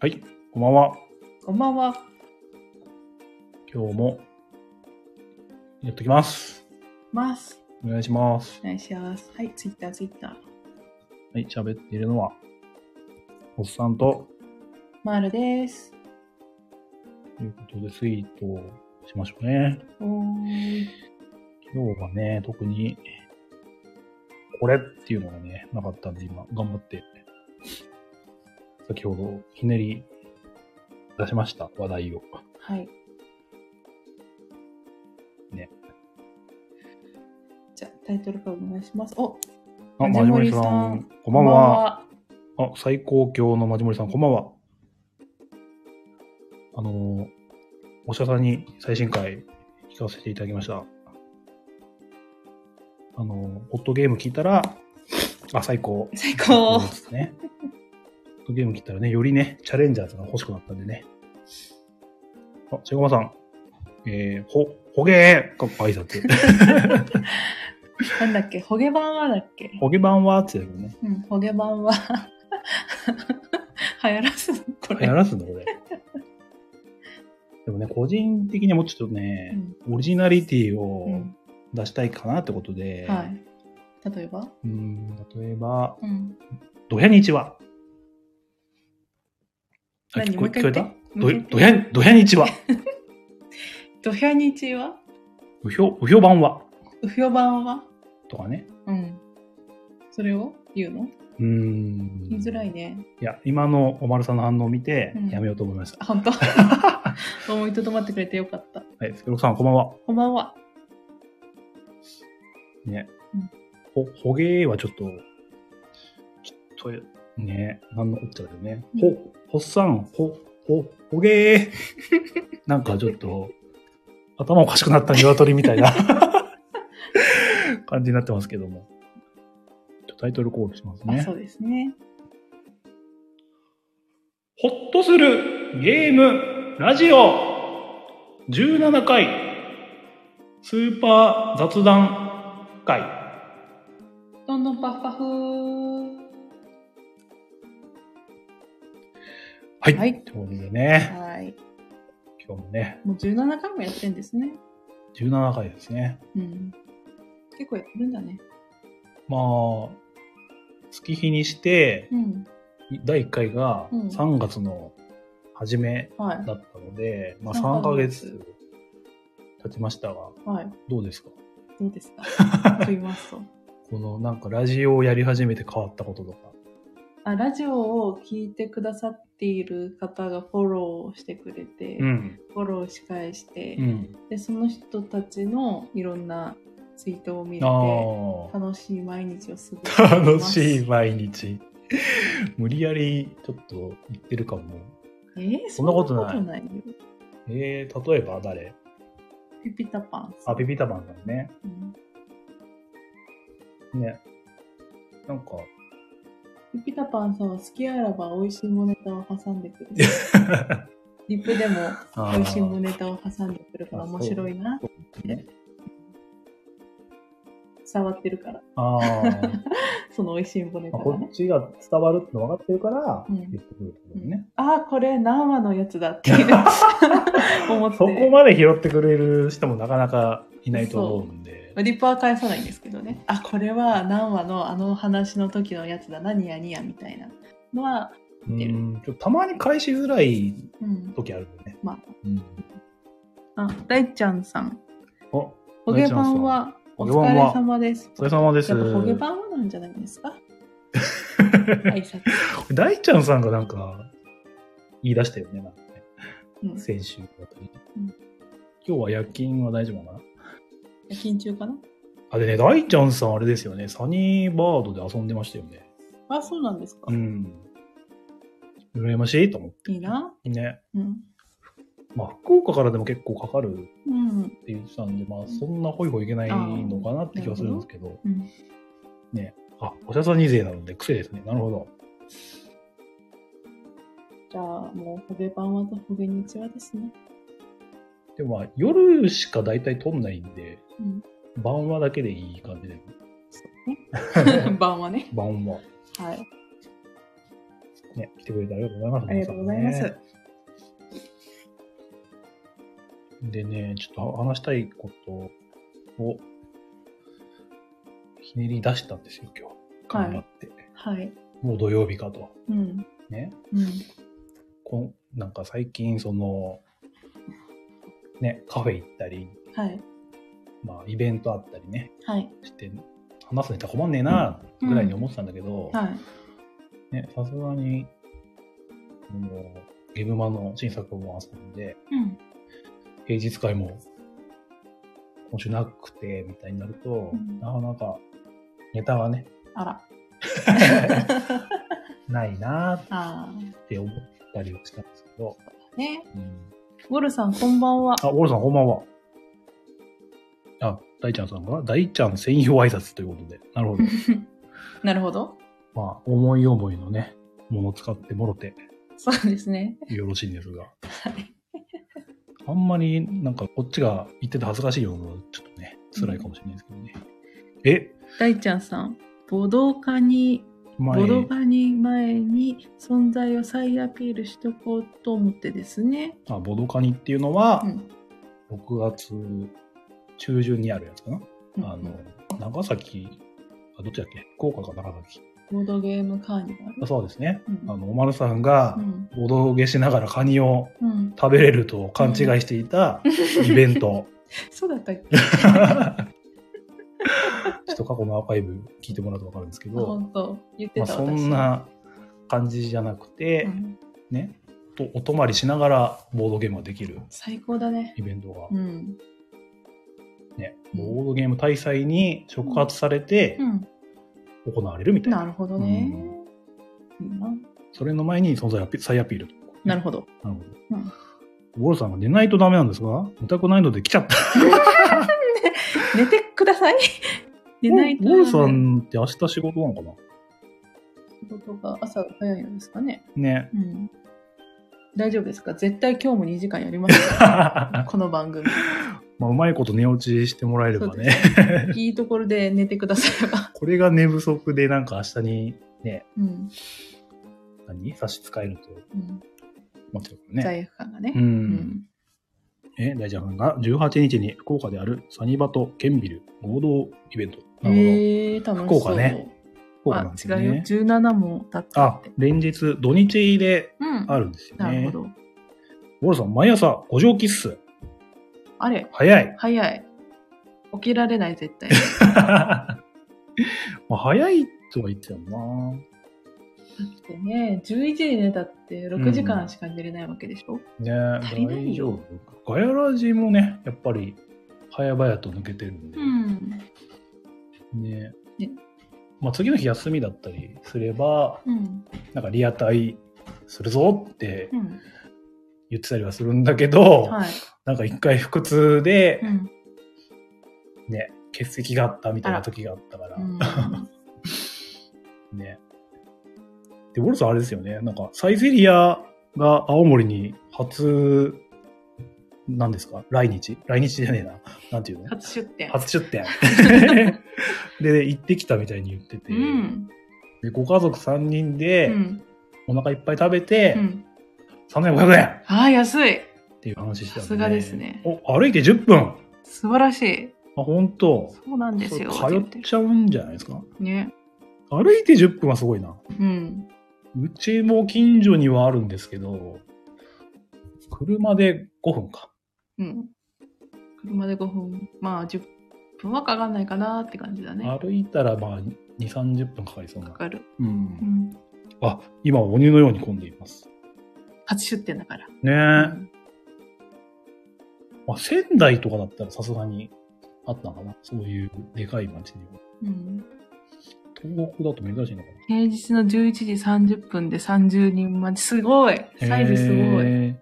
はい、こんばんは。こんばんは。今日も、やっときます。ます。お願いします。お願いします。はい、ツイッター、ツイッター。はい、喋っているのは、おっさんと、まるです。ということでツイートをしましょうね。おー。今日はね、特に、これっていうのがね、なかったんで、今、頑張って、先ほど、ひねり、出しました、話題を。はい。ね。じゃあ、タイトルからお願いします。お、あ、ままじじももりりささんん、こんばんは。。あ、最高級のまじもりさん、こんばんは。あのー、お医者さんに最新回聞かせていただきました。あのー、ホットゲーム聞いたら、あ、最高。最高そう。ですね。ホットゲーム聞いたらね、よりね、チャレンジャーズが欲しくなったんでね。あ、シェゴマさん、えー、ほ、ほげーかっこ挨拶。 なんだっけ、ホゲバンはだっけ。ほげ版はって言うけどね。うん、ホゲバンは。 流行らすのこ流れ行。らすんだ、これ。でもね、個人的にはもうちょっとね、オリジナリティうんうをん出したいかなってことで、はい。例えばうん例えば、うん。ドヤ日は。あ何聞こもう一回言聞ってこもうえ一た回どや、どや日は。ドヒャ日はうひょ、うひょ版は。ウヒョバンはとかね。うん。それを言うのうん。言いづらい。ね。いや、今のおまるさんの反応を見てうん、やめようと思いました。あ 本当思いとどまってくれてよかった。はい、スケロクさん、こんばんは。こんばんは。ねうん。ほ、ほげーはちょっと、ちょっと、ね、なんのこっちゃだよね。うんほ、ほっさん、ほ、ほ、ほげ ー。なんかちょっと、頭おかしくなった鶏みたい な感じになってますけども。ちょっとタイトルコールしますあねそ。うですね。ほっとするゲームラジオ17回スーパー雑談会。どんどんパフパフはい。はいということでね、はい。今日もね、もう17回もやってんですね。 17回ですね。うん。結構やってるんだね。まあ、月日にして、うん。第1回がうん3月の初めはい。だったので、まあ三3ヶヶ月月経ちましたが、はい。どうですかどうですかと言いますと。このなんかラジオをやり始めて変わったこととか。あ、ラジオを聞いてくださっている方がフォローしてくれて、ん。フォローし返して、うん。で、その人たちのいろんなツイートを見れて、あ楽しい毎日を過ごしてあ。います楽しい。毎日。 無理やりちょっと言ってるかも。えー、そそんんななここととないないよ。えー、例えば誰ピピタパンさんあ、ピピタパンさんね。うんね。なんか、ピピタパンさんは好きあらば美味しいもネタを挟ん でくる。リップでも美味しいもネタを挟んでくるから面白いな。ね。触ってるから、あーその美味しいもネタまあ、こがねっ。ちが伝わるっての分かってるから、うん言ってくるってことだよね。ああ、これ何話のやつだって いう思って。そこまで拾ってくれる人もなかなかいないと思うんで。リップは返さないんですけどね。あ、これは何話のあの話の時のやつだな、ニヤニヤみたいなのは、うてるん、ちょっとたまに返しづらいうん。時あるんだよね。まうん。あ、あ、大ちゃんさん。お、ホゲパンは、お大ちゃんさん疲れ様です。お疲れ様ですやっぱホゲパンはなんじゃないで すか挨拶。大ちゃんさんがなんか、言い出したよね、なんかね。うん。先週だったりうん。今日は夜勤は大丈夫かな夜勤中かなあ、でね、大ちゃんさんあれですよね、サニーバードで遊んでましたよね。あ、そうなんですか。うん。羨ましいと思っいいな。てね。うん。まあ、福岡からでも結構かかるうん。って言ってたんで、まあ、そんなホイホイいけないのかなって気はするんですけど、うん。ね。あ、お茶さん2勢なので癖ですね。なるほど。じゃあ、もう、ホゲパンはとホゲ日はですね。でもまあ、夜しか大体撮んないんで、うん。晩はだけでいい感じで、 そうね。晩はね。晩は。はい。ね、来てくれてありがとうございます。ありがとうございます。皆さんねでね、ちょっと話したいことを、ひねり出したんですよ、今日。はい頑張って。はい。もう土曜日かと。うん。ね。うん。こんなんか最近、その、ね、カフェ行ったり、はい。まあ、イベントあったりね、はい。して、話すネタ困んねえな、ぐらいに思ってたんだけど、はい。ね、さすがに、もう、ゲブマの新作も遊んで、うん。平日会も今週なくて、みたいになると、うんなかなかネタがね、あら。ないなーっあて思ったりはしたんですけど、あ。ね。うん、ウォルさん、こん ばんは。あ、オールさんこんばんは。あ、大ちゃんさんが大ちゃん専用挨拶ということで、なるほど。なるほど。まあ、思い思いのね、ものを使ってもろてそうですね。よろしいんですが、はい。あんまりなんかこっちが言ってて恥ずかしいようなのはちょっとね、辛いかもしれないですけどね。え、大ちゃんさん、ボドカに、前ボドカに前に存在を再アピールしとこうと思ってですね。あ、ボドカニっていうのはう、ん。 6月中旬にあるやつかな。あうんの、長崎、あ、どっちだっけ福岡か長崎。ボードゲームカーニバルあ。そうですね。うんあの、おまるさんがう、ん。ボドゲしながらカニをうん。食べれると勘違いしていたイベン ト。そうだったっちけょっと過去のアーカイブ聞いてもらうと分かるんですけど、本当言ってまあ、た、そんな感じじゃなくて、私、うんね、とお泊まりしながらボードゲームができる最高だね。イベントが、うん。ね、ボードゲーム大祭に触発されてうん。行われるみたいな。なるほどね。いいな。それの前に存在アピ再アピールと。なるほど。なるほど。うんウォルさんが寝ないとダメなんですが、寝たくないので来ちゃった。寝てくださ い。寝ないと。ウォルさんって明日仕事なのかな仕事が朝早いんですかね。ね。うん。大丈夫ですか絶対今日も2時間やります よこの番組。まあ、うまいこと寝落ちしてもらえればそうね。でいいところで寝てくだされば。これが寝不足で、なんか明日にね、うん。何差し支えるとうん。思ってるからね。罪悪感がね。う。。うんえ、大ちゃんが18日に福岡であるサニバとケンビル合同イベント。なるほど。えー、楽しそう。福岡ね福岡なんですよあ、違うよ。ね。 17もだったあって。、連日土日でうん。あるんですよね。なるほど。ウォルさん、毎朝5時起きっす。あれ、早い。 早い。起きられない、絶対。まあ、早いとは言ってたもんだってね、11時に寝たって6時間しか寝れないわけでしょ、な。ね足りないよ大丈夫ガヤラジもね、やっぱり、早々と抜けてるんで、ん。ね。ねまあ、次の日休みだったりすれば、うん。なんかリアタイするぞってうん。言ってたりはするんだけど、はい。なんか一回腹痛でう、ん。ね、欠席があったみたいな時があったから、 うん、ね。で、ウォルさんあれですよね。なんか、サイゼリアが青森に初、なんですか来日来日じゃねえな。なんていうの初出店。初出 店。で、行ってきたみたいに言ってて、うん。でご家族3人でう、ん。お腹いっぱい食べて、うん。 3500円ああ、安い。っていう話してたんで。さすがですねお、歩いて10分あ、素晴らしい。本当そうなんですよ。それ通っちゃうんじゃないですかね。歩いて10分はすごいな。うん。うちも近所にはあるんですけど、車で5分か。うん。車で5分、まあ10分はかかんないかなって感じだね。歩いたらまあ2、30分かかりそうかな。かる。う。うんん。あ、今は鬼のように混んでいます。初出店だから。ねえ。うんまあ、仙台とかだったらさすがにあったのかな。そういうでかい街には。うん。東北だと珍しいのかな。平日の11時30分で30人待ち。すごい。サイズすごい。へー。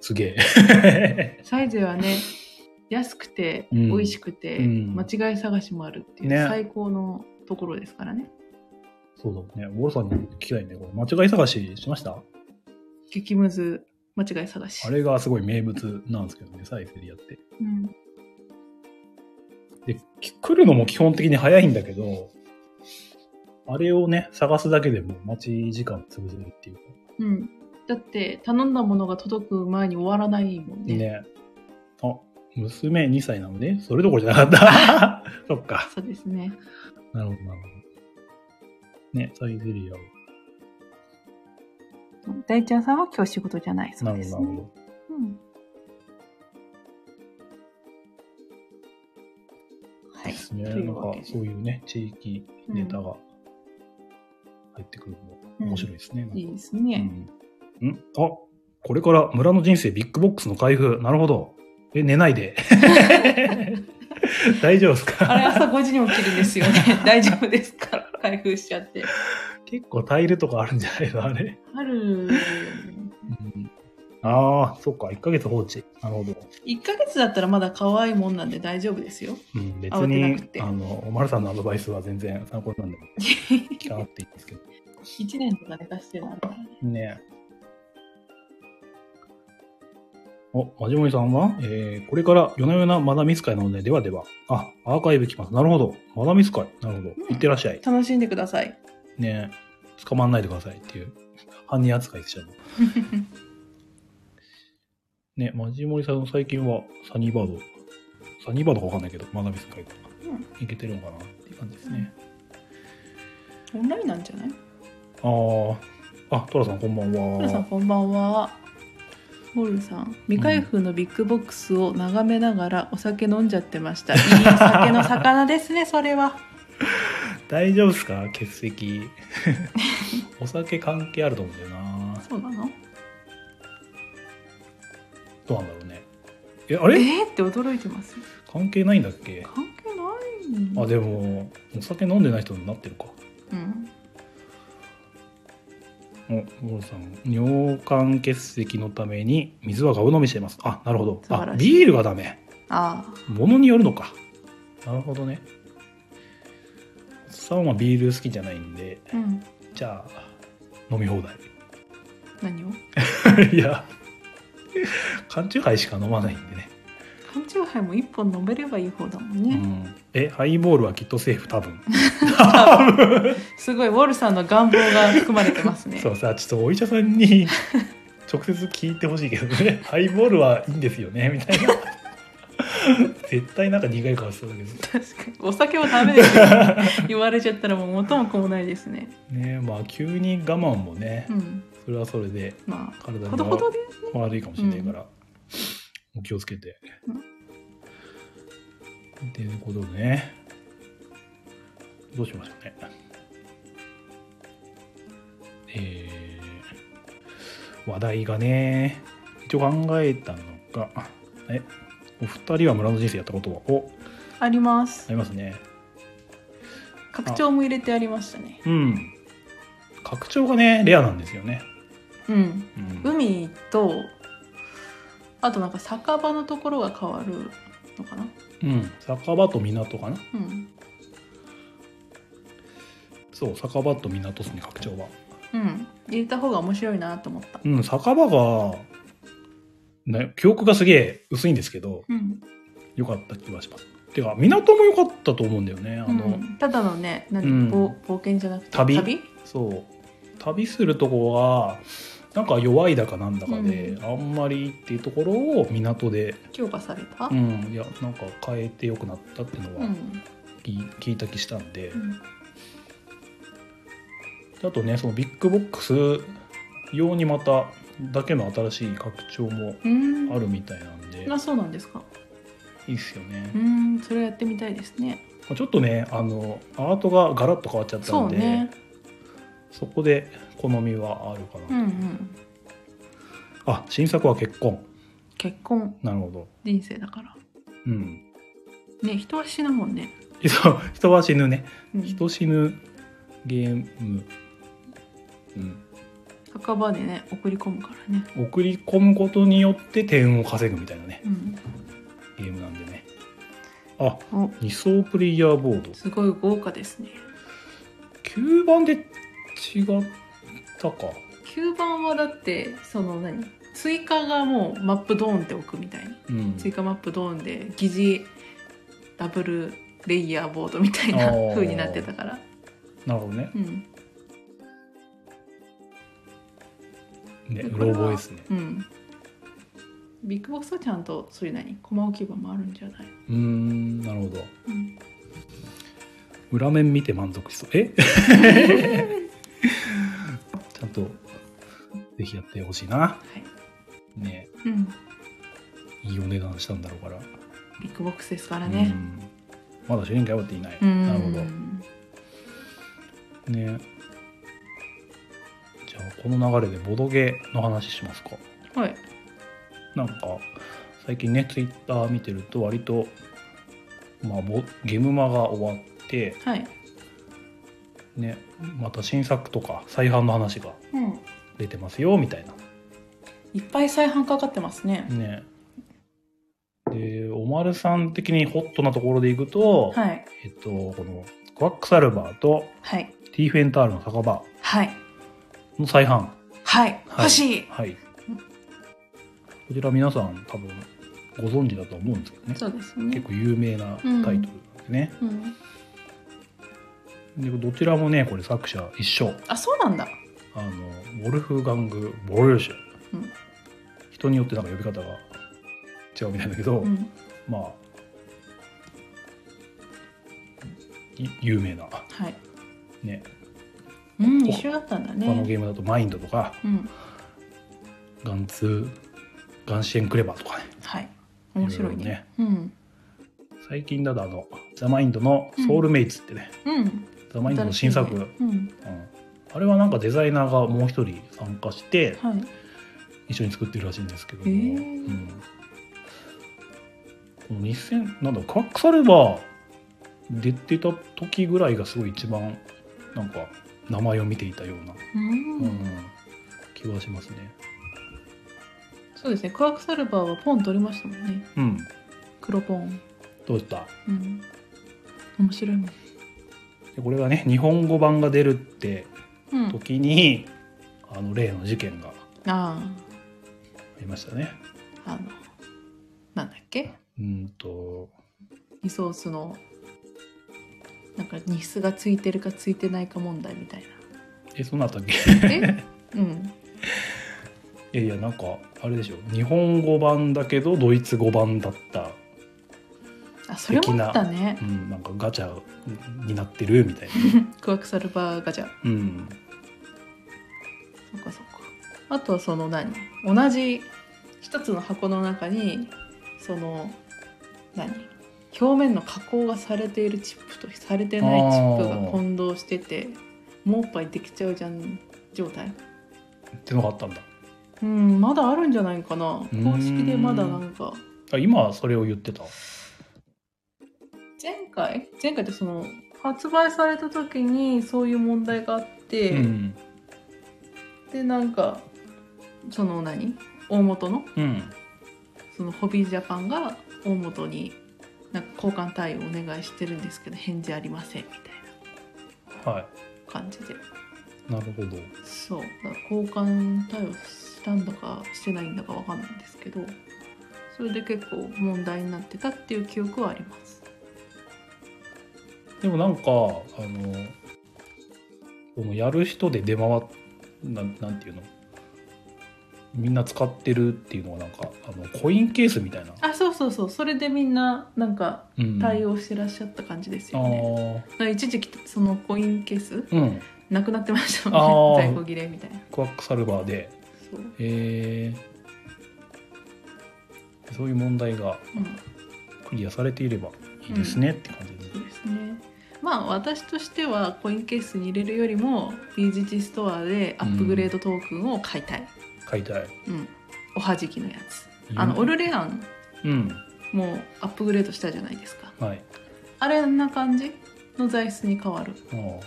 すげ え。サイゼはね、安くて、うん美味しくて、うん間違い探しもあるっていう、ね最高のところですからね。そうだね。ウォルさんに聞きたいね。これ間違い探ししました激ムズ間違い探し。あれがすごい名物なんですけどね、サイゼリアって。うん、で、き来るのも基本的に早いんだけど、あれをね、探すだけでも待ち時間潰せるっていうか。うん。だって、頼んだものが届く前に終わらないもんね。ね。あ、娘2歳なのね。それどころじゃなかった。 そっか。そうですね。なるほど、なるほど。ね、サイゼリアを。大ちゃんさんは今日仕事じゃないそなうるでほす、ど、ね。なるほど。うん。はい。ですね。となんかわけ、でそういうね、地域ネタが入ってくるの面白いですね。なんかいいですね。うん、んあこれから村の人生ビッグボックスの開封。なるほど。え、寝ない で。大丈夫ですあれか朝5時に起きるんですよ ね。大丈夫ですから。開封しちゃって。結構タイルとかあるんじゃないのあれ。ある。うん、ああ、そっか。1ヶ月放置。なるほど。 1ヶ月だったらまだ可愛いもんなんで大丈夫ですよ。うん、別慌てなにくてあの、おまるさんのアドバイスは全然参考にな んでも聞かなくていいんですけど。 1年とか寝かしてるのあるからね。ねえ。お、まじもりさんは、えー、これから夜な夜なマダミス会なので、ではでは。あ、アーカイブ来ます。なるほど。マダミス会。なるほど。いってらっしゃい。楽しんでください。ねえ、捕まんないでくださいっていう。犯人扱いしちゃうの。 ねマジモリさん最近はサニーバード、サニーバードかわかんないけど、マダミス会とか、いけてるのかなっていう感じですね。オンラインなんじゃないああ、あ、トラさんこんばんトラさんは。こんばんは。ホールさん未開封のビッグボックスを眺めながらお酒飲んじゃってま した、いい酒の魚ですねそれは大丈夫ですか欠席。お酒関係あると思うんだよな。そうなのどうなんだろうね。え、あれえー、って驚いてます関係ないんだっけ関係ないあ、でも、お酒飲んでない人になってるか。うんお、ゴールさん、尿管結石のために水はガブ飲みしています。あ、なるほど。素晴あ、らしいビールがダメ。あものによるのか。なるほどね。おっさんはビール好きじゃないんで、あうんじゃあ、飲み放題。 何をいや、缶チューハイしか飲まないんでね。缶チューハイも一本飲めればいい方だもんうね、ん。え、ハイボールはきっとセーフ、多分。多分。すごいウォルさんの願望が含まれてますねそうさ、ちょっとお医者さんに 直接聞いてほしいけどね、 ハイボールはいいんですよね、みたいな。 絶対なんか苦い顔してたけど。確かにお酒はダメですよ 言われちゃったらもう元も子もないですねねまあ急に我慢もねう、んそれはそれでま体あにほどほどで悪いかもしれないから、お気をつけて。っていうことでね、どうしましょうね。えー、話題がね、一応考えたのが、え、お二人は村の人生やったことは、お、ありますありますね。拡張も入れてありましたねうん。拡張がね、レアなんですよね。うんうん海とあとなんか酒場のところが変わるのかなうん、酒場と港かなうんそう酒場と港ですね拡張はうん入れた方が面白いなと思ったうん酒場がね記憶がすげえ薄いんですけどうん、良かった気がしますてか港も良かったと思うんだよねあうの、ん、ただのね何、うん冒冒険じゃなくて旅旅そう旅するとこがなんか弱いだかなんだかで、うあんまりっていうところを港で、強化された、ううんん、いやなんか変えて良くなったっていうのは聞,、聞いた気したんで、うんあとねそのビッグボックス用にまただけの新しい拡張もうんあるみたいなんで、あそうなんですかいいっすよね、うまんそれやってみたいですねあちょっとねあのアートがガラッと変わっちゃったそんうでそ,、ねこで好みはあるかな、うんうんあ新作は結婚結婚なるほど人生だからうんね人は死ぬもんね、人人は死ぬねうん、人死ぬゲーム、うん、酒場でね送り込むからね送り込むことによって点を稼ぐみたいなねうんゲームなんでねあお二層プレイヤーボードすごい豪華ですね9番で違ったか吸盤はだってその何追加がもうマップドーンって置くみたいなうん追加マップドーンで疑似ダブルレイヤーボードみたいあなー風になってたからなるほどね。うん。ね、でうこれろは覚えですね。うん。ビッグボスはちゃんとそういう何駒置き場もあるんじゃないうーん、なるほど。うん。裏面見て満足しそう。え ちゃんと、ぜひやってほしいな。はい。ね、うん。いいお値段したんだろうから。ビッグボックスですからねう。んまだ主演会はっていない。うん。なるほど。ね。じゃあ、この流れでボドゲの話しますか。ど。はい。なんか、最近ね、ツイッター見てると、割と、まあ、ボゲムマが終わって、はい。ね、また新作とか再販の話がうん。出てますよ、みたいな。いっぱい再販かかってますね。ねでおまるさん的にホットなところでいくと、はい。えっとこのクワックサルバーとはい。ティーフェンタールの酒場はい。の再販はい。はい欲しい。はいこちら皆さん多分ご存知だと思うんですけどねそうです結ね。構有名なタイトルなんですね、うん。でどちらもねこれ作者一緒あ、そうなんだ。あのウォルフガング・ボルシュ、うん人によってなんか呼び方が違うみたいだけど、うん。まあい有名な、はい。ね、うん、一緒だったんだ他のね。ゲームだと「マインド」とかうん。 「ガンツー」「ガンシエンクレバー」とかねはい。面白いいろいね。うん。最近だとあの「ザ・マインド」の「ソウルメイツ」ってね、うん。ザ・マインドの新作、新しいねうん。うんあれはなんかデザイナーがもう一人参加してはい。一緒に作ってるらしいんですけども、へーうんこの2000なんだクワックサルバー出てた時ぐらいがすごい一番なんか名前を見ていたようなう。うんん、気はしますね。そうですね。クワクサルバーはポン取りましたもんね。うん、黒ポン。どうしたうん。面白いもん。でこれがね日本語版が出るってうん。時に、あの例の事件があありましたね。あ。あの。なんだっけ。うんとリソースの。なんか日数がついてるかついてないか問題みたいえそんなあったっけ な。え。うん。いやいやなんかあれでしょ日本語版だけどドイツ語版だった、あ、それもあったねう。ん、なんかガチャになってるみたいな。 クワクサルバーガチャ。うんそっかそっか。あとはその何同じ一つの箱の中にその何表面の加工がされているチップとされてないチップが混同しててもう一杯できちゃうじゃん状態ってのがあったんだうんまだあるんじゃないかなーん公式でまだなんかあ今はそれを言ってた前回前回ってその発売された時にそういう問題があって、うんでなんかその何大元のうんそのホビージャパンが大本になんか交換対応お願いしてるんですけど返事ありませんみたいはな感じでいなるほどそうだから交換対応したんだかしてないんだかわかんないんですけどそれで結構問題になってたっていう記憶はありますでもなんかあのこのやる人で出回っなんなんていうのみんな使ってるっていうのはなんかあのコインケースみたいな、あそうそうそうそれでみんななんかうん、対応応してらっしゃった感じですあよね、だから一時期そのコインケースーうんなくなってましたもんあねー在庫切れみたいなクワックサルバーでそう、えーそういう問題がうんクリアされていればいいですねって感じでそうですねまあ私としてはコインケースに入れるよりも BGT ストアでアップグレードトークンを買いたい、買いたい、うんおはじきのやつあのオルレアンうんもアップグレードしたじゃないですかはいあれな感じの材質に変わるあー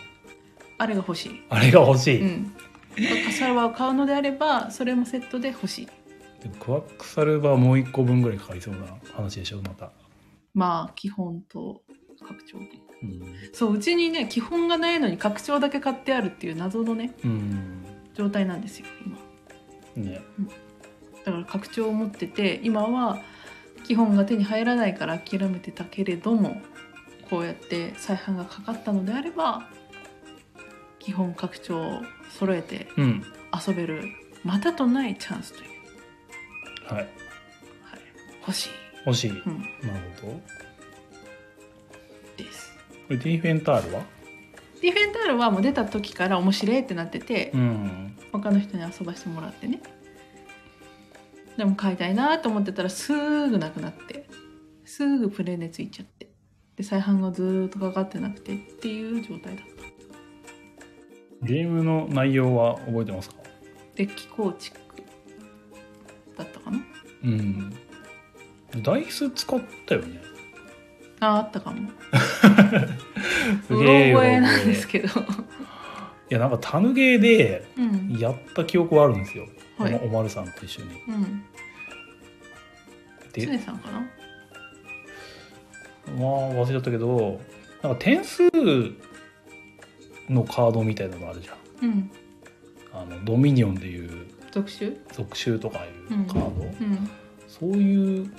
あれが欲しいあれが欲しい、うんサルバーを買うのであればそれもセットで欲しいでもクワックサルバーもう1個分ぐらいかかりそうな話でしょまた、まあ基本と拡張うんそううちにね基本がないのに拡張だけ買ってあるっていう謎のねうん状態なんですよ今ねだから拡張を持ってて今は基本が手に入らないから諦めてたけれどもこうやって再販がかかったのであれば基本拡張を揃えてうん。遊べるまたとないチャンスという、はい。はい、欲しい、欲しい。うん、なるほど。こですれディフェンタールはディフェンダールはもう出た時から面白いってなってて、うん。他の人に遊ばしてもらってねでも買いたいなと思ってたらすぐなくなってすぐプレネついちゃってで再販がずーっとかかってなくてっていう状態だったゲームの内容は覚えてますかデッキ構築だったかなうん。ダイス使ったよね。あーあったかもすうろげ覚ええなんですいけどや、なんかタヌゲーでうんやった記憶はあるんですよ。はいおおまるさんと一緒に。うんでつねさんかなまあ忘れちゃったけどなんか点数のカードみたいなのあるじゃんうんあのドミニオンでいう特集属州とかいうカード、うんそういう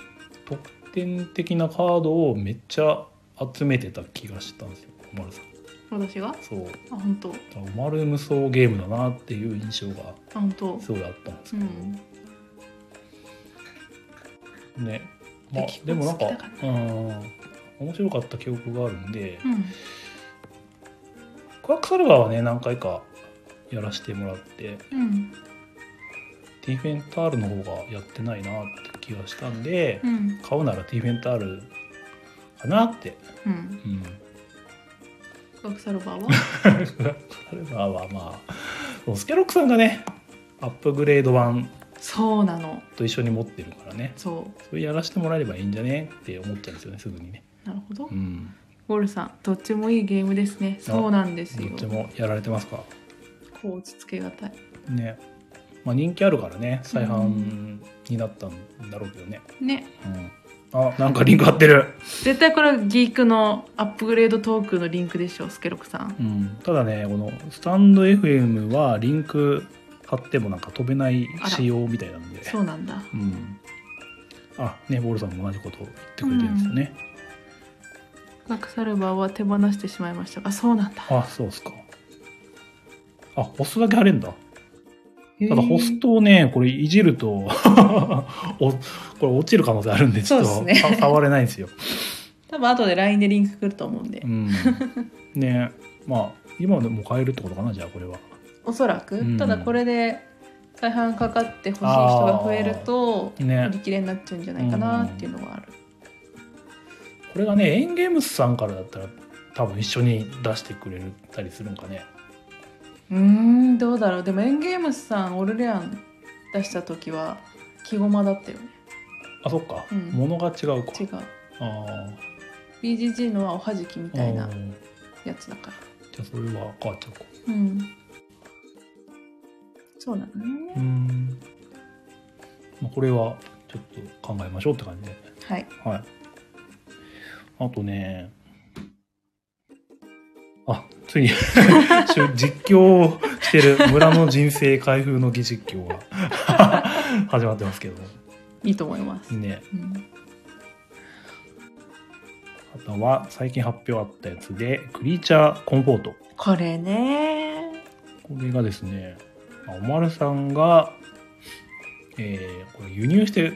特典的なカードをめっちゃ集めてた気がしたんですよおまるさん私がそうだかあ本当らおまる無双ゲームだなっていう印象があ本当すごいあったんですうけど、んねまあ結構でもなんか好きだかうん面白かった記憶があるんで、うんクワックサルバーはね何回かやらせてもらってうんティフェンタールの方がやってないなって気がしたんで、うん買うならティフェンタールかなって、うんうん、クワクサルバーはサルバーはまあそうスケロックさんがねアップグレード版そうなのと一緒に持ってるからねそそれやらせてもらえればいいんじゃねって思っちゃうんですよねすぐにね、うなるほどうん、ウォルさんどっちもいいゲームですねそうなんですどよっちもやられてますかこう落ち着けがたいねまあ人気あるからね再販になったんだろうけどね、ねうん、あなんかリンク貼ってる絶対これギークのアップグレードトークのリンクでしょスケロクさんうん、ただねこのスタンド FM はリンク貼ってもなんか飛べないあら仕様みたいなんでそうなんだうん、あねボールさんも同じことを言ってくれてるんですよね、クワクサルバーは手放してしまいましたがそうなんだあそうですかあホストだけ貼れんだただへーホストをねこれいじると おこれ落ちる可能性あるんでちょっそと、うですねさ触れないんですよ、多分後で LINE でリンクくると思うんでうん、ねまあ今でも買えるってことかなじゃあこれはおそらく、うんただこれで再販かかって欲しい人が増えるとあーね売り切れになっちゃうんじゃないかなっていうのはある、これがねエンゲームスさんからだったら多分一緒に出してくれたりするんかねうーんどうだろうでもエンゲームスさんオルレアン出した時は木駒だったよねあそっか、うん物が違うか違うああ BGG のはおはじきみみたいなじやつだからゃあそれは変わっちゃうかうんそうなのね、うーん、まあ、これはちょっと考えましょうって感じではいはいあとねあついに 実況をしてる村の人生開封の儀実況が 始まってますけどいいと思います、ねうん、あとは最近発表あったやつでクリーチャーコンフォートこれねこれがですねまあおまるさんが、えーこれ輸入して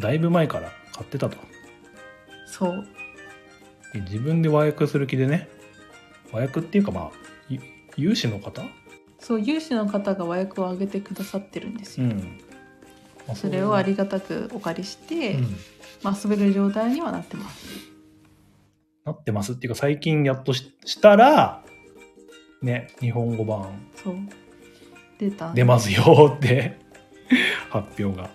だいぶ前から買ってたとそうで自分で和訳する気でね和訳っていうかまあゆ有志の方、そう有志の方が和訳を上げてくださってるんですうよ、んまあそれをあうりがたくお借りして、うんまあ、遊べる状態にはなってますなってますっていうか最近やっとししたらね日本語版そう出た出ますよって 発表が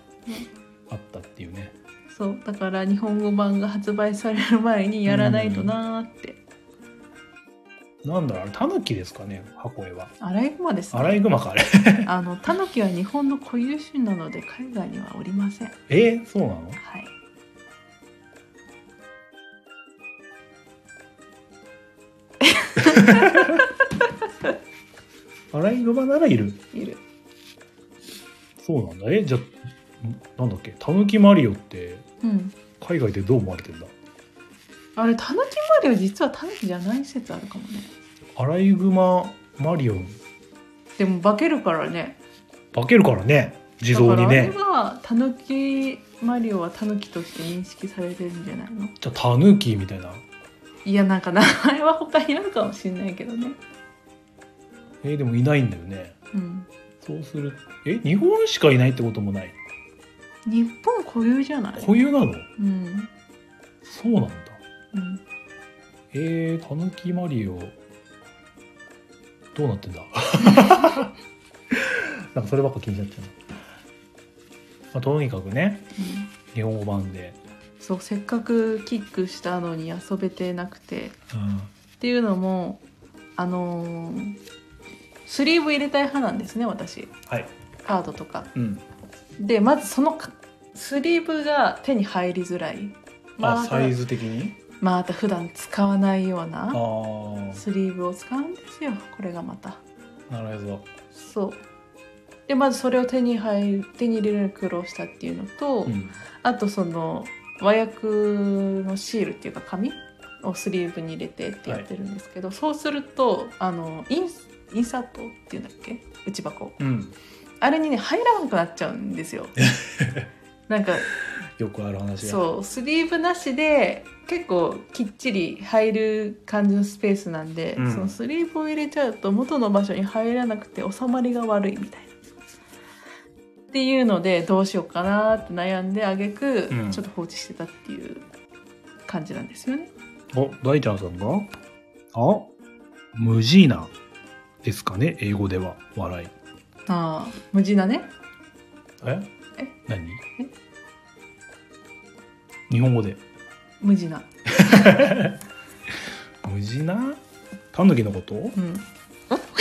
あったっていうねそうだから日本語版が発売される前にやらないとなーって、なんだろうあれタヌキですかね箱絵はアライグマですアライねグマかあれあのタヌキは日本の固有種なので海外にはおりませんはえーそうなのいアライグマならいるいるそうなんだえじゃあんなんだっけタヌキマリオってうん海外でどう思われてんだあれタヌキマリオ実はタヌキじゃない説あるかもねアライグママリオ、でも化けるからね化けるからね、自だ動にからあれね。はたぬきマリオはたぬきとして認識されてるんじゃないのじゃあ、タヌキみたいな。いやなんか名前は他にあるかもしれないけどねえーでもいないんだよね。うんそうする。え、日本しかいないってこともない。日本固有じゃない固有なのうんそうなんだ。うんえー、タヌキマリオ、どうなってんだ なんかそればっか気になっちゃうな。まあ、とにかくね、うん日本語版で。そうせっかくキックしたのに遊べてなくてっうん。ていうのもあのースリーブ入れたい派なんですね私はい。カードとかうん。でまずそのかスリーブが手に入りづらいまあ、あサイズ的にまた普段使わないようあなあ、スリーブを使うんですよこれがまたなるほど。そうでまずそれを手に入る手に入れるのに苦労したっていうのと、うん。あとその和訳のシールっていうか紙をスリーブに入れてってやってるんですけど、そうするとあのインインサートっていうんだっけ内箱うん。あれにね入らなくなっちゃうんですよなんかよくある話だ。そうスリーブなしで結構きっちり入る感じのスペースなんで、うんそのスリーブを入れちゃうと元の場所に入らなくて収まりが悪いみたいな。っていうのでどうしようかなって悩んであげくうんちょっと放置してたっていう感じなんですよね。お、大ちゃんさんがあ、無ジーナですかね、英語では。笑い。ああ無地なねええ何日本語で。無地な。無事なタヌキのことうん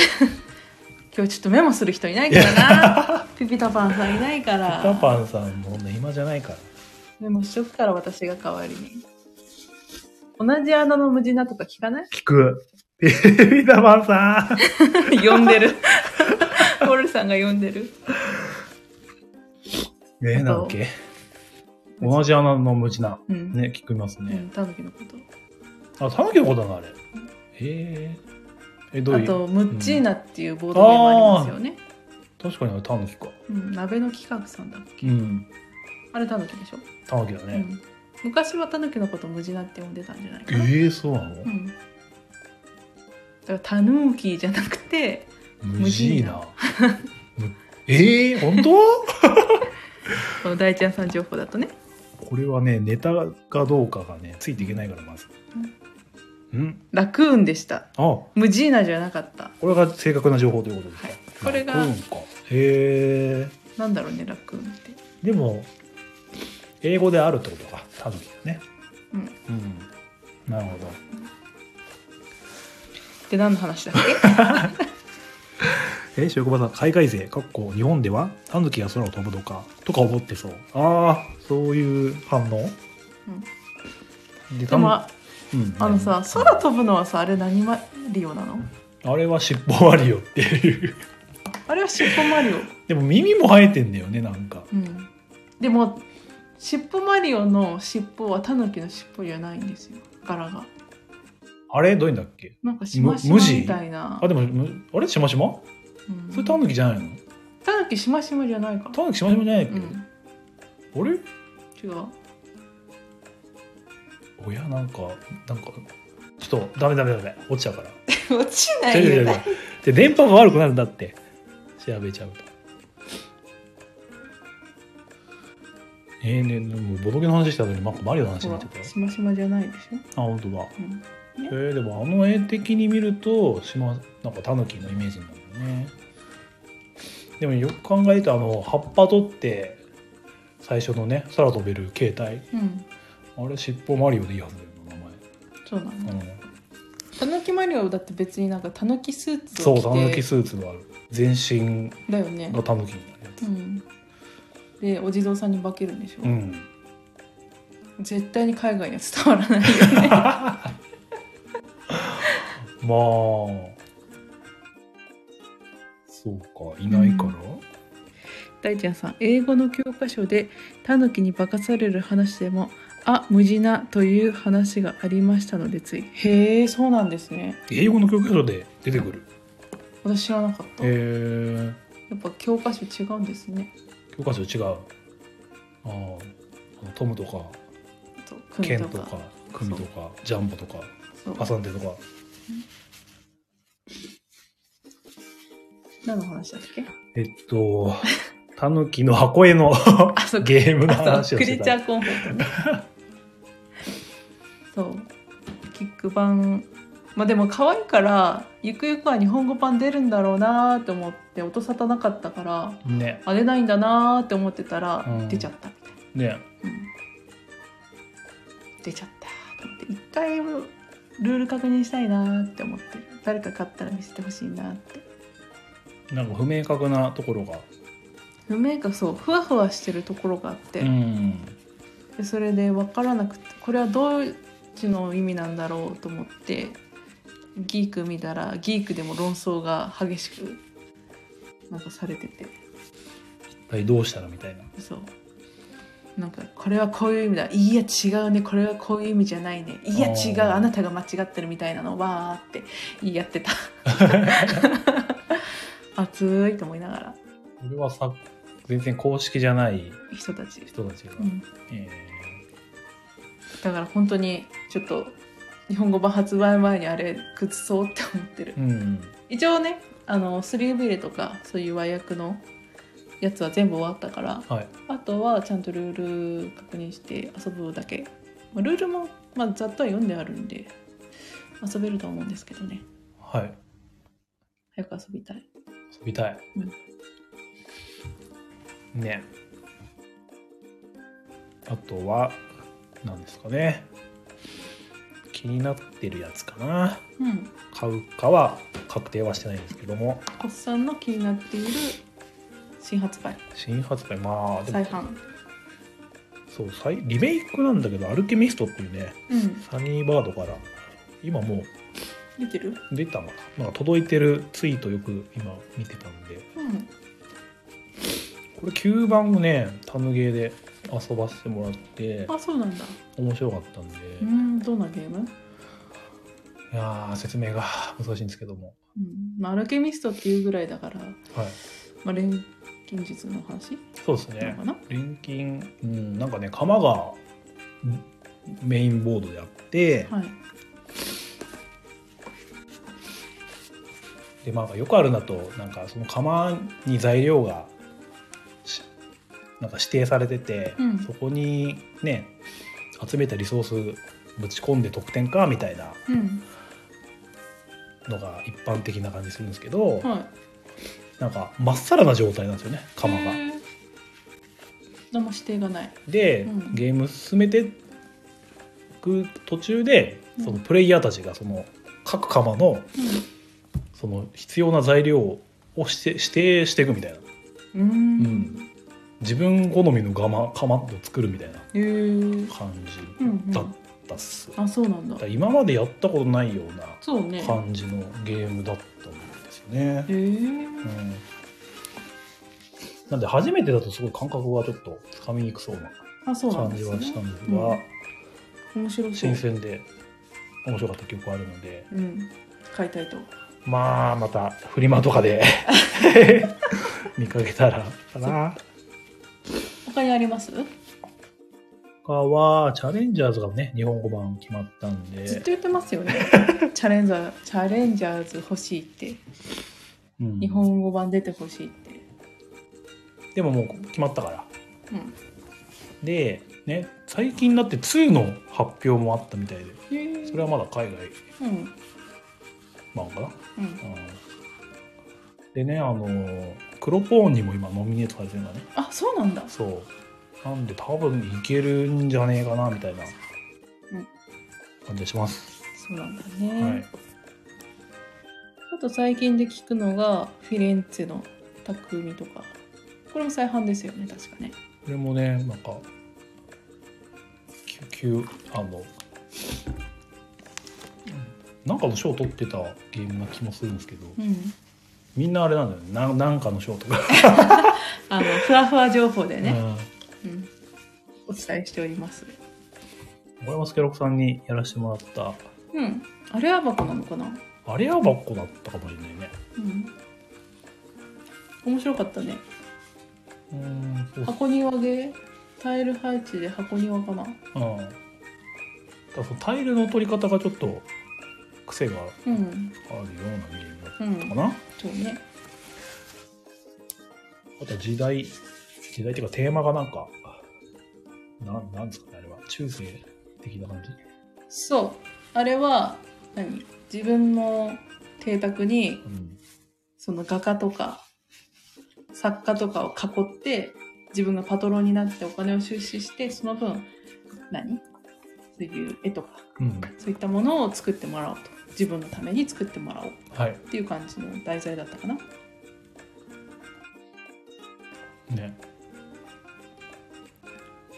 今日ちょっとメモする人いないからなピピタパンさんいないからタパンさんもね暇じゃないからメモしとくから私が代わりに。同じ穴の無地なとか 聞かない聞くピピタパンさ呼んでる。 ポルさんが呼んでる。ん ねえなんだっけ同じ穴の無事なうん。ね聞きますうね、ん、タヌキのこと。あタヌキのことなのあれへええどうあいうと、ムッチーナっていうボードゲームありますよね。確かにあれタヌキかうん、鍋の企画さんだ。うんあれタヌキでしょ、タヌキだうね、ん、昔はタヌキのこと無地なって呼んでたんじゃないかな。ええそうなのうん。だからタヌーキーじゃなくて、無事なむ ええ本当この大ちゃんさん情報だとね。これはねネタかどうかがねついていけないからまずうんラクーンでした。あムジーナじゃなかった。これが正確な情報ということですか、はいこれがうんかへえなんだろうね、ラクーンって。でも英語であるってことかタヌキだねうんうんなるほどで何の話だっ けえー、職場さん海外勢かっこ日本ではタヌキが空を飛ぶとかとか思ってそうああそういう反応、ででもあうんあのさ何空飛ぶのはさあれ何マリオなのあれは尻尾マリオっていうあれは尻尾マリオ、でも耳も生えてんだよねなんかうん、でも尻尾マリオの尻尾はタヌキの尻尾じゃないんですよ柄があれどういうんだっけなんかしましまむ無地みたいなあでもむあれしましまうんそれタヌキじゃないのタヌキしましまじゃないかタヌキしましまじゃないっけ、うんあれ違う親なんかなんかちょっとダメダメダメ落ちちゃうから落ちな違うい違う違ようで電波が悪くなるんだって調べちゃうとええねでもボドゲの話したのになんかマリオの話になっちゃったよしましまじゃないでしょ、あ本当だうん、えー、でもあの絵的に見ると島なんかタヌキのイメージになるよねでもよく考えるとあの葉っぱ取って最初のね空飛べる携帯うん、あれ尻尾マリオでいいはずだよな名そうなんだ前、うんタヌキマリオだって別になんかタヌキスーツそをう、タヌ着キてスーツがある。全身だよねがタヌキになるやつ。うんでお地蔵さんに化けるんでしょ、うん。絶対に海外には伝わらないよねまあ。そうか、いないから。 大ちゃんさん英語の教科書でタヌキに化かされる話でも「あ無事な」という話がありましたのでついへえそうなんですね英語の教科書で出てくる。私知らなかった、えー、やっぱ教科書違うんですね教科書違う。ああ、あのトムとか、あとケ国ンととかか、クミとか、ジャンボとか、そうパサンテとか。何の話だっけえっと、タヌキの箱絵のあそうゲームのあ話そうをしクてリーチャた。ーコンフォートねそうキック版まあでも可愛いからゆくゆくは日本語版出るんだろうなーって思って音沙汰なかったからね、あ出ないんだなーって思ってたら、うん出ちゃったみたいなね、うん出ちゃったと思って一回ルール確認したいなーって思ってる誰か買ったら見せてほしいなってなんか不明確なところが。不明確そうふわふわしてるところがあって、うん。でそれで分からなくてこれはどっちの意味なんだろうと思ってギーク見たらギークでも論争が激しくなんかされてて一体どうしたらみたいな。そうなんかこれはこういう意味だいや違うねこれはこういう意味じゃないねいやあー違うあなたが間違ってるみたいなのわーって言い合ってた熱いと思いながらこれはさ、全然公式じゃない人たち、人たちが。うんえだから本当にちょっと日本語版発売前にあれ崩そうって思ってるーうん。一応ねあのスリーブ入れとかそういう和訳のやつは全部終わったからはい。あとはちゃんとルール確認して遊ぶだけまあルールも、まあ、ざっとは読んであるんで遊べると思うんですけどねはい。早く遊びたい遊びたい。ね。あとは、何ですかね。気になってるやつかな。うん買うかは確定はしてないんですけども、こっさんの気になっている新発売新発売、まあ、で再も、販そう、再リメイクなんだけど、アルケミストっていうね、うんサニーバードから、今も見てるう出たのかな。なんか届いてるツイートよく今見てたんで、うんこれ9番をね、タムゲーで遊ばせてもらって、あそうなんだ面白かったんで、うんどんなゲームいやー説明が難しいんですけども、うんまあアルケミストっていうぐらいだから、まはい、あ、錬金術の話そうですなのねかな、錬金、うん、なんかね釜がんメインボードであって、はいでまあよくあるんだとなんかその釜に材料がしなんか指定されてて、うんそこにね集めたリソースぶち込んで得点かみたいなうんのが一般的な感じするんですけど、はいなんかまっさらな状態なんですよね釜が。へー何も指定がないで、うんゲーム進めていく途中でうんそのプレイヤーたちがその各釜のその必要な材料をして指定していくみたいなうんうんうん自分好みの釜釜を作るみたいなへー感うじんうだっんたっす、だあそうなんだから今までやったことないようなそうねへ感じのゲームだったんですよね、うーん、なんで初めてだとすごい感覚がちょっとつかみにくそうなあそうなん感でじすはねしたんですうが、ん面白そう新鮮で面白かった記憶あるのでうん買いたいとまあまたフリマとかで 見かけたらかな他にあります他はチャレンジャーズがね日本語版決まったんずっで、と言ってます よねチャレンジャーチャレンジャーズ欲しいってうん日本語版出てほしいってでももう決まったからうんでね最近だって2の発表もあったみたいでへーそれはまだ海外うんうん版かな、うんでねあのークロポーンにも今ノミネートされてるんだねあそうなんだそうなんで多分いけるんじゃねえかなみたいなうん感じがします、そうなんだね、はいあと最近で聞くのがフィレンツェの匠とかこれも再販ですよね確かねこれもねなんか救急あのなんかの賞を取ってたゲームな気もするんですけどうんみんなあれなんだよねななんかの賞とか、あのふわふわ情報でね、うんうん、お伝えしております小山助六さんにやらせてもらったうんあれは箱なのかなあれはばっこだったかもしれないねうん面白かったねうん、そうっす箱庭でタイル配置で箱庭かなうん。ただそのタイルの取り方がちょっと癖があうんるようなゲームだっうたんかな。そうねあとは時代、時代っていうかテーマがなんか、ななんですかね、あれは。中世的な感じ。そうあれは何自分の邸宅にうん。その画家とか作家とかを囲って自分がパトロンになってお金を出資してその分何そういう絵とかうん。そういったものを作ってもらおうと自分のために作ってもらおうはい。っていう感じの題材だったかなね。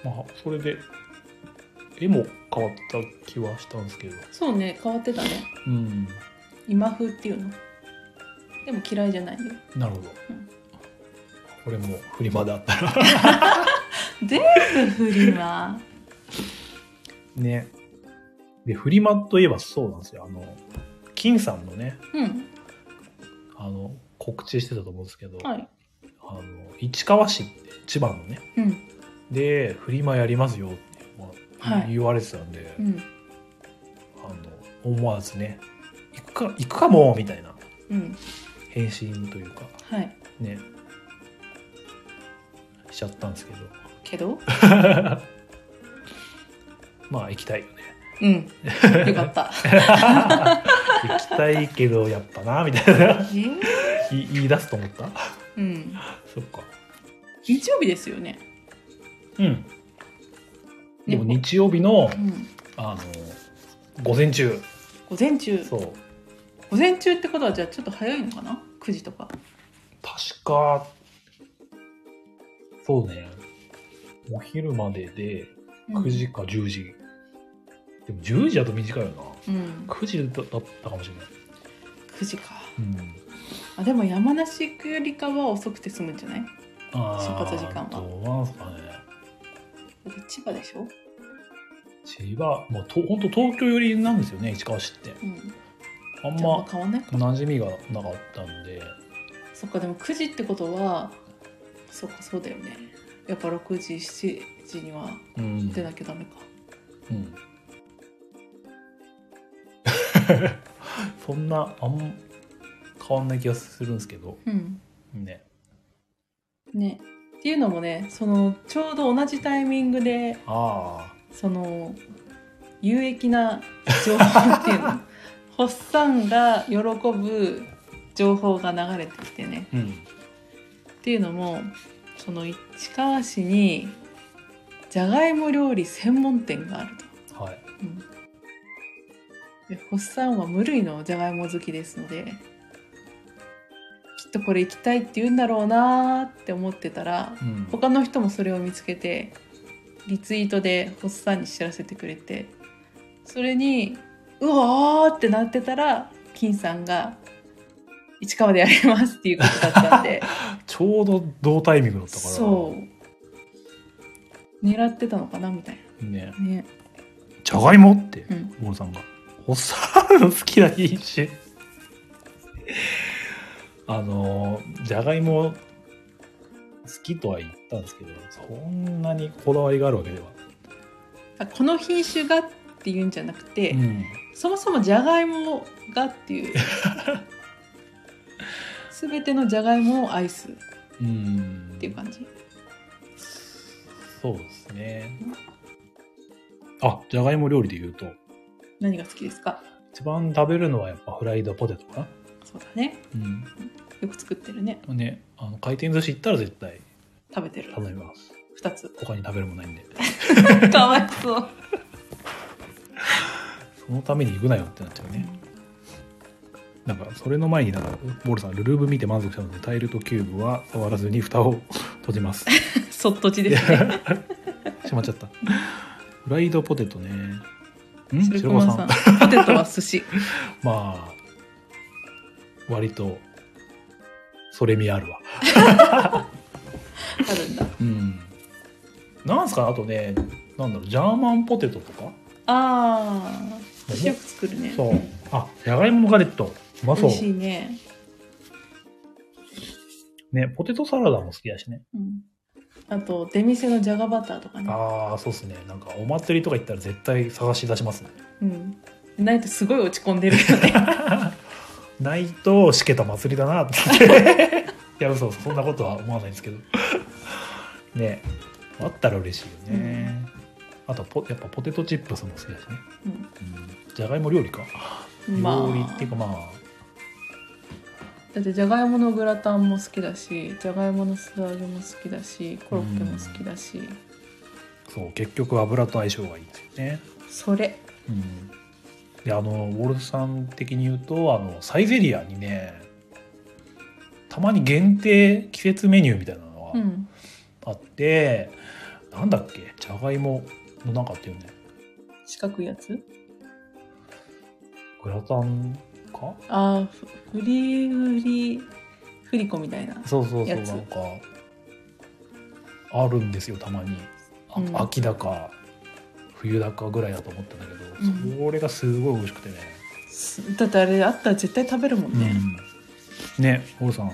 まあ、それで、絵も変わった気はしたんですけど。そうね変わってたねうん。今風っていうのでも嫌いじゃないよなるほどうん。これもフリマであったら。全部フリマね。で、フリマといえばそうなんですよ。あの、金さんのね、うんあの、告知してたと思うんですけど、はいあの、市川市って千葉のね、うんで、フリマやりますよって、まあはい言われてたんで、うんあの、思わずね、行くか、行くかもみたいなうん返信というか、はいね、しちゃったんですけど、けどまあ行きたいよね。うん よかった行きたいけど、やっぱな、み たいな、えーい言い出すと思ったうんそっか。日曜日ですよねうん。でもね日曜日の、うんあの、午前中。午前中そう。午前中ってことはじゃあちょっと早いのかな9時とか確か、そうね。お昼までで、9時か10時。でも10時だと短いよな。うん9時だだったかもしれない。 9時かうん。あでも山梨行くよりかは遅くて済むんじゃないだあー出発時間はどうなんすかね。って千葉でしょ千葉、もうと、ほんと東京寄りなんですよね、市川市って。うんあんじゃあまあま、変わんないか馴染みがなかったんで。そっかでも9時ってことはそっかそうだよねやっぱ6時7時にはうん。出なきゃダメかうん そんなあん変わんない気がするんですけどうんねねっていうのもねそのちょうど同じタイミングであその有益な情報っていう のホッサンが喜ぶ情報が流れてきてねあうんっていうのもその市川市にじゃがいも料理専門店があると。はいうんでホッサンは無類のじゃがいも好きですのできっとこれ行きたいって言うんだろうなーって思ってたらうん他の人もそれを見つけてリツイートでホッサンに知らせてくれてそれにうわーってなってたら金さんが「市川でやります」っていうことだったんでちょうど同タイミングだったからそう狙ってたのかなみたいねなねじゃがいもってうんゴールさんが「おっさんの好きな品種」 あのじゃがいも好きとは言ったんですけどそんなにこだわりがあるわけでは、あこの品種がっていうんじゃなくて、ん、そもそもじゃがいもがっていう全てのじゃがいもを愛すっうんていう感じそうですね。あ、じゃがいも料理で言うと、何が好きですか一番食べるのはやっぱフライドポテトかな。そうだねよく作ってるねうん。ね、あの回転寿司行ったら絶対食べてる頼みます。 2つ他に食べるもんないんで。かわいそうそのために行くなよってなっちゃうね。なんか、それの前になんか、ボールさん、ルルブ見て満足したので、タイルとキューブは触らずに蓋を閉じます。そっとちですねしまっちゃった。フライドポテトね。ん白白川駒さんさん。ポテトは寿司まあ、割と、それ味あるわ。あるんだうん。なんすか、あとね、なんだろう、ジャーマンポテトとかあーよく作るねそう。あ、じゃがいもガレット。うま美そう。味しいねね、ポテトサラダも好きだしね。うん、あと出店のじゃがバターとかね、ああ、そうっすね。なんかお祭りとか行ったら絶対探し出しますね。うん、ないとすごい落ち込んでるよ ねないとしけた祭りだなって いや嘘嘘そんなことは思わないんですけどねあったら嬉しいよね、あとポやっぱポテトチップスも好きだしね、うん、じゃがいも料理か、うんま料理っていうかあまあだってじゃがいものグラタンも好きだしじゃがいもの素揚げも好きだしコロッケも好きだし、そう結局油と相性がいいっていうね、それうん、であのウォルさん的に言うとあのサイゼリアにねたまに限定季節メニューみたいなのがうんあって、なんだっけじゃがいものなんかあっていうね四角いやつグラタンかああふフリフリフリコみたいなそうそうそうやつなんかあるんですよたまに、あうん秋だか冬だかぐらいだと思ったんだけど、うそれがすごい美味しくてね、すだってあれあったら絶対食べるもんね、うんねホルさん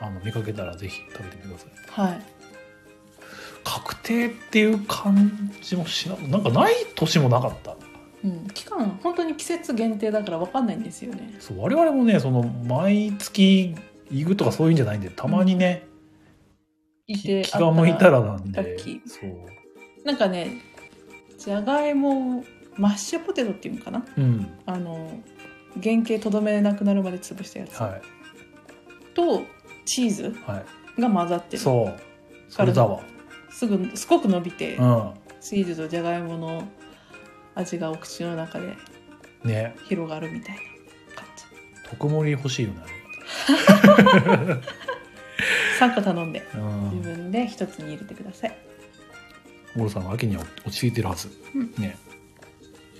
あの見かけたらぜひ食べてみてくださいはい確定っていう感じもしななんかない年もなかったうん、期間本当に季節限定だから分かんないんですよねそう我々もねその毎月行くとかそういうんじゃないんでたまにね、いきて気が向いたあっらなんラッでキーそうたなんかねじゃがいもマッシュポテトっていうのかなうんあの原型とどめなくなるまで潰したやつ、はとチーズいはが混ざっているそうそれだわすぐすごく伸びて、うチーズとじゃがいもの味がお口の中でんね広がるみたいな感じ特盛り欲しいよね3個頼んでう自ん分で1つに入れてくださいオロさんは秋には落ち着いてるはず、うんね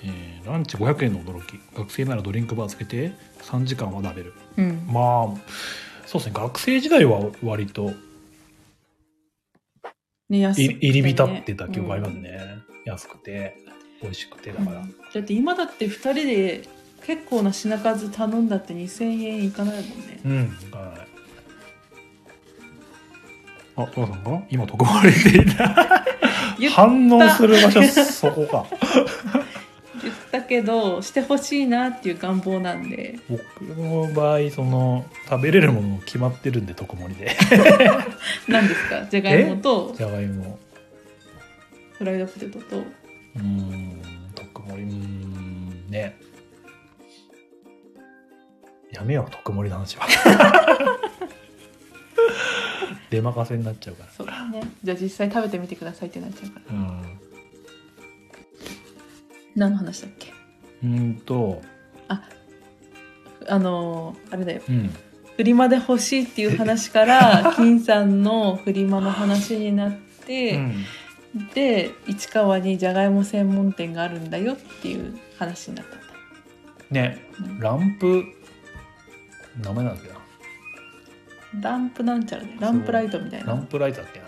えーランチ500円の驚き学生ならドリンクバーつけて3時間は食べるうんまあそうですね学生時代は割とね安くいてね入り浸ってた記憶ありますね、安くて美味しくてだから、だって今だって2人で結構な品数頼んだって2000円いかないもんねうん、はい。あ、トラさんかな今、特盛りでいた。言っ反応する場所、そこか。 言ったけどしてほしいなっていう願望なんで僕の場合、その、食べれるもの決まってるんで、特盛り で。何ですかじゃがいもとじゃがいも。フライドポテトとうーん、特盛り、うーん、ね。やめよう、特盛りの話は。 出任せになっちゃうから。そうだねじゃあ実際食べてみてくださいってなっちゃうからうん。何の話だっけうーんと、あのーあれだようん。フリマで欲しいっていう 話から金さんのフリマの話になって、うんで市川にじゃがいも専門店があるんだよっていう話になったんだね、うんランプ名前なんだっけなランプなんちゃらねランプライトみたいラなンプライトだっけ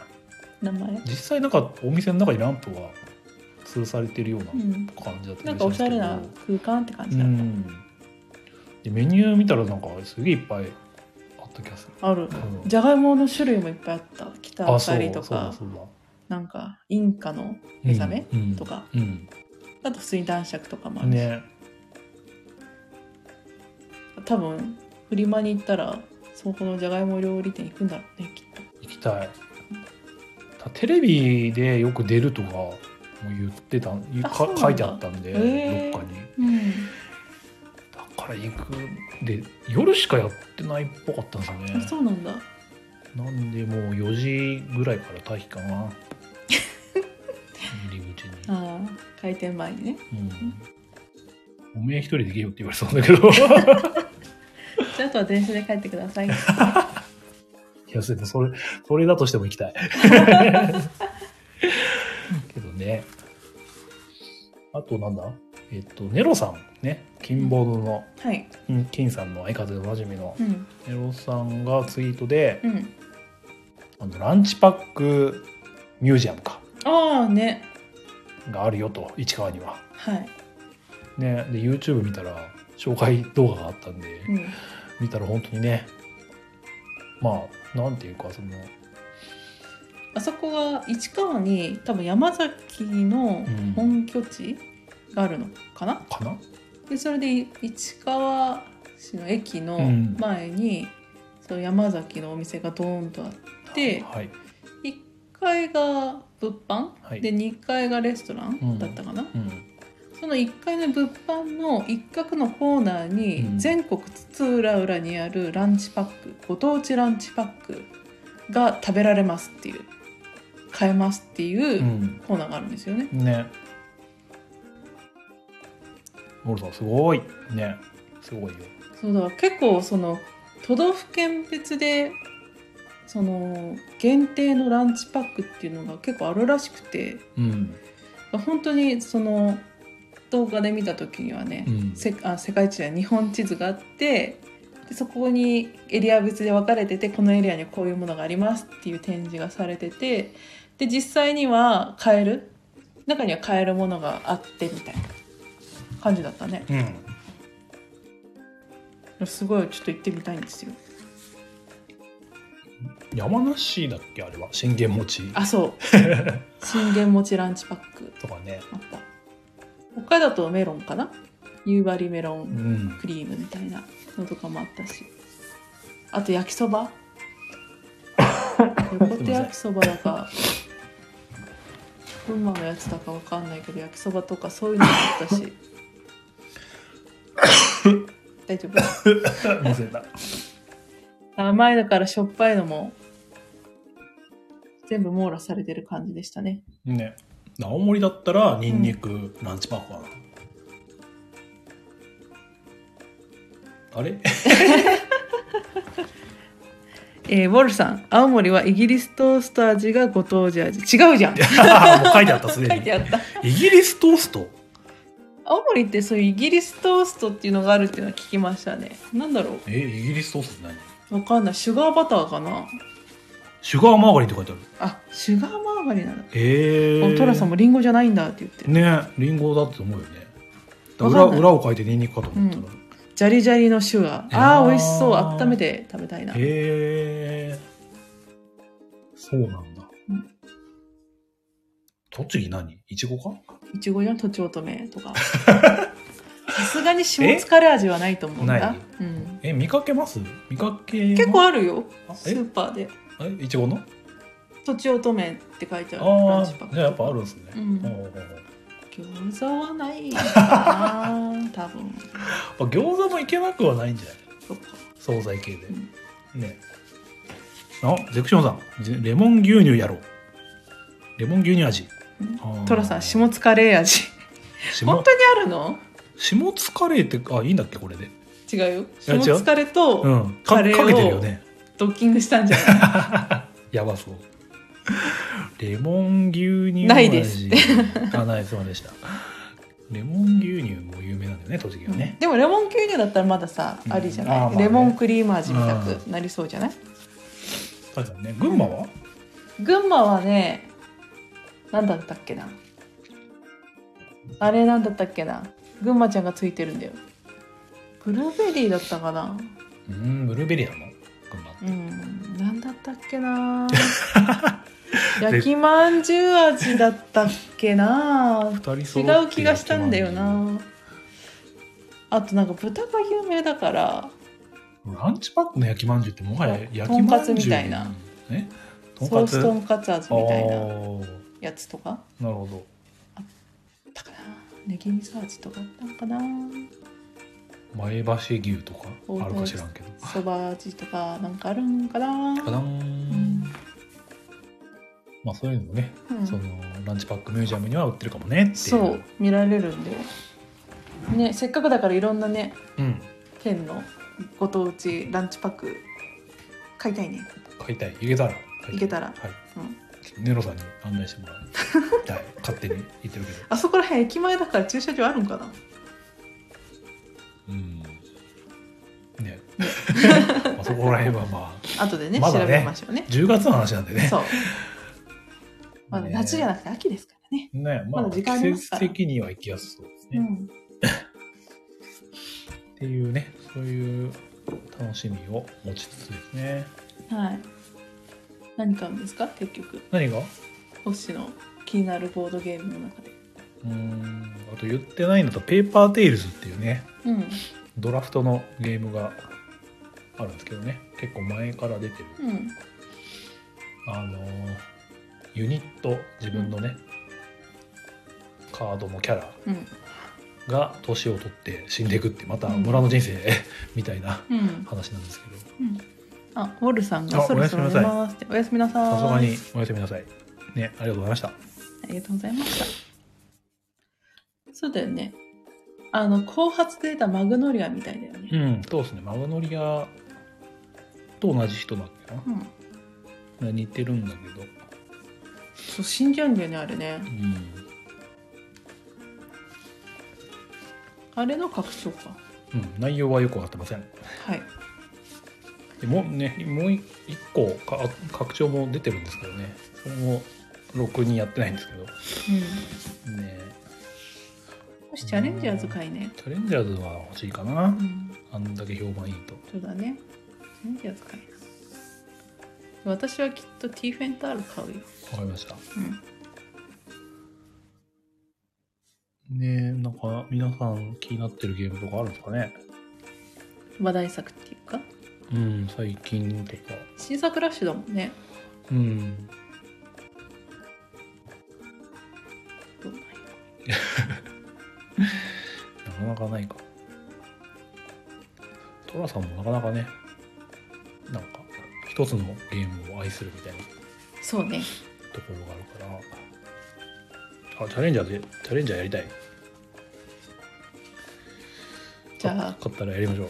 な名前実際なんかお店の中にランプが吊るされてるようなうん感じだったなんりかおしゃれな空間って感じだった、うんでメニュー見たらなんかすげえいっぱいあった気がする、あるうんじゃがいもの種類もいっぱいあった北ああかそうりとそうだかそうだなんかインカの目覚めとか、うん、あと普通に男爵とかもあうんるし、ね多分フリマに行ったらそこのじゃがいも料理店行くんだろうねきっと行きたいたテレビでよく出るとかも言ってた言うあそかうなんだ書いてあったんで、へえどっかにうんだから行くで夜しかやってないっぽかったんですよあねそうなんだなんでもう4時ぐらいから退避かな入り口に、あー開店前にねうん、おめえ一人でけよって言われそうだけどじゃああとは電車で帰ってくださいいやそれそれそれだとしても行きたいけどねあとなんだえっとネロさんね金ボードの、はい金金さんの相方でおなじみのうんネロさんがツイートで、うんあのランチパックミュージアムかああねがあるよと市川には。はい、ね、で YouTube 見たら紹介動画があったんで、うん、見たら本当にねまあなんていうか、その、あそこは市川に多分山崎の本拠地があるのかな、かなでそれで市川市の駅のうん前に、その山崎のお店がドーンとあってはい。 1階が物販、はいで2階がレストランだったかな、うん。その1階の物販の一角のコーナーうにん。全国津々浦々にあるランチパックご当地ランチパックが食べられますっていう買えますっていううんコーナーがあるんですよね。ね。モルさん、すごい。ね。すごいよ。そうだ結構その都道府県別でその限定のランチパックっていうのが結構あるらしくてうん。本当にその動画で見た時にはね、うん。せあ世界地図や日本地図があってでそこにエリア別で分かれててこのエリアにこういうものがありますっていう展示がされててで実際には買える中には買えるものがあってみたいな感じだったねうん。すごいちょっと行ってみたいんですよ山梨だっけあれは信玄餅あそう 信玄餅ランチパックとかね。あった北海道だとメロンかな夕張メロうンん。 クリームみたいなのとかもあったしあと焼きそ ば横手焼きそばだか群馬のやつだかわかんないけど焼きそばとかそういうのもあった し大丈夫見せた。甘いだからしょっぱいのも全部網羅されてる感じでしたねね。青森だったら、ニンニクランチパックかな。あ れえー、ウォルさん青森はイギリストースト味がご当地味違うじゃん 書もう書いてあった、すでいにて。あったイギリストースト青森ってそういうイギリストーストっていうのがあるっていうのは聞きましたねなんだろえ、イギリストーストって何うわかんないシュガーバターかなシュガーマーガリンって書いてある。あシュガーマーガリンなんだ、ええあトラさんもリンゴじゃないんだって言ってるねリンゴだって思うよねだわ裏かんない裏を書いてニンニクかと思ったら、うジャリジャリのシュガーああーー美味しそう温めて食べたいなへえそうなんだ、うん栃木何いちごかいちごじゃんとちおとめ とかさすがに下疲れ味はないと思うんえなだい、うん、え見かけます見かけま結構あるよあスーパーでえいちごの「とちおとめ」って書いてあるラあンあチパックじゃあやっぱあるんですね、うんおうおうおう餃子はないかな多分まあ餃子もいけなくはないんじゃないそっか惣菜系で、うんねあゼクションさんぜレモン牛乳やろうレモン牛乳味うんあートラさん、下津カレー味。下本当にあるの下津カレーってあいいんだっけこれで違うよ。いや違う下津カレーうとんかカレーをかけてるよねドッキングしたんじゃない、やば そうレモン牛乳味ないです あないすいませんでしたレモン牛乳も有名なんだよね栃木はね、でもレモン牛乳だったらまださ、うんありじゃあーまなあい、ねレモンクリーム味みたくなりそうじゃない、確かにね群馬は群馬はね、何だったっけな。あれなんだったっけな。群馬ちゃんがついてるんだよ。ブルーベリーだったかな。うんブルーベリーなの群馬うん、なんだったっ けな。焼きまんじゅう味だったっけな。二人違揃ってう気がしたんだよなあとなんか豚が有名だからランチパックの焼きまんじゅうってもはやそう焼きまんじゅうとんかつみたいなえとソんかーつスとんかつ味みたいあなーやつとかなるほどあったかなネギ味噌味とかあったんかな前橋牛とかあるか知らんけどそば味とかなんかあるんかなかなーうんまあそういうのもね、うんそのランチパックミュージアムには売ってるかもねっていうそう、見られるんでねせっかくだからいろんなねうん、県のご当地ランチパック買いたいね買いたい行けたら買い行けたらはいうんちょっとネロさんに案内 してもらいはい勝手に言ってるけどあそこら辺駅前だから駐車場あるんかなうんね まあそこら辺はまあ後でねま調だねべましょうね10月の話なんでね そうまだね夏じゃなくて秋ですからねねままあだ時季間あります節から的には行きやすそうですね、うん、っていうねそういう楽しみを持ちつつですねはい。何買うんですか結局何がう星の気になるボードゲームの中でーんあと言ってないのとペーパーテイルズっていうねうんドラフトのゲームがあるんですけどね結構前から出てるうんあのーユニット自分のね、カードのキャラうんが年を取って死んでいくってまた村の人生 みたいなうん話なんですけどうんあウォルさんがあそろそろおやすみなさ寝いますっておやすみなさいさすがにおやすみなさいねありがとうございましたありがとうございましたそうだよねあの後発で出たマグノリアみたいだようねんそうですねマグノリアと同じ人だっけなうん似てるんだけどそう死んじゃうんだよねあれねうんあれの拡張かうん、内容はよく分かってません。はいでもうね、もう一一個か拡張も出てるんですけどね、それもろくにやってないんですけど、うね、んもしチャレンジャーズかいねチャレンジャーズは欲しいかなう、んあんだけ評判いいと。そうだねチャレンジャーズかいな私はきっとティーフェンタール買うよわかりました。うんねなんか皆さん気になってるゲームとかあるんですかね話題作っていうかうん、最近とか。新作ラッシュだもんねうん。どうなんやなかなかないか。トラさんもなかなかね、なんか一つのゲームを愛するみたいなそうねところがあるから。あ、チャレンジャーで、チャレンジャーやりたい。じゃあ買ったらやりましょう。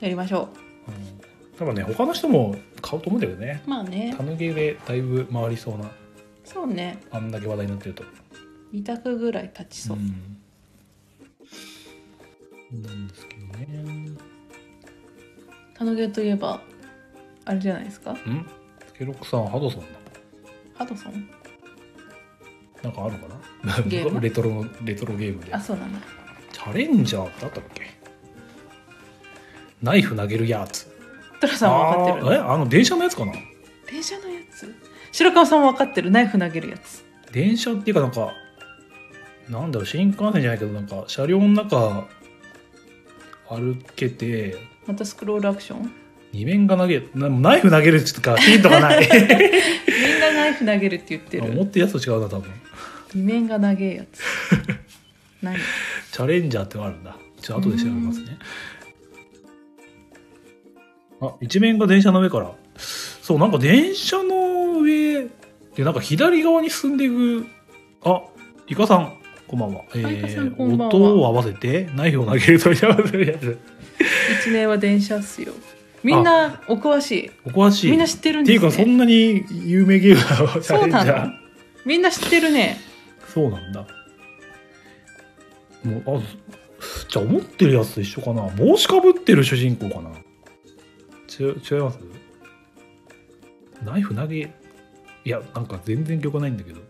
やりましょうん、多分ね、他の人も買うと思うんだけどね。うまあねタヌゲでだいぶ回りそうな、そうねあんだけ話題になってると。 2択ぐらい立ちそう、ん、なんですけどね。タヌゲといえばあれじゃないですかんスケロクさん、ハドソンだ。ハドソンなんかあるかなゲーム レトロの、レトロゲームであ。そうなんだチャレンジャーってあったっけナイフ投げるやつ。トラさんは分かってあーえるあの、電車のやつかな電車のやつ白川さんは分かってるナイフ投げるやつ電車っていうかなんか、なんだろう、新幹線じゃないけど、なんか、車両の中、歩けて、またスクロールアクションみん二面が投げ、なナイフ投げるとか、ヒントが ない。なナイフ投げるって言って思るってるやつと違うな、多分。二面が長えや つ何チャレンジャーってのがあるんだ。ちょっと後で調べますね。あ、一面が電車の上から。そう、なんか電車の上で、なんか左側に進んでいく。あ、イカさん、こんばんは。えイカさんーこんばんは音を合わせて、ナイフを投げると合わせるやつ。一面は電車っすよみんなお詳しお詳しいい。みんなっ知ってるんていでうか、すそねんなに有名ゲームなのチャそレうンジなャのー。みんな知ってるねそうなんだ。もう、あ、じゃあ思ってるやつと一緒かな。帽子かぶってる主人公かな。ち違いますナイフ投げ、いや、なんか全然記憶ないんだけど。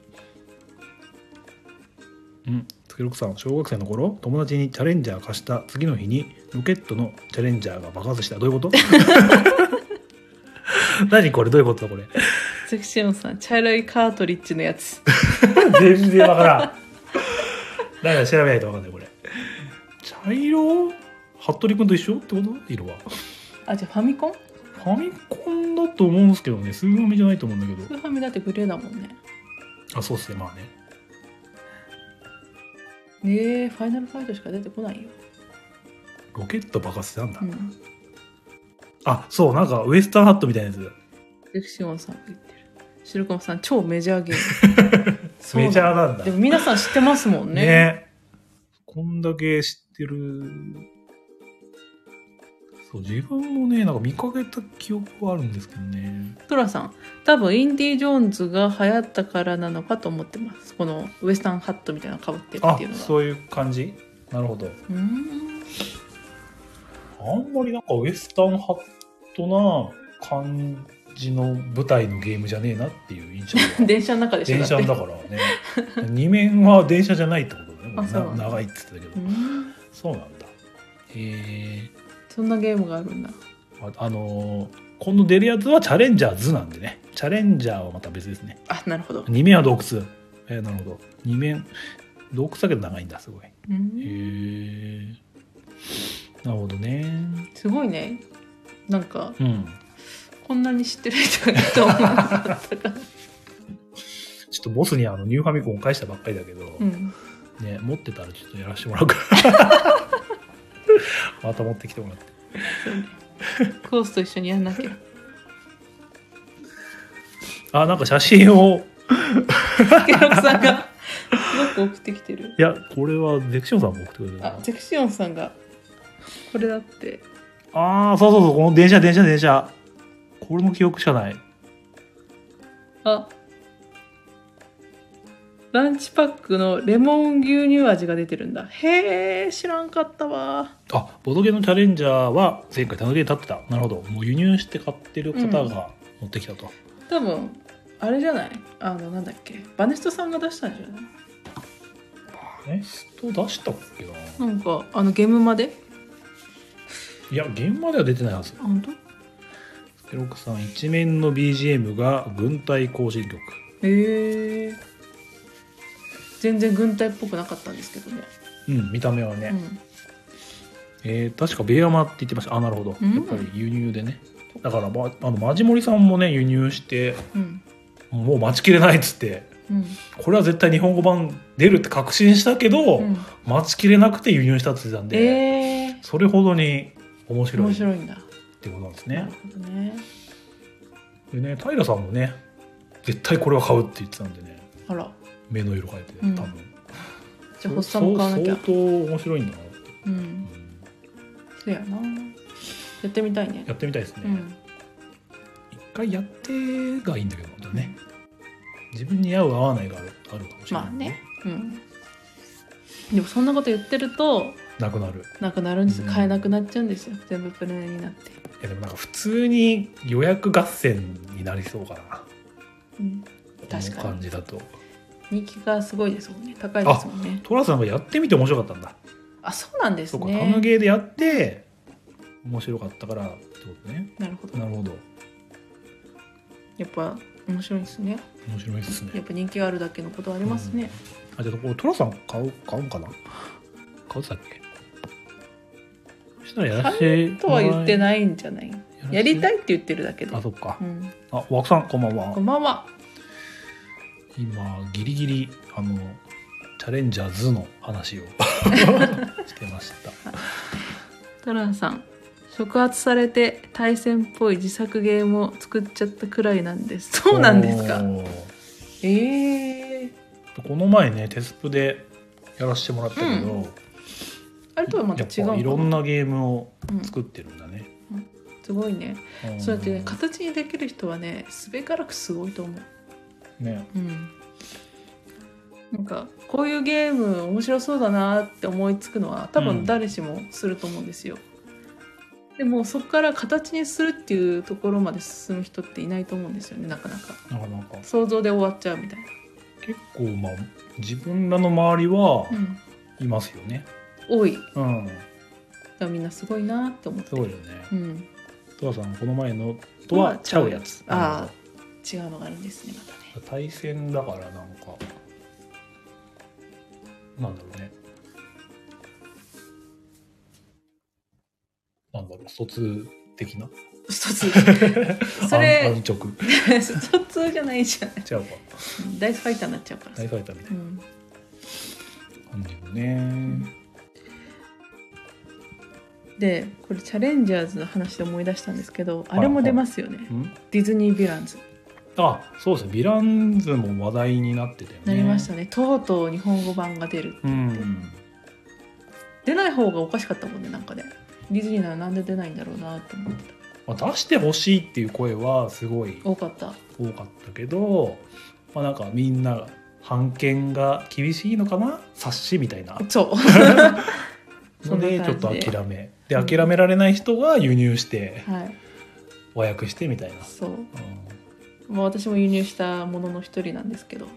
うん、つけろくさん、小学生の頃、友達にチャレンジャー貸した次の日に、ロケットのチャレンジャーが爆発した。どういうこと 何これどういうことだこれ。セクシオンさん茶色いカートリッジのやつ 全然わからん。だから調べないとわかんない、これ。茶色服部君と一緒ってこと色は。あじゃあファミコンファミコンだと思うんですけどね、スーファミじゃないと思うんだけスーファミだってグレーだもんねど。あ、そうっすね、まあね。ねえファイナルファイトしか出てこないよ、ロケット爆発ってなんだ、うん、あ、そう、なんかウエスタンハットみたいなやつ。セクシオンさんが言ってる白駒さん超メジャーゲー ムそうメジャーだなんだ。でねも皆さん知ってますもんねこんだけ知ってる。そう、自分もね、なんか見かけた記憶はあるんですけどね。トラさん多分インディ・ジョーンズが流行ったからなのかと思ってますこのウエスタンハットみたいなのかぶってるっあていうの、がそういう感じなるほど。うーんあんまりなんかウエスタンハットな感じの舞台のゲームじゃねえなっていう印象 が電車の中でしょ電車だだってからね二面は電車じゃないってことだねこあれそうな長いって言ってたけうどーんそうなんだへえそんなゲームがあるんだああのー今度出るやつはチャレンジャーズなんでね。チャレンジャーはまた別ですね。あなるほど、 2面は洞窟。えーなるほど。2面、洞窟だけど長いんだ、すごい。へうん、え。なるほどね。すごいねなんかうん。こんなに知ってる人がいると思わなかったから、ちょっとボスにあのニューファミコン返したばっかりだけど、 うん、ね、持ってたらちょっとやらせてもらうから また持ってきてもらってコースと一緒にやんなきゃあなんか写真をケロクさんがすごく送ってきてるいやこれはゼクシオンさんも送ってくれたあなゼクシオンさんがこれだってああそうそうそうこの電車電車電車これも記憶しかないあランチパックのレモン牛乳味が出てるんだへえ知らんかったわあボドゲのチャレンジャーは前回手の上に立ってたなるほどもう輸入して買ってる方が持ってきたと、多分あれじゃないあのなんだっけバネストさんが出したんじゃないえスト出したっけな、なんかあのゲームまでいや現場では出てないはずあ本当ケロクさん一面の BGM が軍隊行進曲へえ全然軍隊っぽくなかったんですけどねうん見た目はね、うんえー、確かベーアマって言ってましたあなるほど、うんやっぱり輸入でねだから、ま、あのマジモリさんもね輸入してうんもう待ちきれないっつってうんこれは絶対日本語版出るって確信したけど、うん待ちきれなくて輸入したって言ってたんで、ええそれほどに面白い面って白いんだことなんですなるねほどねでね平さんもね絶対これは買うって言ってたんでねあら目の色変えてうん多分、じゃあホッサンも買わなきゃそう相当面白いんだなって、うんうんそうやな。やってみたいね。やってみたいですね、うん。一回やってがいいんだけど本当にね自分に合う合わないがあるあるかもしれない、まあね。うん。でもそんなこと言ってるとなくなるなくなるんですようん買えなくなっちゃうんですよ全部プレネになって、いやでもなんか普通に予約合戦になりそうかなうん、確こかの感にじだと人気がすごいですもんね高いですもんねトラさんがやってみて面白かったんだあそうなんですそうかタムねゲーでやって面白かったからってことねなるほどなるほどやっぱ面白いですね面白いですねやっぱ人気があるだけのことはありますね、あじゃあこれトラさん買う買うんかな買うってたっけそしたらやらせてとは言っていないんじゃないやりたいって言ってるだけであそっかうん、あ枠さんこんばんはこんばんは今ギリギリあのチャレンジャーズの 話をしてましたトランさん触発されて対戦っぽい自作ゲームを作っちゃったくらいなんです そうなんですかおーええこの前ねテスプでやらせてもらったけど、うあれとはまたやっ違うぱいろんな、なゲームをうん作ってるんだね、すごいねんそうやってね形にできる人はねすべからくすごいと思うねうんなんかこういうゲーム面白そうだなって思いつくのは多うん分誰しもすると思うんですよ、でもそこから形にするっていうところまで進む人っていないと思うんですよねなかなかなかなか想像で終わっちゃうみたいな結構まあ自分らの周りはうんいますよね多いうんだからみんなすごいなって思ってすごいよねうん、トラさんこの前のとはちゃうやつああ違うのがあるんですねまたね対戦だからなんかなんだろうねなんだろう疎通的な一 つそ安れ安直一つじゃないじゃん違うかダイスファイターになっちゃうからさ大ファイターみたういん、な感じもねでこれチャレンジャーズの話で思い出したんですけどいあれも出ますよね、うんディズニー・ヴィランズあそうですねヴィランズも話題になってたよねなりましたねとうとう日本語版が出るうん出ない方がおかしかったもんねなんかねディズニーならなんで出ないんだろうなって思ってたまあ、出してほしいっていう声はすごい多かった多かったけど、まあ、なんかみんな判権が厳しいのかな冊子みたいなそうそのんなで感ちょっじとで諦めでうん諦められない人が輸入してはい和訳してみたいな、そううんまあ、私も輸入したものの一人なんですけど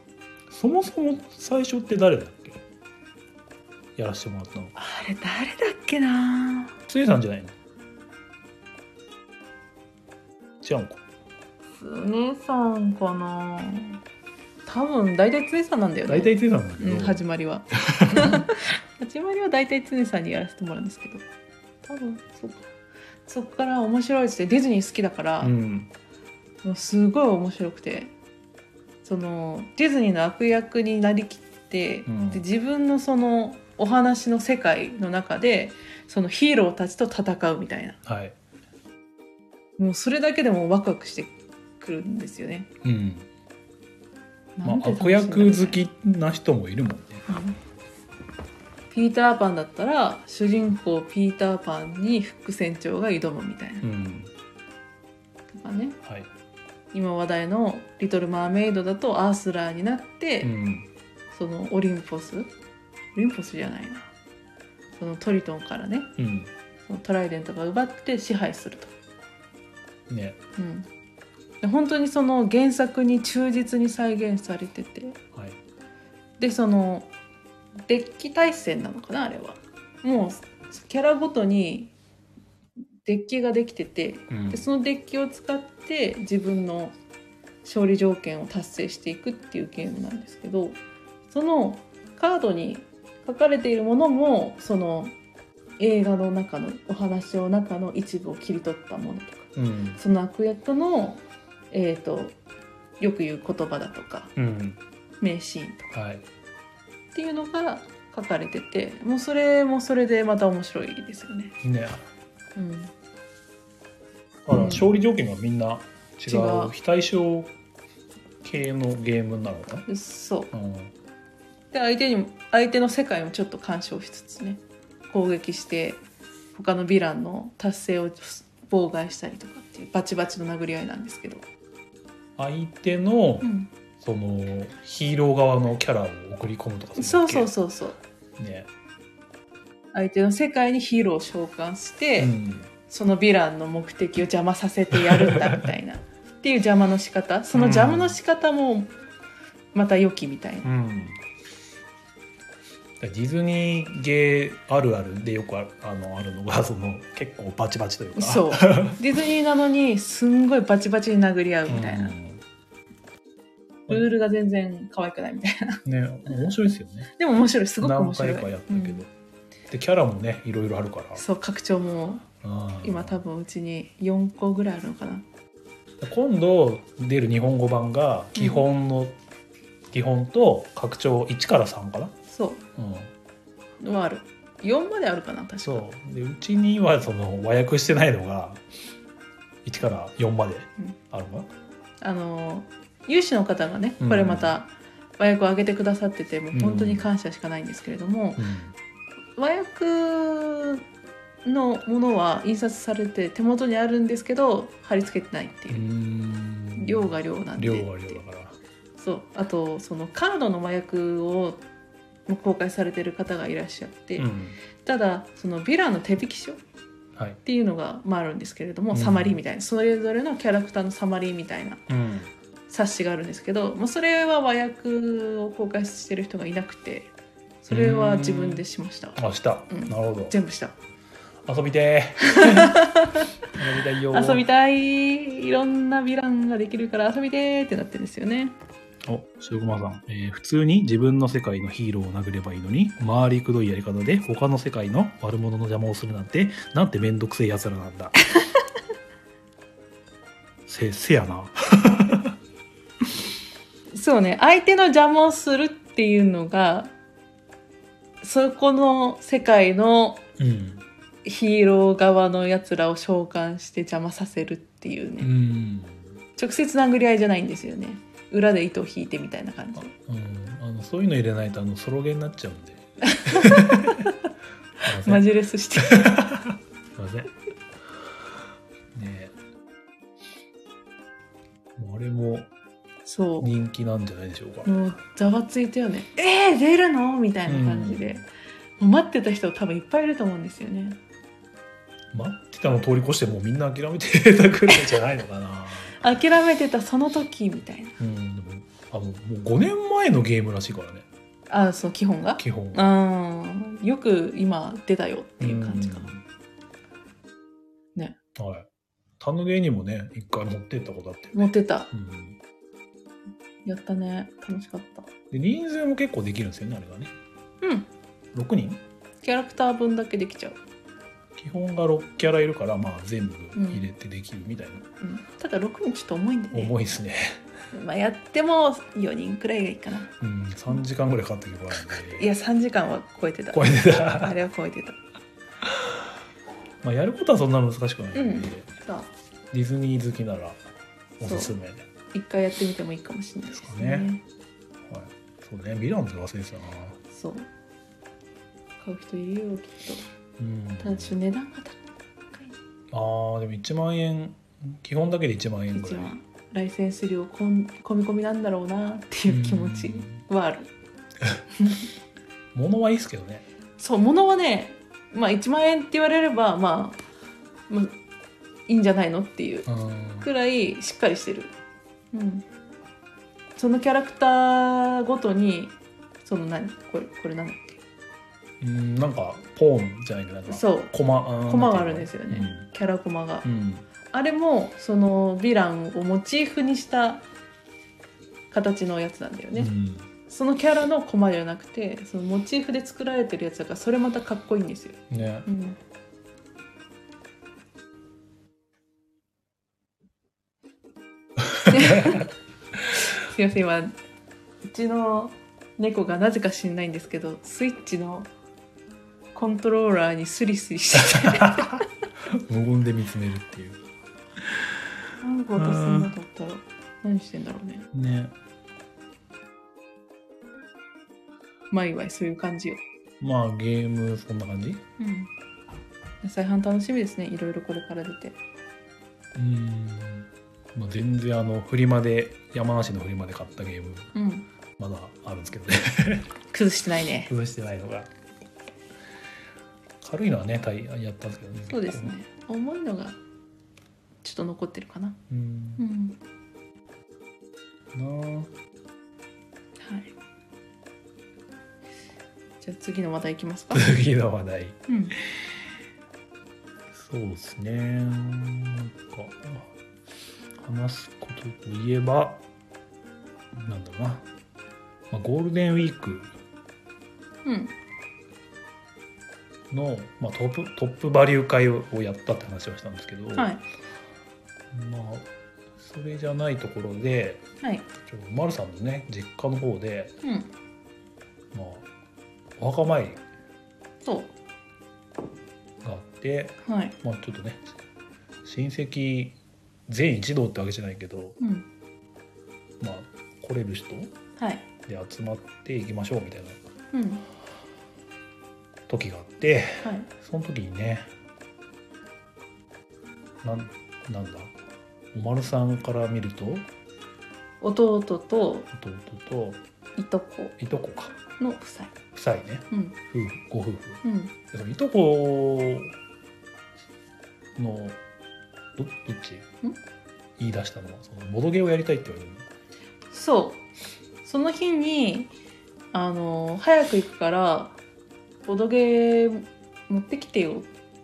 そもそも最初って誰だっけやらせてもらったのあれ誰だっけなつえさんじゃないの違うんか。つねさんかな多分大体つねさんなんだよね大体ついたんだけうど、ん、始まり は始まりは大体常さんにやらせてもらうんですけど多分そうかそっから面白いっつってディズニー好きだから、うん。もうすごい面白くてそのディズニーの悪役になりきって、うんで自分のそのお話の世界の中でそのヒーローたちと戦うみたいなはい。もうそれだけでもワクワクしてくるんですよね。うん。まなあんて、楽しいん悪だろうね役好きな人もいるもんね。ピーターパンだったら主人公ピーターパンに副船長が挑むみたいな、うん。とかねはい。今話題の「リトル・マーメイド」だとアースラーになって、うん。そのオリンポスオリンポスじゃないなそのトリトンからねうん。そのトライデントが奪って支配すると。ね。うんで本当にその原作に忠実に再現されててはい。でそのデッキ対戦なのかなあれはもうキャラごとにデッキができててうんで。そのデッキを使って自分の勝利条件を達成していくっていうゲームなんですけどそのカードに書かれているものもその映画の中のお話の中の一部を切り取ったものとかうん。その悪役の、えー、とよく言う言葉だとかうん。名シーンとかはい。っていうのが書かれててもうそれもそれでまた面白いですよね。ね。うん、だから勝利条件がみんな違違うう非対称系のゲームなのかな、そううん、で相手にも相手の世界もちょっと干渉しつつね攻撃して他のヴィランの達成を妨害したりとかっていうバチバチの殴り合いなんですけど、相手のうん、そのヒーロー側のキャラを送り込むとかそうそそうそうそううね、相手の世界にヒーローを召喚して、うん、そのヴィランの目的を邪魔させてやるんだみたいなっていう邪魔の仕方その邪魔の仕方もまた良きみたいな、うん、ディズニーゲーあるあるでよくあるあのあるのがそ の結構バチバチというかそうディズニーなのにすんごいバチバチに殴り合うみたいな、うんルールが全然可愛くないみたいなね面白いですよねでも面白いすごく面何白い回かやったけど、うんでキャラもねいろいろあるからそう拡張もうん今多分うちに4個ぐらいあるのかな今度出る日本語版が基本の、基本と拡張1から3かな、そうん、うはある4まであるかな確かそうでうちにはその和訳してないのが1から4までうんあるのかあの有志の方がねこれまた和訳を上げてくださっててもう本当に感謝しかないんですけれども、な、和訳のものは印刷されて手元にあるんですけど貼り付けてないってういう、ん量が量なんで量が量だからそうあとそのカードの和訳を公開されてる方がいらっしゃって、うんただそのヴィランの手引き書っはいていうのが、まあ、あるんですけれども、うんサマリーみたいなそれぞれのキャラクターのサマリーみたいなうん冊子があるんですけど、まあ、それは和訳を公開してる人がいなくてそれは自分でしましたあした、うんなるほ全部したど遊びて ー遊びたいよー遊びたいいろんなヴィランができるから遊びでーってなってるんですよねお、白駒さん、えー普通に自分の世界のヒーローを殴ればいいのに、回りくどいやり方で他の世界の悪者の邪魔をするなんて、なんてめんどくせえ奴らなんだ。 せ、せやな。そうね相手の邪魔をするっていうのがそこの世界のうん。ヒーロー側のやつらを召喚して邪魔させるっていううねん。直接殴り合いじゃないんですよね裏で糸を引いてみたいな感じあうん。あの、そういうの入れないと、あの、ソロゲーになっちゃ うんで。すいまマせん。すジレスし ていません。ねえ。もうあれもそ人気なんじゃないでしょうかう。もうざわついたよねえー、出るのみたいな感じで、もう待ってた人多分いっぱいいると思うんですよね待ってたの通り越してもうみんな諦めてたくらいじゃないのか な諦めてたその時みたいなうんでもあのもう5年前のゲームらしいからねあその基本が基本うんよく今出たよっていう感じかなうんねはいタヌゲにもね、一回持ってったことあって、持ってたうん。やったね楽しかったで、人数も結構できるんですよね、あれがね。うん6人キャラクター分だけできちゃう、基本が6キャラいるから、まあ全部入れてできるみたいな。うん、ただ6人ちょっと重いんでね重いですね。まあ、やっても4人くらいがいいかなうん、3時間ぐらいかかった曲あるんで。いや3時間は超えてた超えてたあ。れは超えてたまあやることはそんな難しくないんで、うんデさあィズニー好きならおすすめ。はい。一回やってみてもいいかもしれないですそうねねそうね、ヴィランズ忘れてたな。そう買う人いるよきっうん。とただちょっと値段が高あーでも1万円基本だけで1万い円ぐ一らい番ライセンス料こん込み込みなんだろうなっていう気持ちはある物はいいですけどねそう物はねまあ1万円って言われればまあ、まあ、いいんじゃないのっていううんくらいしっかりしてる、うん、そのキャラクターごとにその何これこれなんだっうんなんかポーンじゃないけどなんけかそうコマコマがあるんですよね、キャラコマが、うん、うんあれもそのヴィランをモチーフにした形のやつなんだよね、うんそのキャラのコマじゃなくてそのモチーフで作られてるやつだからそれまたかっこいいんですよ、ねうん、 すいません今うちの猫がなぜか知んないんですけどスイッチのコントローラーにスリスリしてて無言で見つめるっていう何か私そ んなだったら何してんだろうねねまあいわいそういう感じよ、まあゲームそんな感じうん、野菜飯楽しみですねいろいろこれから出てうんまあ全然あのフリマで山梨のフリマで買ったゲームうんまだあるんですけど ね崩してないね崩してないのが軽いのはねたいやったんですけどねそうですね重いのがちょっと残ってるかなうんうんなあはいじゃあ次の話題いきますか 次の話題うんそうですねなんか話すことといえばなんだろうな、まあ、ゴールデンウィークうんの、まあ、トップトップバリュー会をやったって話をしたんですけど、はいまあそれじゃないところではいちょっと丸さんのね実家の方で、うんまあ、お墓参りそがあって、うはいまあ、ちょっとね親戚全一同ってわけじゃないけど、うんまあ、来れる人はいで集まっていきましょうみたいなうんは時があっていその時にねなんなんだおまるさんから見ると弟と弟といとこいとこかの夫妻夫妻ねうん夫婦ご夫婦うんでそのいとこのどどっち言い出したのはそのボドゲをやりたいって言われるそうその日にあの早く行くからボドゲー持ってきてよ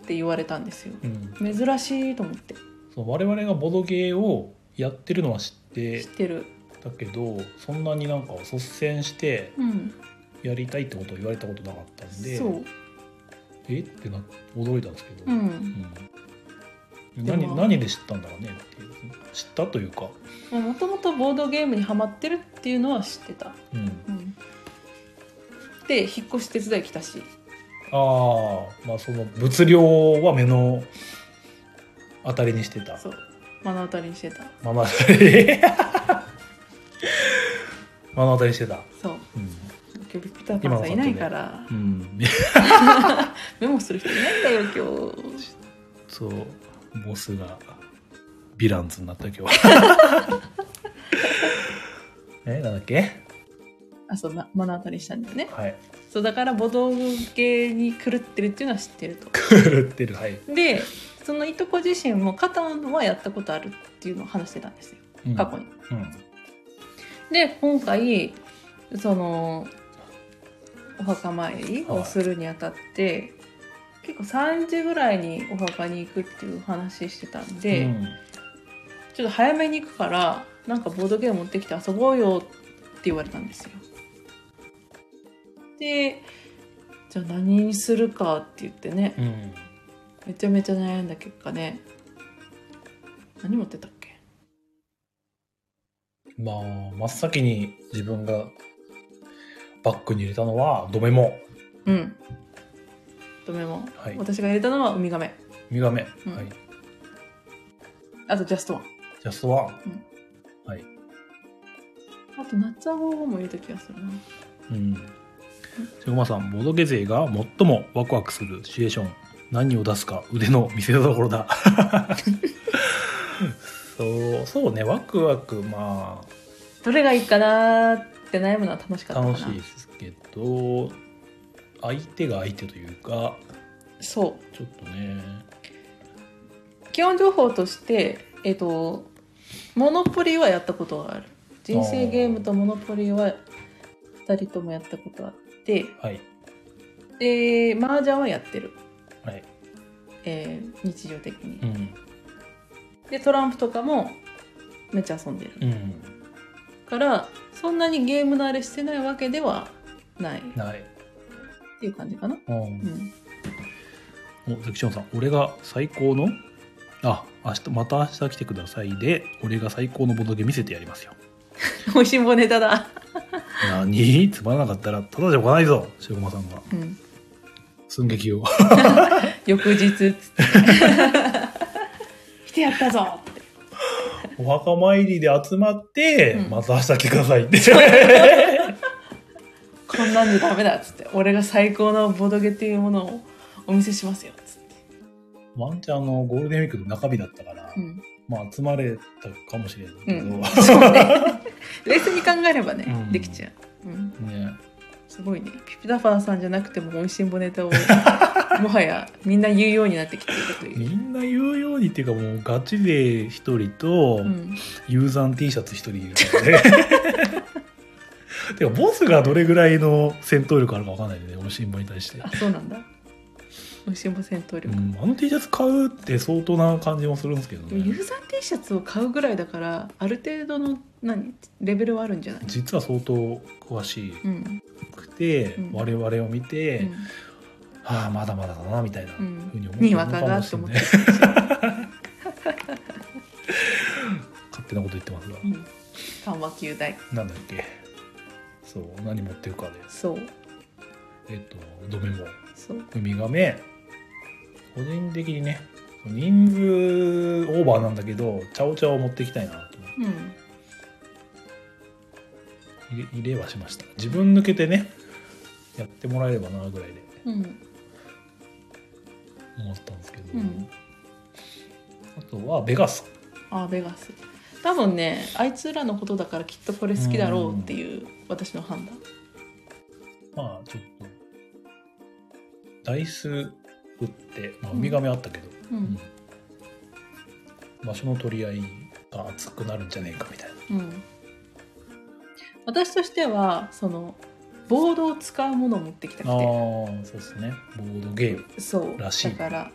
って言われたんですようん、珍しいと思ってその我々がボドゲをやってるのは知って知ってるたけどそんなになんか率先してうんやりたいってことを言われたことなかったんでそうえってな驚いたんですけど、ううんんで何も何で知ったんだろうねっていう知ったというか、もともとボードゲームにハマってるっていうのは知ってた、うん、うん、で引っ越し手伝い来たしああまあその物量は目の当たりにしてたそう目の当たりにしてた目の当たり 目の当たりしてた、そううん今日ピタパンさんいないから、うん、 メモする人いないんだよ今 日そうボスがヴィランズになった今日 えなんだっけあそうな目の当たりしたんだよねはい そうだからボドゲに狂ってるっていうのは知ってると狂ってるはい、でそのいとこ自身もカタンはやったことあるっていうのを話してたんですようん過去に、うんで今回そのお墓参りをするにあたって、結構3時ぐらいにお墓に行くっていう話してたんで、うんちょっと早めに行くからなんかボードゲーム持ってきて遊ぼうよって言われたんですよでじゃあ何にするかって言ってねうんめちゃめちゃ悩んだ結果ね何持ってたっけまあ真っ先に自分がバッグに入れたのはドメモうんとメモ、はい私が入れたのはウミガメミガメ、うんはいあとジャストワンジャストワン、あとナッツアゴーゴーも入れた気がするなうん瀬駒さんボドゲ勢が最もワクワクするシチュエーション何を出すか腕の見せ所だ そうそうねワクワクまどれがいいかなーって悩むのは楽しあかったかな楽しいですけど相手が相手というかそうちょっとね基本情報として、えっとモノポリはやったことがある人生ゲームとモノポリは2人ともやったことあってはいで麻雀はやってる、はいえー日常的に、うんでトランプとかもめっちゃ遊んでる、うんからそんなにゲームのあれしてないわけではないっないていう感じかなうんうんおゼクションさん俺が最高のあ明日また明日来てくださいで俺が最高のボドゲ見せてやりますよ 美味しんぼネタだ、何つまらなかったらただじゃおかないぞ白駒さんがうん、寸劇 を翌日つって 来てやったぞってお墓参りで集まって、うんまた明日来てくだ さいってこんなんでダメだっつって俺が最高のボドゲっていうものをお見せしますよっつって、ワンチャンあのゴールデンウィークの中日だったから、うん、まあ集まれたかもしれないけど、うんそうね冷静に考えればね、うんできちゃう、うん、ねすごいねピピタファーさんじゃなくても美味しんぼネタを もはやみんな言うようになってきているといみう、んな言うようにっていうかもうガチで1人と、うん、ユーザー T シャツ一人いるからね。 てか、ボスがどれぐらいの戦闘力あるかわかんないよね、おしんぼに対して。あそうなんだ美味しんぼ戦闘う力、ん、あの T シャツ買うって相当な感じもするんですけどでもユーね。ザー T シャツを買うぐらいだからある程度の何レベルはあるんじゃない、実は相当詳しうんくて、うん我々を見て、うんああまだまだだなみたいなふうんうに思ってにるわのかかがもってしれ思っない、 て勝手なこと言ってますが、うん緩和球大なんだっけそう何持ってるかでそうえっとドメモそうウミガメ個人的にね人数オーバーなんだけどチャオチャオを持っていきたいなと思ってうん入れ入れはしました自分抜けてねやってもらえればなぐらいでうん思ったんですけど、うんあとはベガスあーベガス多分ねあいつらのことだからきっとこれ好きだろうっていう私の判断まあちょっとダイス打って、まあ、ウうんミガメあったけど、うんうん場所の取り合いが熱くなるんじゃねえかみたいなうん私としてはそのボードを使うものを持ってきたくああてそうですねボードゲームそうらだしいから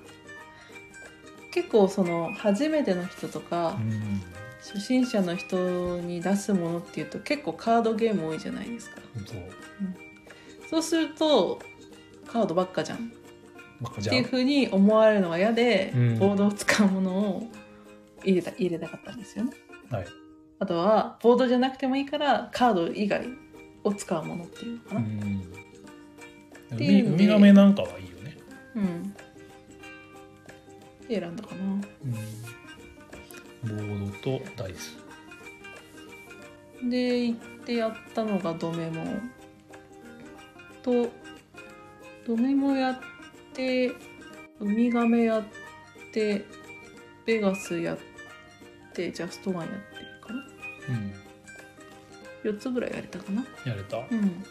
結構その初めての人とか、う初心者の人に出すものっていうと結構カードゲーム多いじゃないですかんそうそうするとカードばっかじゃんまあっじゃてあいうふうに思われるのが嫌で、うんボードを使うものを入れた入れたかったんですよねはい。あとはボードじゃなくてもいいからカード以外を使うものっていうのかうな、うんん。ウていうのでミガメなんかはいいよね。で選んだかなボードとダイス。で行ってやったのがドメモとドメモやってウミガメやってベガスやってジャストワンやってかなうん。 4つぐらいやれたかなやれた。うん、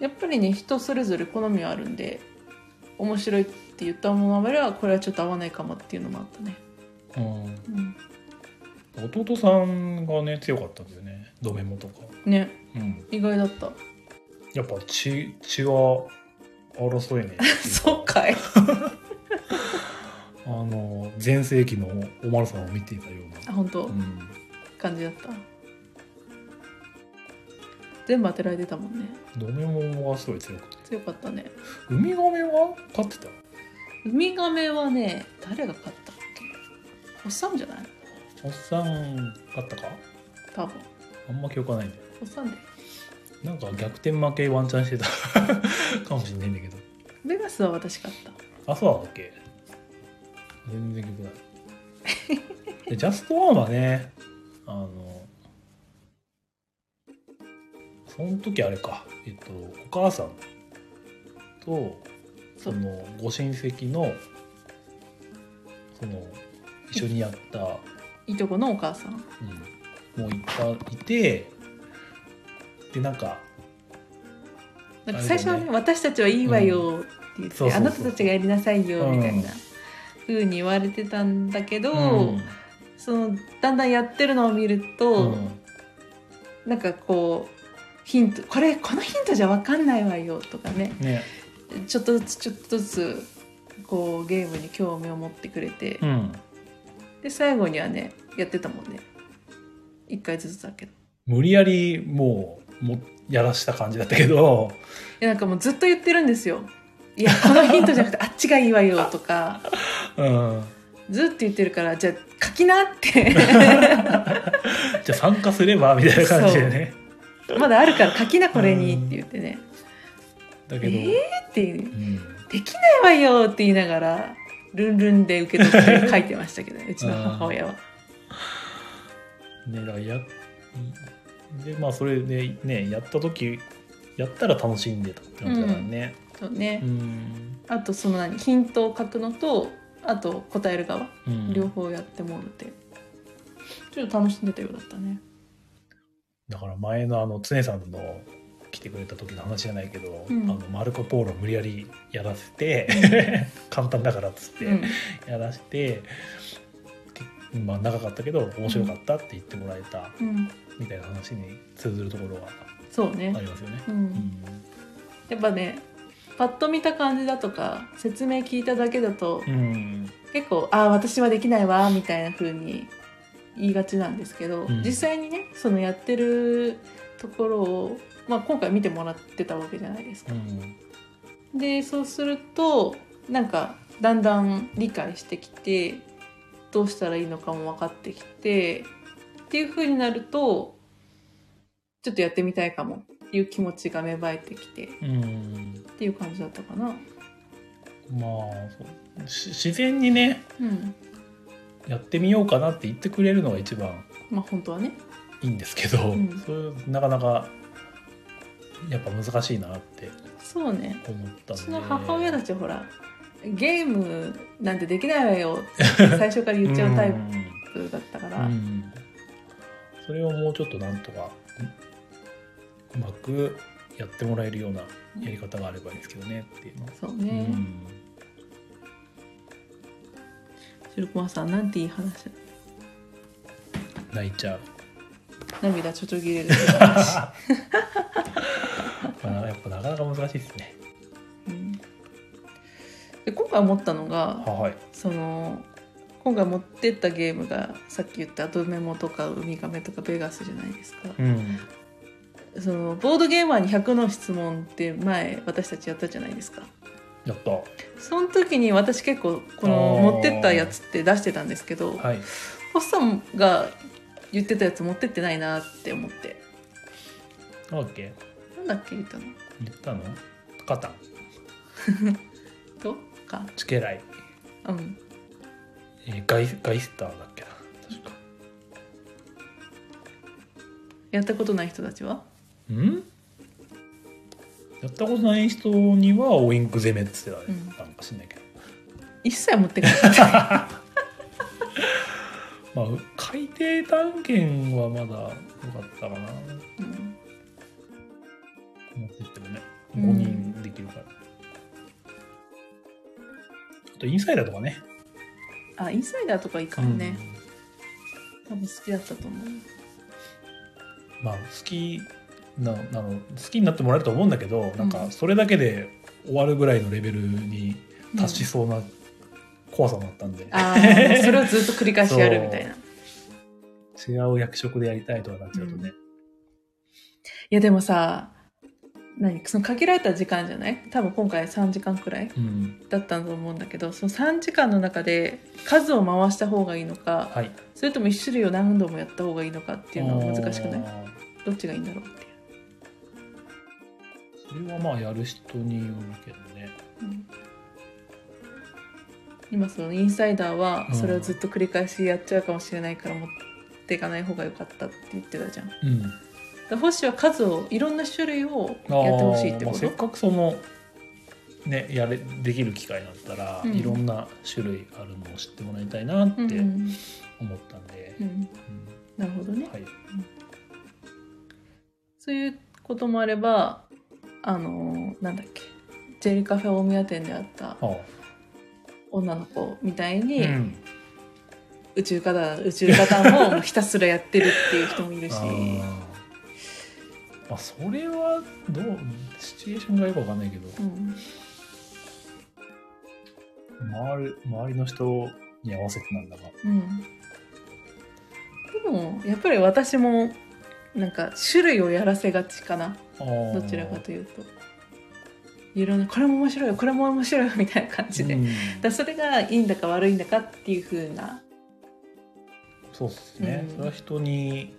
やっぱりね人それぞれ好みはあるんで面白いって言ったものまではこれはちょっと合わないかもっていうのもあったね、うん。うん、弟さんがね強かったんだよね。ドメモとか。ねうん。意外だったやっぱ血血は争えねえ そうかいあの全盛期のおまるさんを見ていたよあ本当、うな、うん、感じだった全部当てられてたもんねドメモはすごい強くて強かったねウミガメは飼ってたウミガメはね誰が勝ったっけおっさんじゃないおっさん飼ったか多分あんま記憶はないんだよおっさんでなんか逆転負けワンチャンしてた かもしれないんだけどベガスは私勝ったあそうなんだっけ全然記憶ない でジャストワンはねあのその時あれかえっとお母さんとそそうのご親戚のその一緒にやった、いとこのお母さんうん、もういたいてでなんかなんか最初はね私たちはいいわよって言って、そうそうそうあなたたちがやりなさいようんみたいな風に言われてたんだけど、んそのだんだんやってるのを見ると、なんかこうヒントこれこのヒントじゃ分かんないわよとかねねちょっとずつちょっとずつこうゲームに興味を持ってくれて、うんで最後にはねやってたもんね一回ずつだけど無理やりもうもやらした感じだったけどいやなんかもうずっと言ってるんですよいやこのヒントじゃなくてあっちがいいわよとかうんずっと言ってるからじゃあ書きなって じゃあ参加すればみたいな感じでねまだあるから書きなこれにって言ってねだえけど、ー、ってうん、できないわよって言いながらルンルンで受け取って書いてましたけどねうちの母親はねだからやでまあそれでねやった時やったら楽しんでたって感じだからねそうね、うん、あとその何ヒントを書くのとあと答える側うん両方やってもらってちょっと楽しんでたようだったねだから前のあの常さんの来てくれた時の話じゃないけど、うんあのマルコ・ポーロを無理やりやらせて 簡単だからっつってうんやらせて、けまあ長かったけど面白かったって言ってもらえたうん、みたいな話に通ずるところはそうねありますよね。う、うんんやっぱねパッと見た感じだとか説明聞いただけだと、うん結構「ああ私はできないわ」みたいな風に言いがちなんですけど、うん実際にねそのやってるところを、まあ、今回見てもらってたわけじゃないですか。うんでそうするとなんかだんだん理解してきてどうしたらいいのかも分かってきてっていう風になるとちょっとやってみたいかもっていう気持ちが芽生えてきてうんっていう感じだったかな。まあそうし自然にねうん。やってみようかなって言ってくれるのが一番まあ本当はね。いいんですけど、うんそれなかなかやっぱ難しいなってそうね。思ったうんでちの母親たちはほら、ゲームなんてできないわよって最初から言っちゃうタイプだったかうんら。うんそれをもうちょっとなんとかうまくやってもらえるようなやり方があればいいんですけどねっていうの、そううね。ん白駒さん、なんていい話だ。泣いちゃ う涙ちょちょぎ れる話、まあやっぱなかなか難しいですねうんで今回思ったのが、はいその、今回持ってったゲームがさっき言ったドメモとかウミガメとかベガスじゃないですか。うんそのボードゲーマーに100の質問って前私たちやったじゃないですか。やったその時に私結構このあー持ってったやつって出してたんですけど、はいホッサンが言ってたやつ持ってってないなって思ってなんだっけなんだっけ言ったの言ったのカタンとかチケライ、うんえーガイガイスターだっけな確かやったことない人たちはうんやったことない人にはオインク攻めっつってたね、なんか知んないけど一切持ってこなか った、まあ海底探検はまだよかったかなうん持ってってもねう5ん人できるから、あとインサイダーとかねあインサイダーとかいいかもね、多分好きだったと思ううんまあ好きななの好きになってもらえると思うんだけどなんかそれだけで終わるぐらいのレベルに達しそうな怖さもあったんで、あーそれをずっと繰り返しやるみたい な。い違う役職でやりたいとかなっちゃうとね、やでもさ、何その限られた時間じゃない多分今回3時間くらいうんだったと思うんだけどその3時間の中で数を回した方がいいのかはいっそれとも1種類を何度もやった方がいいのかっていうのは難しくないいどっちがいいんだろうっていそれはまあやる人によるけどねう、うん今そのインサイダーはそれをずっと繰り返しやっちゃうかもしれないから持っていかない方が良かったって言ってたじゃんだかうんら星は数をいろんな種類をやってほしいってあーまあことせっかくそのねやれできる機会だったら、うんいろんな種類あるのを知ってもらいたいなってうんうん思ったんでう、んうなるほどねんはいそういうこともあればあのーなんだっけジェリカフェ大宮店であったああ女の子みたいに、うん宇宙課だ宇宙課だもひたすらやってるっていう人もいるしあーまあそれはどうシチュエーションがよくわかんないけどうん周り周りの人に合わせてなんだがうんでもやっぱり私もなんか種類をやらせがちかなどちらかというといろんなこれも面白いよこれも面白いよみたいな感じで、うんだからそれがいいんだか悪いんだかっていう風なそうですね、うんそれは人に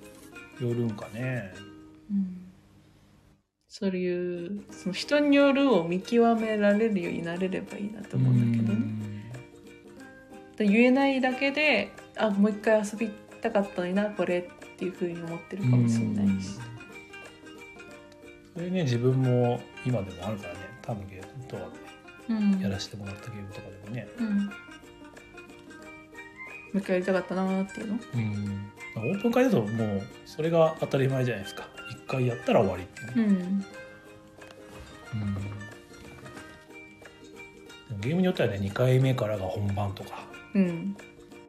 よるんかねそういうその人によるを見極められるようになれればいいなと思うんだけどね。だから言えないだけであもう一回遊びたかったのになこれっていうふうに思ってるうかんもしれないし。それね自分も今でもあるからね多分ゲームとはうんやらせてもらったゲームとかでもね、うんもう一回やりたかったなーっていうのうん、オープン会だともうそれが当たり前じゃないですか一回やったら終わりっていうね、うんうんでもゲームによってはね2回目からが本番とかうん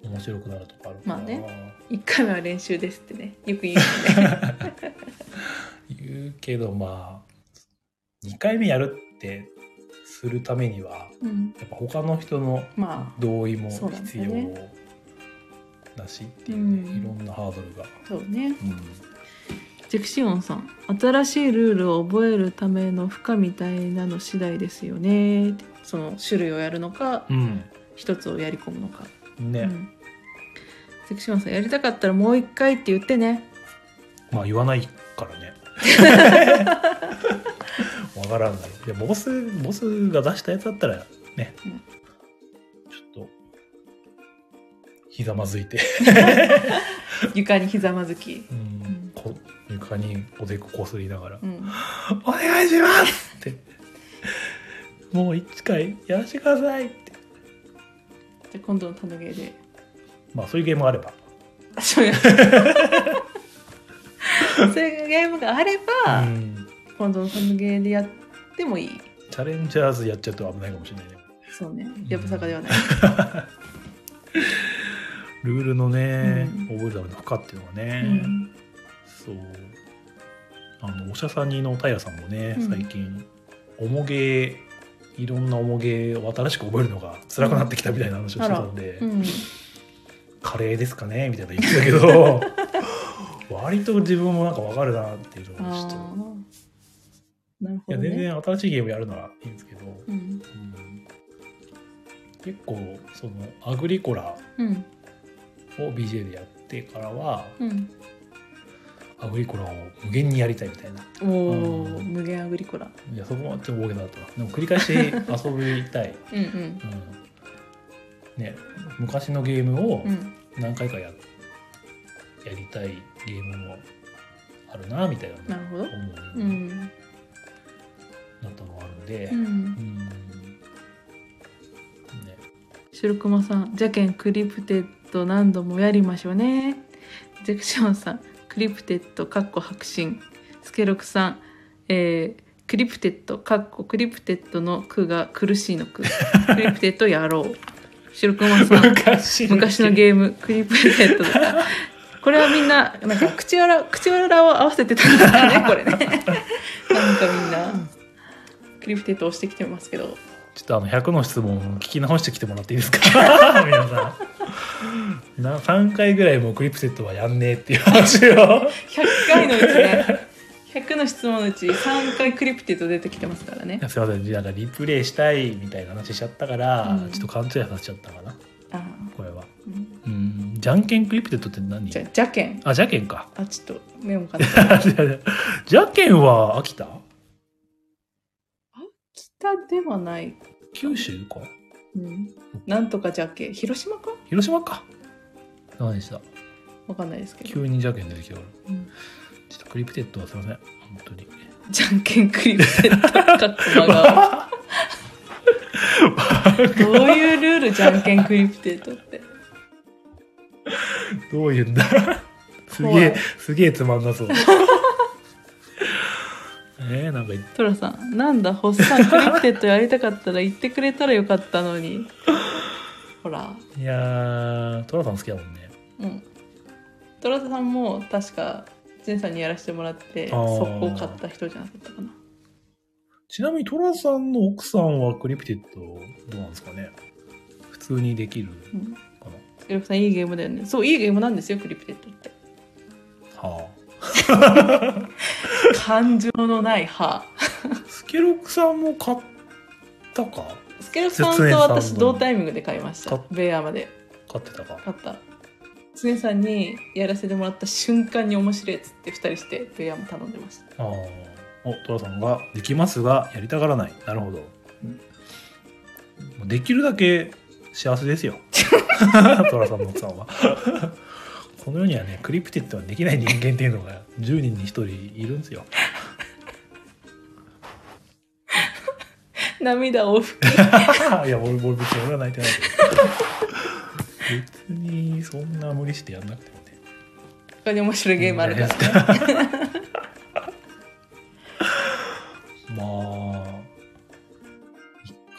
面白くなるとかあるから、まあね1回目は練習ですってねよく言うよね言うけどまあ2回目やるってするためには うんやっぱ他の人のま同意もそうなんだ必よ要ねだしっていうね、うんいろんなハードルが、あそうねうジェクシオンさん新しいルールを覚えるための負荷みたいなの次第ですよねってその種類をやるのかん一つをやり込むのかね、うん、セクシーマンさんやりたかったらもう一回って言ってねまあ言わないからね わからないでボスボスが出したやつだったらね、うんちょっとひざまずいて、床にひざまずき、うんこ床におでここすりながらうん、 「お願いします!」って「もう一回やらせてください」ってじゃあ今度のタヌゲーでまあそういうゲームがあればあ そうやそういうゲームがあれば、うん今度のタヌゲーでやってもいいチャレンジャーズやっちゃうと危ないかもしれないねそうねやぶさかではない、ルールのね、うん覚えるための負荷っていうのがね、うんそうあのおしゃさんにの平さんもね、うん最近おもげいろんなおもげを新しく覚えるのが辛くなってきたみたいな話をしてたので、うんカレーですかねみたいな言ってたけ ど割と自分もなんかわかるなっていうのをあちょっと、ーなるいほやどね全然新しいゲームやるならいいんですけど、うんうん結構そのアグリコラうんを BJ でやってからはうんアグリコラを無限にやりたいみたいなおおー、うん無限アグリコラいやそこはちょっと大げさだったなでも繰り返し遊びたい、うんうんうんね、昔のゲームをうん何回かや,、やりたいゲームもあるなみたいななるほど思うよううにんなったのがあるので、ううんんね、白熊さん、じゃけんクリプテッド何度もやりましょうね。ジェクションさん、クリプテッドかっこ白真。スケロクさん、えークリプテッドかっこクリプテッドの句が苦しいの句。クリプテッドやろう。白熊さん、昔昔のーゲーム、クリプテッドだから。これはみんな、なんか口裏、口裏を合わせてたんですかね、これね。なんかみんな。クリプテート押してきてますけどちょっとあの100の質問を聞き直してきてもらっていいですか 皆さんな3回ぐらいもうクリプテッドはやんねえっていう話を100回のうちね100の質問のうち3回クリプテート出てきてますからねいやすいませんなんかリプレイしたいみたいな話しちゃったから、うんちょっと勘違いさせちゃったかなああ、これはうんうんじゃんけんクリプテッドって何じゃあ邪剣あじゃけんか あちょっとメモかなじゃけんは秋田北ではない、九州かうん、なんとか邪剣広島か広島か何でしたわかんないですけど急にじゃけん出てきたから、うんちょっとクリプテッドはすいません本当にじゃんけんクリプテッドかっこ真顔どういうルールじゃんけんクリプテートってどういう んだすげ怖えい、すげえつまんな そう。えー、なんかい、トラさんなんだホッサンクリプテッドやりたかったら言ってくれたらよかったのにほらいやー、トラさん好きだもんね。うんトラさんも確かジェンさんにやらせてもらってあー速攻買った人じゃなかったかなちなみにトラさんの奥さんはクリプテッドどうなんですかね普通にできるうんかな、エロクさんいいゲームだよねそういいゲームなんですよクリプテッ ドっては感情のない歯あ。スケロクさんも買ったかスケロクさんと私同タイミングで買いまし買たっベアまで買ってたか。買った常さんにやらせてもらった瞬間に面白いっつって2人してベアも頼んでました ああ。お、トラさんが、できますが、やりたがらない。なるほど。もうできるだけ幸せ ですよ。トラさんの奥さんは。この世にはね、クリプテッドはできない人間っていうのが10人に1人いるんですよ。涙を拭 きいや、俺、俺別に俺は泣いてないけど。別にそんな無理してやんなくてもね。他に面白いゲームあるから、ね、 まあ、1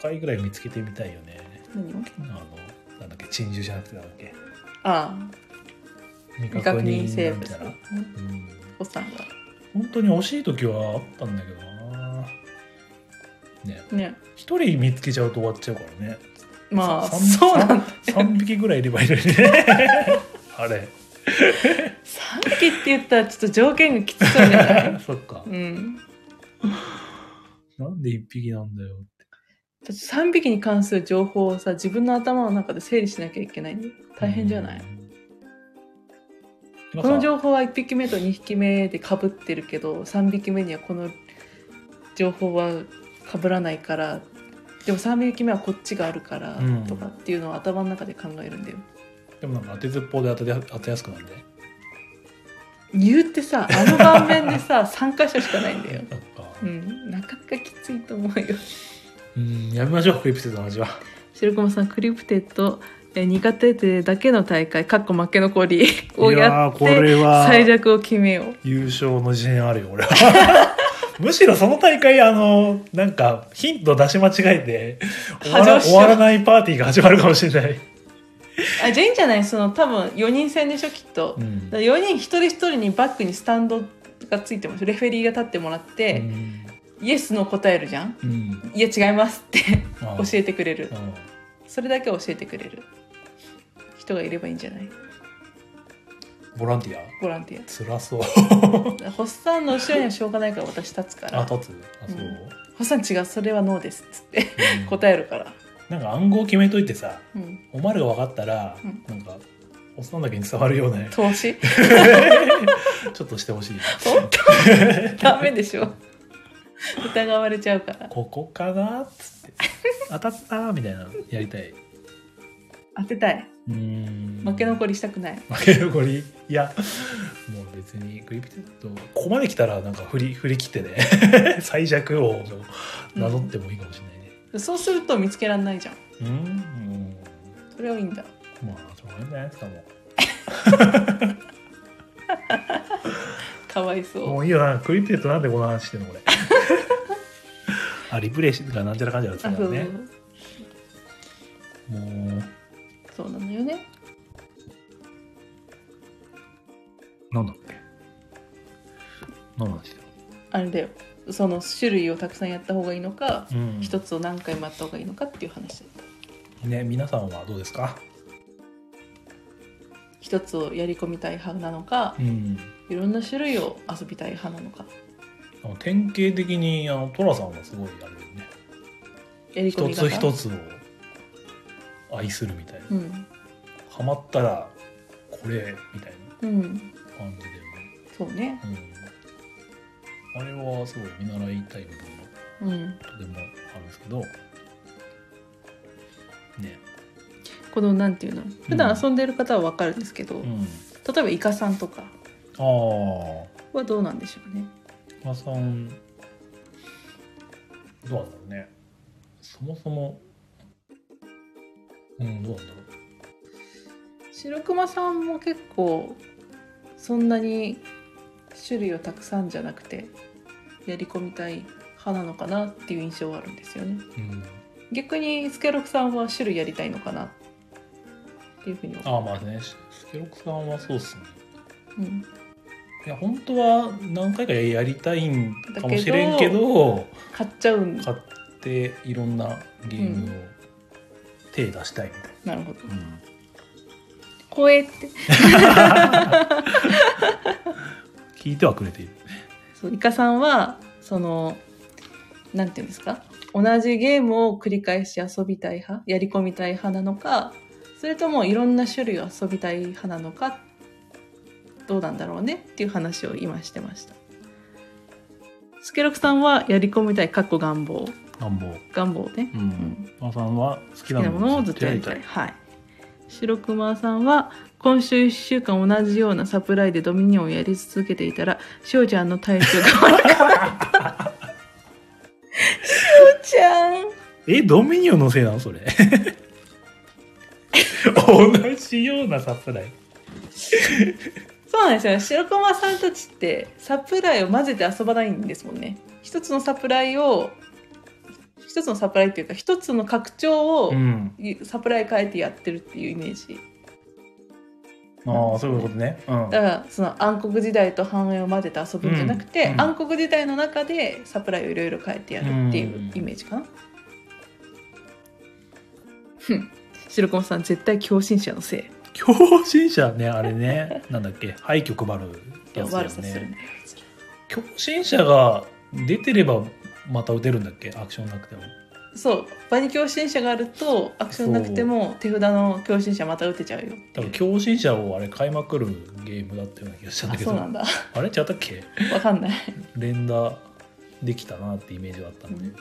回ぐらい見つけてみたいよね。何をあの、なんだっけ、珍獣じゃなくてなんだっけ。あ未あ未確認生み物たいな。うんおっさんが本当に惜しい時はあったんだけどなねね一人見つけちゃうと終わっちゃうからねまあさそうなんだ3匹ぐらいいればいる のにねあれ3匹って言ったらちょっと条件がきつそうじ ゃないそっかうんなんで1匹なんだよって3匹に関する情報をさ自分の頭の中で整理しなきゃいけないんだよ大変じゃない、うんこのなんか情報は1匹目と2匹目でかぶってるけど3匹目にはこの情報はかぶらないからでも3匹目はこっちがあるからうんとかっていうのを頭の中で考えるんだよ、でもなんか当てずっぽうで当て当てやすくなるんで言うってさあの盤面でさ3箇所しかないんだよそっかうんなかなかきついと思うようんやめましょうクリプテッドの話は白駒さんクリプテッドえー苦手でだけの大会かっこ負け残りをやっいやーこれては最弱を決めよう優勝の自信あるよ俺は むしろその大会あのなんかヒント出し間違えて終わ過ら剰しよう終わらないパーティーが始まるかもしれない、あじゃあいいんじゃないその多分4人戦でしょきっと、うんだから4人一人一人にバックにスタンドがついてますレフェリーが立ってもらって、イエスの答えるじゃんうんいや違いますってあ教えてくれるうんそれだけ教えてくれる人がいればいいんじゃないボランティアボランティ辛 そうアホッサンの後ろにはしょうがないから私立つかあらホ立つあそう、うんッサン違うそれはノーですっつってうん答えるから、なんか暗号決めといてさうん、おまるが分かったら、うんなんかおっさんだけに伝わるような 投資ちょっとしてほしい本当 ダメでしょ疑われちゃうからここかなっつって当たったーみたいなのやりたい当てたいうん負け残りしたくない負け残りいやもう別にクリプテッドここまで来たらなんか振り振り切ってね 最弱王を名乗ってもいいかもしれないねそうすると見つけられないじゃんうん、うんそれはいいんだまあしょうがないんじゃないですかもかわいうそもうういいよなクリプテッドなんでこの話してんの これあリプレイがなんちゃらかんちゃらってあたからそうねもうそうそうなのよねなんだっけ何の話だあれだよその種類をたくさんやった方がいいのかうん一、つを何回もやった方がいいのかっていう話だったね、皆さんはどうですか一つをやり込みたい派なのかうん。いろんな種類を遊びたい派なのかあの典型的に、あの、トラさんはすごいあれだよね。やり一込みつ方一つを愛するみたいな。うんハマったら、これ、みたいなうん感じで、そうねうん。あれはすごい見習いたい部分がうんとてもあるんですけど、ね。このなんていうの普段遊んでる方は分かるんですけど、うん。例えばイカさんとかああ。はどうなんでしょうね馬さんどうなんだろうねそもそもうんどうなんだろ白熊さんも結構そんなに種類をたくさんじゃなくてやり込みたい派なのかなっていう印象はあるんですよねう、うん、逆にスケロクさんは種類やりたいのかなっていうふうに思ああまあねスケロクさんはそうっすねう、うん、いや本当は何回かやりたいんかもしれんけど買っちゃうん買っていろんなゲームを手出したいみたいなるほどな、怖えって聞いてはくれているそうイカさんはそのなんていうんですか同じゲームを繰り返し遊びたい派やり込みたい派なのかそれともいろんな種類を遊びたい派なのかどうなんだろうねっていう話を今してましたスケロクさんはやり込みたいかっこ願望願望願望ねううんん馬、さんは好き好なきなもものをのをずずっっととややりりたたいいはい白熊さんは今週1週間同じようなサプライでドミニオンをやり続けていたらしおちゃんの体調が悪くなった しおちゃんえドミニオンのせいなのそれ同じようなサプライそうなんですよ白熊さんたちってサプライを混ぜて遊ばないんですもんね一つのサプライを一つのサプライっていうか一つの拡張をんサプライ変えてやってるっていうイメージ、ああそういうことねうんだからその暗黒時代と繁栄を混ぜて遊ぶんじゃなくて、うんうん暗黒時代の中でサプライをいろいろ変えてやるっていうイメージかな。 ふん白駒さん絶対狂信者のせい狂信者ねあれねなんだ っけ廃墟配るやつだよ悪さするねね。狂信者が出てればまた打てるんだっけアクションなくてもそう場に狂信者があるとアクションなくても手札の狂信者また打てちゃうよ。多分狂信者をあれ買いまくるゲームだったような気がしたんあだけそどうなんだ あれちゃったっけわかんない。連打できたなってイメージがあったんで、そっか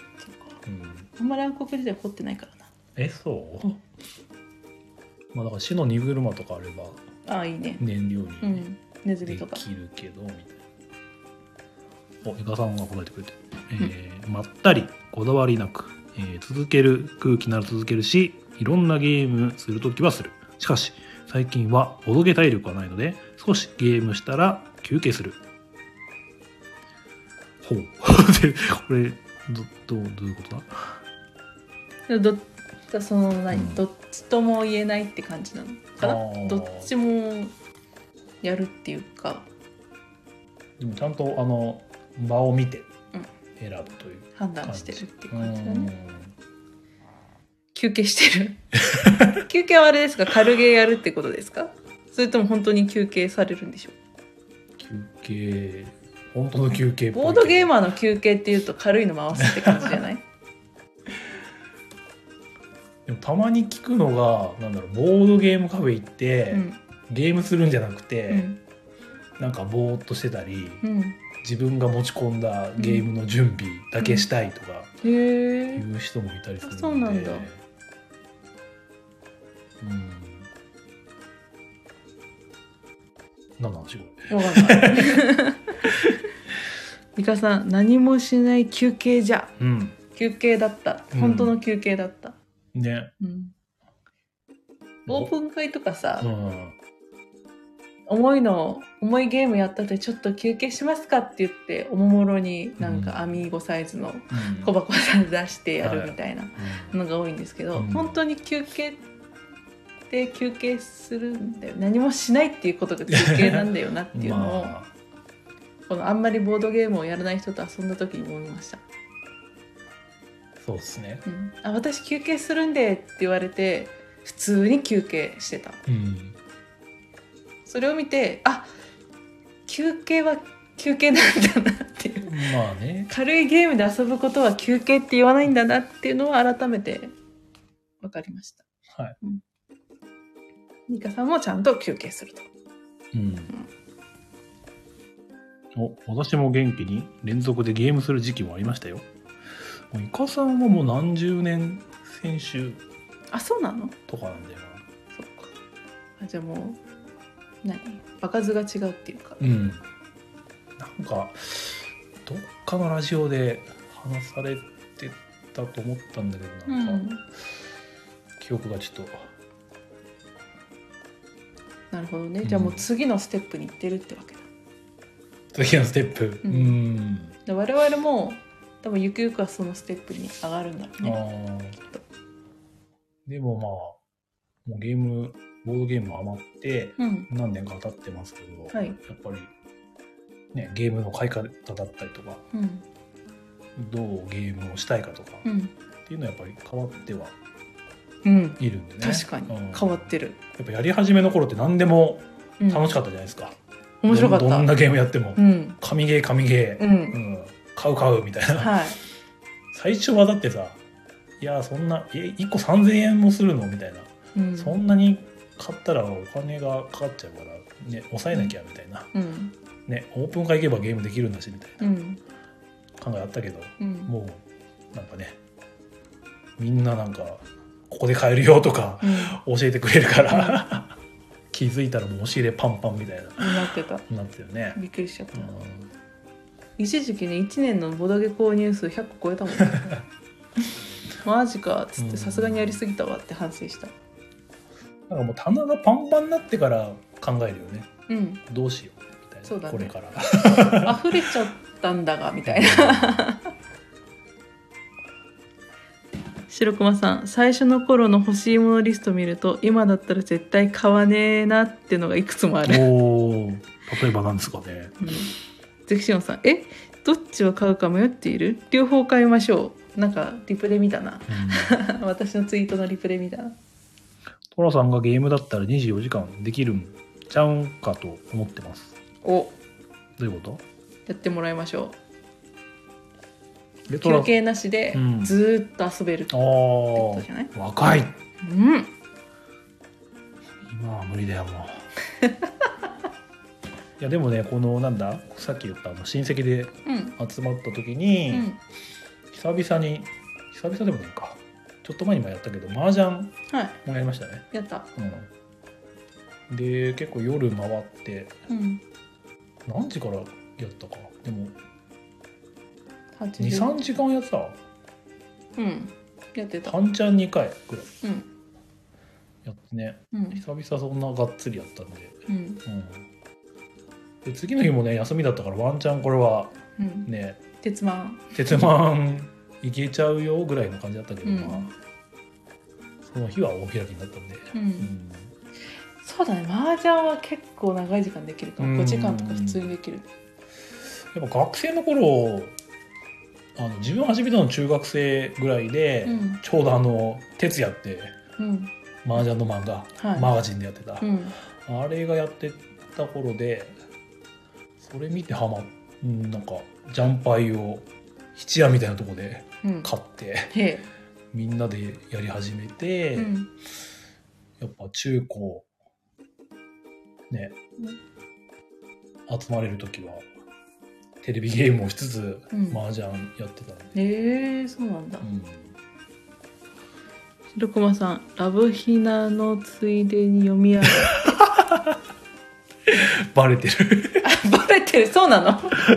うん、あんまり暗黒時代掘ってないからな。えそう、まあだから死の荷車とかあればああいいね。燃料うにんネズでミとか。きるけどみたいな。おイカさんが答えてくれてる、えーまったりこだわりなく、えー続ける空気なら続けるしいろんなゲームするときはするしかし最近はおどけ体力がないので少しゲームしたら休憩するほう でこれどどうどういうことだどその何、うんどっちとも言えないって感じなのあかなーどっちもやるっていうかでもちゃんとあの場を見てうん選ぶという判感断じしてるっていう感じだねうん休憩してる 休憩はあれですか軽ゲーやるってことですかそれとも本当に休憩されるんでしょ休憩本当の休憩っうぽいボードゲームマーの休憩っていうと軽いの回すって感じじゃない でもたまに聞くのがなんだろうボードゲームカフェ行って、うんゲームするんじゃなくて、うんなんかぼーっとしてたり、うん自分が持ち込んだゲームの準備だけしたいとかへいえう人もいたりするので、あそうなんだうん何の話これわかんない 美香さん何もしない休憩じゃうん休憩だったうん本当の休憩だった、ねうんオープン会とかさ、うん重いの重いゲームやった後でちょっと休憩しますかって言っておもむろになんうかんアミーゴサイズのうん小箱さん出してやるみたいなうんのが多いんですけど、うん本当に休憩って休憩 するんだよ何もしないっていうことが休憩なんだよなっていうのをまあこのあんまりボードゲームをやらない人と遊んだ時に思いました、そうですね。うん、あ私休憩するんでって言われて普通に休憩してたうん。それを見てあ休憩は休憩なんだなっていうまあね。軽いゲームで遊ぶことは休憩って言わないんだなっていうのは改めて分かりましたはい。ミカさんもちゃんと休憩するとうん。お、私も元気に連続でゲームする時期もありましたよ。もうイカさんはもう何十年先週あそうなのとかなんだよな。そっかあじゃあもう何場数が違うっていうかうん。なんか、どっかのラジオで話されてたと思ったんだけど、なんか、記憶がちょっと、なるほどねじゃあもう次のステップに行ってるってわけだ次のステップ。うんうん。で我々も多分ゆくゆくはそのステップに上がるんだろうねああ。でもまあ、もうゲーム、ボードゲーム余って、うん何年か経ってますけど、はいやっぱり、ね、ゲームの買い方だったりとか、うんどうゲームをしたいかとか、うんっていうのはやっぱり変わってはうんいるんでね。確かにうん変わってる、やっぱやり始めの頃って何でもうん、楽しかっったじゃないですか。た面白かったどんどんなゲームやってもう、ん神ゲー神ゲうー、んうん買う買うみたいな。はい最初はだってさ、いや、そんな、え、1個3000円もするのみたいな。う んそんなに買ったらお金がかかっちゃうから、ね、抑えなきゃみたいな、うんね、オープン会行けばゲームできるんだしみたいうんな考えあったけど、うんもうなんかねみんななんかここで買えるよとか うん教えてくれるから 気づいたらもう押し入れパンパンみたいなってたななってるね。びっくりしちゃった、うん一時期ね1年のボドゲ購入数100個超えたもん、ね、 マジかっつっうてんさすがにやりすぎたわって反省したなんかもう棚がパンパンになってから考えるよねうんどうしようみたいなそうだねこれから。溢れちゃったんだが み たいな白熊さん最初の頃の欲しいものリスト見ると今だったら絶対買わねえなってのがいくつもあるおー例えばなんですかね。うんゼクシオンさん「えどっちを買うか迷っている両方買いましょう」なんかリプレ見たな うん私のツイートのリプレ見たなトラさんがゲームだったら24時間できるんちゃうんかと思ってます。おどういうこやってもらいましょとでうトラ休憩なしでうんずーっと遊べるってあことじゃない、あ、若い。うん今は無理だよ、もう。 いや、でもね、この、なんだ、さっき言った、あの親戚でうん集まった時に、うん久々に、久々でもないか。ちょっと前にもやったけど、麻雀はもやりましたね。いやったうん。で、結構夜回って、うん何時からやったか。でも、八2、十3時間やってたうんやってた半チャン2回ぐらいうんやってねうん久々そんながっつりやったんで,、うんうん、で次の日もね休みだったからワンチャンこれはうんね鉄マン鉄マンいけちゃうよぐらいの感じだったけど、うんまあその日は大開きになったんで、ううんんそうだね麻雀は結構長い時間できるかうんも5時間とか普通にできるやっぱ学生の頃あの自分始めたの中学生ぐらいで、うんちょうどあの「徹也」ってうん麻雀の漫画、はいマガジンでやってた、うんあれがやってた頃で、それ見てハマっうん、なんか、ジャンパイを質屋みたいなとこでうん買って、へえみんなでやり始めて、うんやっぱ中高、ね、集まれる時は、テレビゲームをしつつ、うん麻雀やってたので、えー、そうなんだうん白駒さん「ラブヒナのついでに読み上げ」バレてる。 バレてるそう なの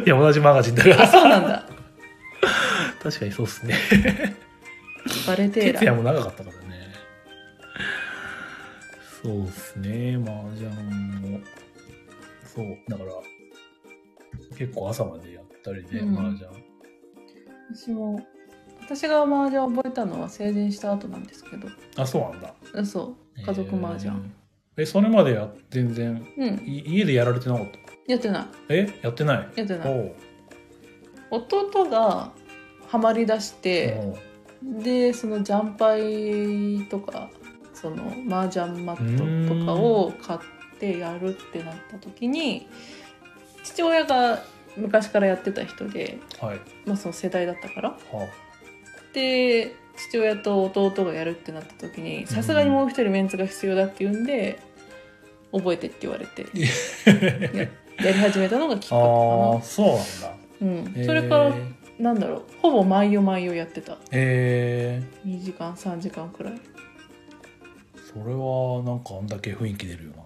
いや、同じマガジンだから、 そうなんだ確かにそうっすね。バレてー徹夜らも長かったからねそうですね麻雀もそうだから結構朝までやったりね、うん麻雀私も私が麻雀を覚えたのは成人した後なんですけどあそうなんだ嘘家族麻雀、えーえそれまでや全然うんい家でやられてなかったやってなえやってないいやってないおう弟がハマりだして、おうでそのジャンパイとかその麻雀マットとかを買ってやるってなった時に父親が昔からやってた人で、はいまあ、その世代だったからはで父親と弟がやるってなった時にさすがにもう一人メンツが必要だって言うんで覚えてって言われてややり始めたのがきっあかあけかーそうなんだな、うへん、ーそれからなんだろうほぼ毎夜毎夜やってたえー2時間3時間くらいそれはなんかあんだけ雰囲気出るよな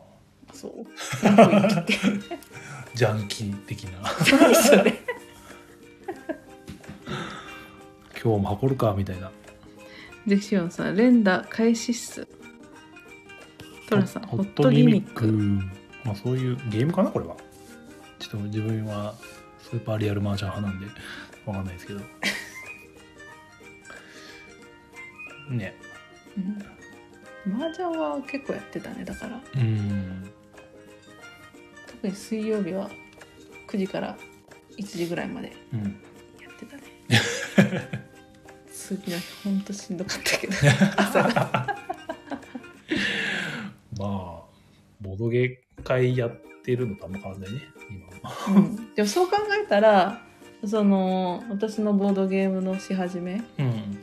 そうなんか生きてジャンキー的な 何それ今日も運るかみたいな ジェシオンさん連打開始っすトラさんホットギミックまあそういうゲームかなこれはちょっと自分はスーパーリアルマージャン派なんでわかんないですけど ねうん麻雀は結構やってたねだからうん特に水曜日は9時から1時ぐらいまでうんやってたね次の日ほんとしんどかったけど朝がまあボドゲ会やってるのとあんま変わんないね今はうんでもそう考えたらその私のボードゲームのし始めうん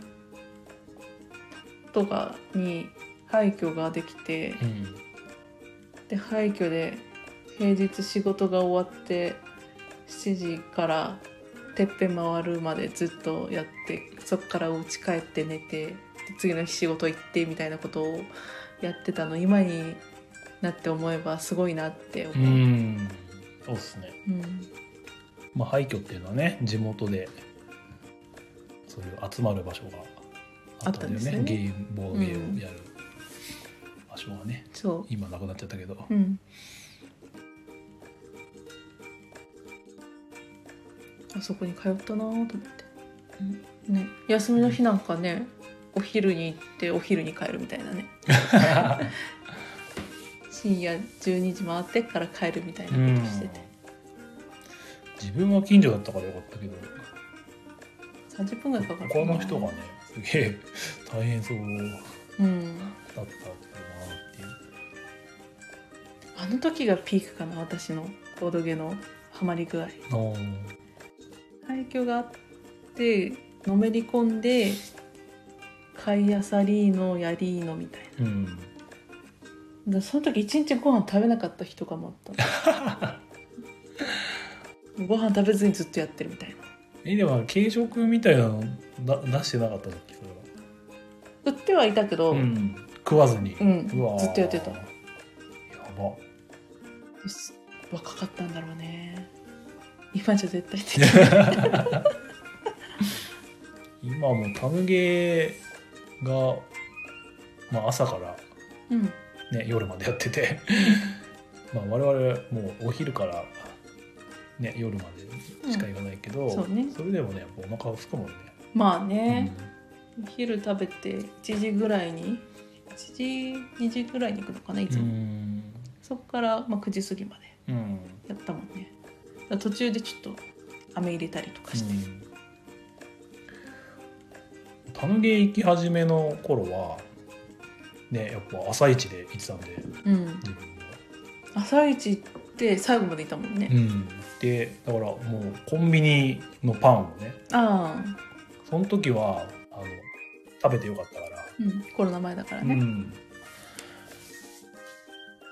とかに廃墟ができて、うんで廃墟で平日仕事が終わって7時からてっぺん回るまでずっとやってそっからお家帰って寝てで次の日仕事行ってみたいなことをやってたの今になって思えばすごいなって思うう、うんんそうっすねまあ廃墟っていうのはね地元でそういう集まる場所があったんだよねあったんですよねゲームボードゲームをやる場所がね、そ今なくなっちゃったけど、う、うん、あそこに通ったなと思って、ね、休みの日なんかねお昼に行ってお昼に帰るみたいなね深夜12時回ってから帰るみたいなことしてて、自分は近所だったからよかったけど30分ぐらいかかるか他なの人がねすげえ大変そううんだったなっていうあの時がピークかな私のボードゲのハマり具合あ廃墟があってのめり込んで買いあさりーのやりーのみたいーうんなでその時一日ご飯食べなかった日とかもあった ご飯食べずにずっとやってるみたいなえでも軽食みたいなのだ出してなかったんだっけそれは売ってはいたけど、ん、食わずに、うんわーずっとやってたやば若かったんだろうね今じゃ絶対でき ない今もタムゲーが、まあ、朝から、うんね、夜までやってて まあ我々もうお昼から、ね、夜までしか行かないけど、んそうねれでもねやっぱお腹は空くもんね、まあね、お昼食べて1時ぐらいに1時2時ぐらいに行くのかないつうも、んそこから、まあ、9時過ぎまうでんうんやったもんねだから途中でちょっと飴入れたりとかして、タムゲー行き始めの頃はねやっぱ朝一で行ってたんでうん、自分も朝一行って最後までいたもんね、うん、でだからもうコンビニのパンをねああその時はあの食べてよかったから、うんコロナ前だからうね、ん、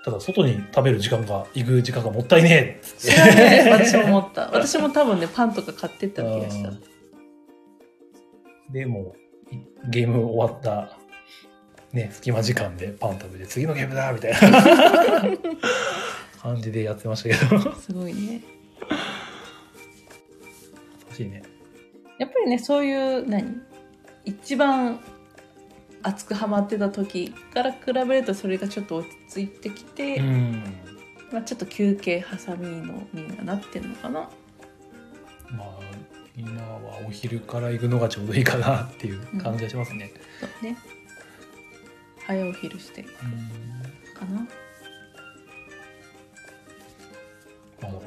ただ外に食べる時間が行く時間がもったいねえっつって知らないです私も思った 私も多分ねパンとか買ってった気がしたでもいゲーム終わった、ね、隙間時間でパン食べて次のゲームだみたいな感じでやってましたけどすごいね楽しいねやっぱりねそういう何一番熱くハマってた時から比べるとそれがちょっと落ち着いてきて、うんまあ、ちょっと休憩挟みのにはなってんのかなまあ今はお昼から行くのがちょうどいいかなっていう感じがしますね、そうね早お昼してうんかなまあだから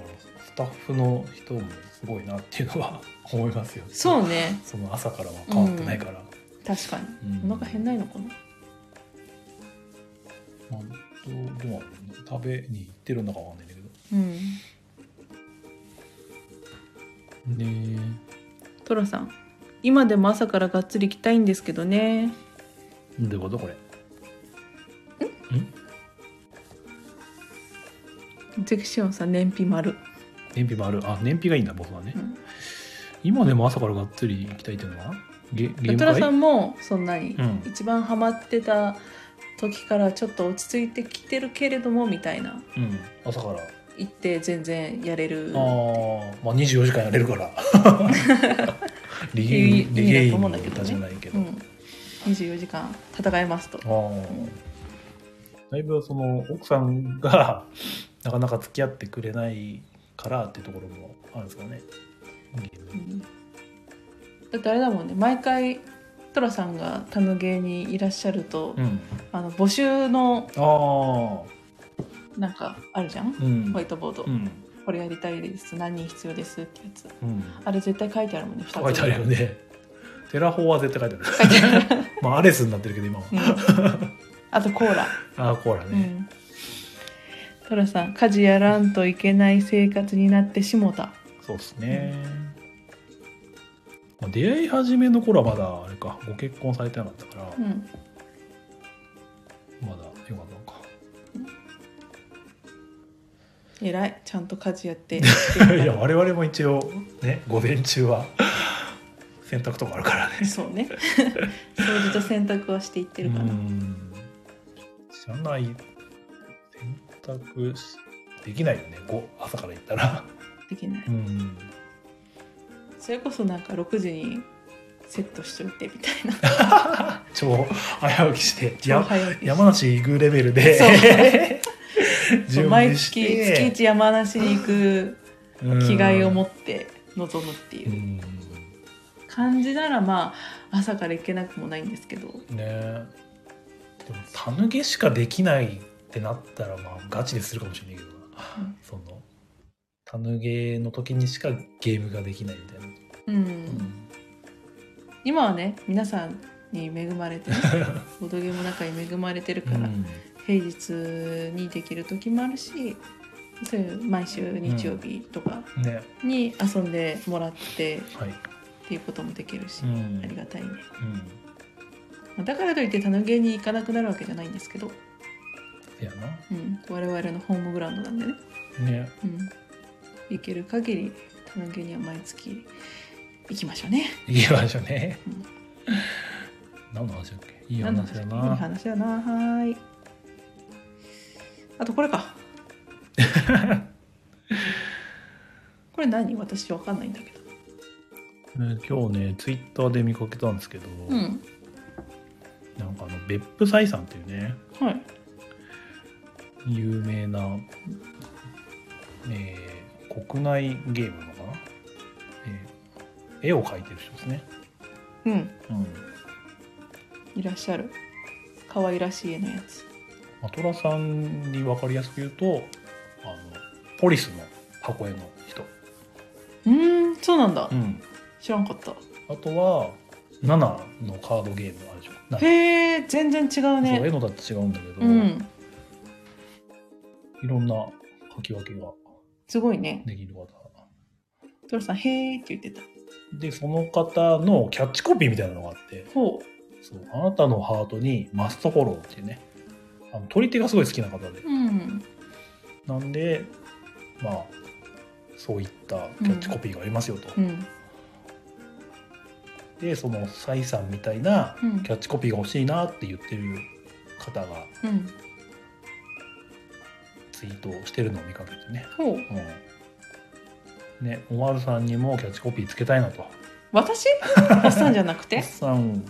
タッフの人もすごいなっていうのは思いますよね。そうねその朝からは変わってないから。確かにうんお腹減んないのかなまあどうどうなんだろうね食べに行ってるのかわかんないんだけど。うんねトラさん今でも朝からがっつり行きたいんですけどねえ。どういうことこれ。ゼクシオンさん燃費丸、燃費もある。あ、燃費がいいんだ、僕はねう。ん今でも朝からがっつり行きたいっていうのはゲゲームトラ会さんもそんなに、うん一番ハマってた時からちょっと落ち着いてきてるけれどもみたいなうん、朝から。行って全然やれるああ、まあ24時間やれる から。リゲイン、いいリゲいいなイとン思うんのだけどね歌じゃないけうど。ん、24時間戦えますとああだいぶその奥さんが なかなか付き合ってくれないからっていうところもあるんですかね。ゲームだってあれだもんね毎回トラさんがタムゲーにいらっしゃると、うん、あの募集のあなんかあるじゃんあ、うん、ホワイトボード、うん、これやりたいです何人必要ですってやつうん、あれ絶対書いてあるもんね2つ書いてあるよね。テラフォーは絶対書いてある。書いてある、 まあアレスになってるけど今は。うんあとコーラ、ああ、コーラうね。ん、トラさん家事やらんといけない生活になってしもたそうですね。まあ出会い始めの頃はまだあれかご結婚されてなかったから、うんまだよかったのか偉いちゃんと家事 やっていや我々も一応ね午前中は洗濯とかあるからねそうね掃除と洗濯はしていってるかうな、ん知らない洗濯しできないよねこう朝から行ったらできないうんそれこそなんか6時にセットしといてみたいな超早起きして超や早起き山梨行くレベルでそうそう 準毎備し月て月一山梨に行くうん着替えを持って臨むっていううん感じならまあ朝から行けなくもないんですけどねでもたぬげしかできないってなったらまあガチでするかもしれないけどな、うんそのたぬげの時にしかゲームができないみたいな、うん、今はね皆さんに恵まれて、ね、ボードゲームの中に恵まれてるから、うん平日にできる時もあるしそういう毎週日曜日とかねに遊んでもらってっはい、ていうこともできるし、んありがたいねうんまあだからといってタヌゲに行かなくなるわけじゃないんですけど、せやなうん、我々のホームグラウンドなんでね、ねうん、行ける限りタヌゲには毎月行きましょうねいい場所ね、うん何の話だっけいい話だんだっなけいい話だなはーいあとこれかこれ何私わかんないんだけどね今日ねツイッターで見かけたんですけど、うんなんかあの別府採算っていうねはい有名な、えー国内ゲームのかな、えー絵を描いてる人ですね、うんうん、いらっしゃる可愛らしい絵のやつまあトラさんに分かりやすく言うとあのポリスの箱絵の人、うーんそうなんだ、うん、知らんかったあとは7のカードゲームあるでしょなんかへえ全然違うそう絵ねのだって違うんだけど、うんいろんな書き分けがすごいねできる方トラさん「へーって言ってたでその方のキャッチコピーみたいなのがあってほそうあなたのハートにマストフォローっていうねあの取り手がすごい好きな方でううんなんでまあそういったキャッチコピーがありますよと、うんでそのサイさんみたいなうんキャッチコピーが欲しいなって言ってる方がうんツイートをしてるのを見かけてね、ほううん、ねおまるさんにもキャッチコピーつけたいなと私おっさんじゃなく、おってさん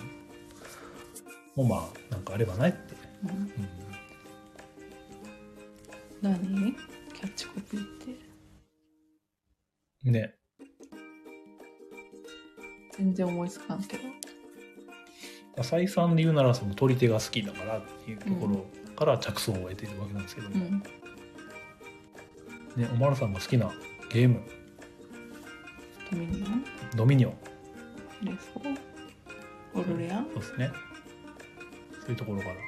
もまあなんかあればないって、うん、 うん何キャッチコピーってね全然思いつかんけど再三で言うならその取り手が好きだからっていうところから着想を得ているわけなんですけども、うんね、おまるさんが好きなゲーム、ドミニオンドミニオン。レソオルレアンそうですね。そういうところから。うん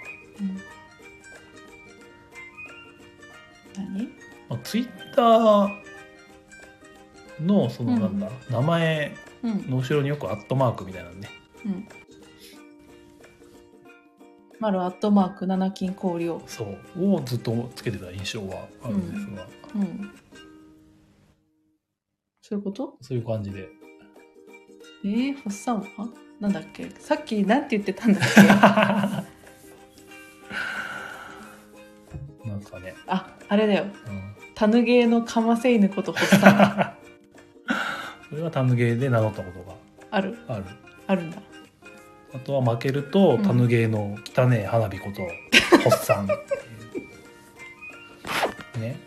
何まあ、ツイッターの、その、うんなんだ、名前うんの後ろによくアットマークみたいなのね。うんマルアットマーク7金香料そう。をずっとつけてた印象はあるんですが、うんそういうことそういう感じで。えー、フォッサンはなんだっけさっきなんて言ってたんだっ けなんかね。ああれだようんタヌゲーのカマセイヌことフォッサンはそれはタヌゲーで名乗ったことあるがある。あるんだあとは負けると、うんタヌゲーの汚え花火 こと、ホッサン。ね。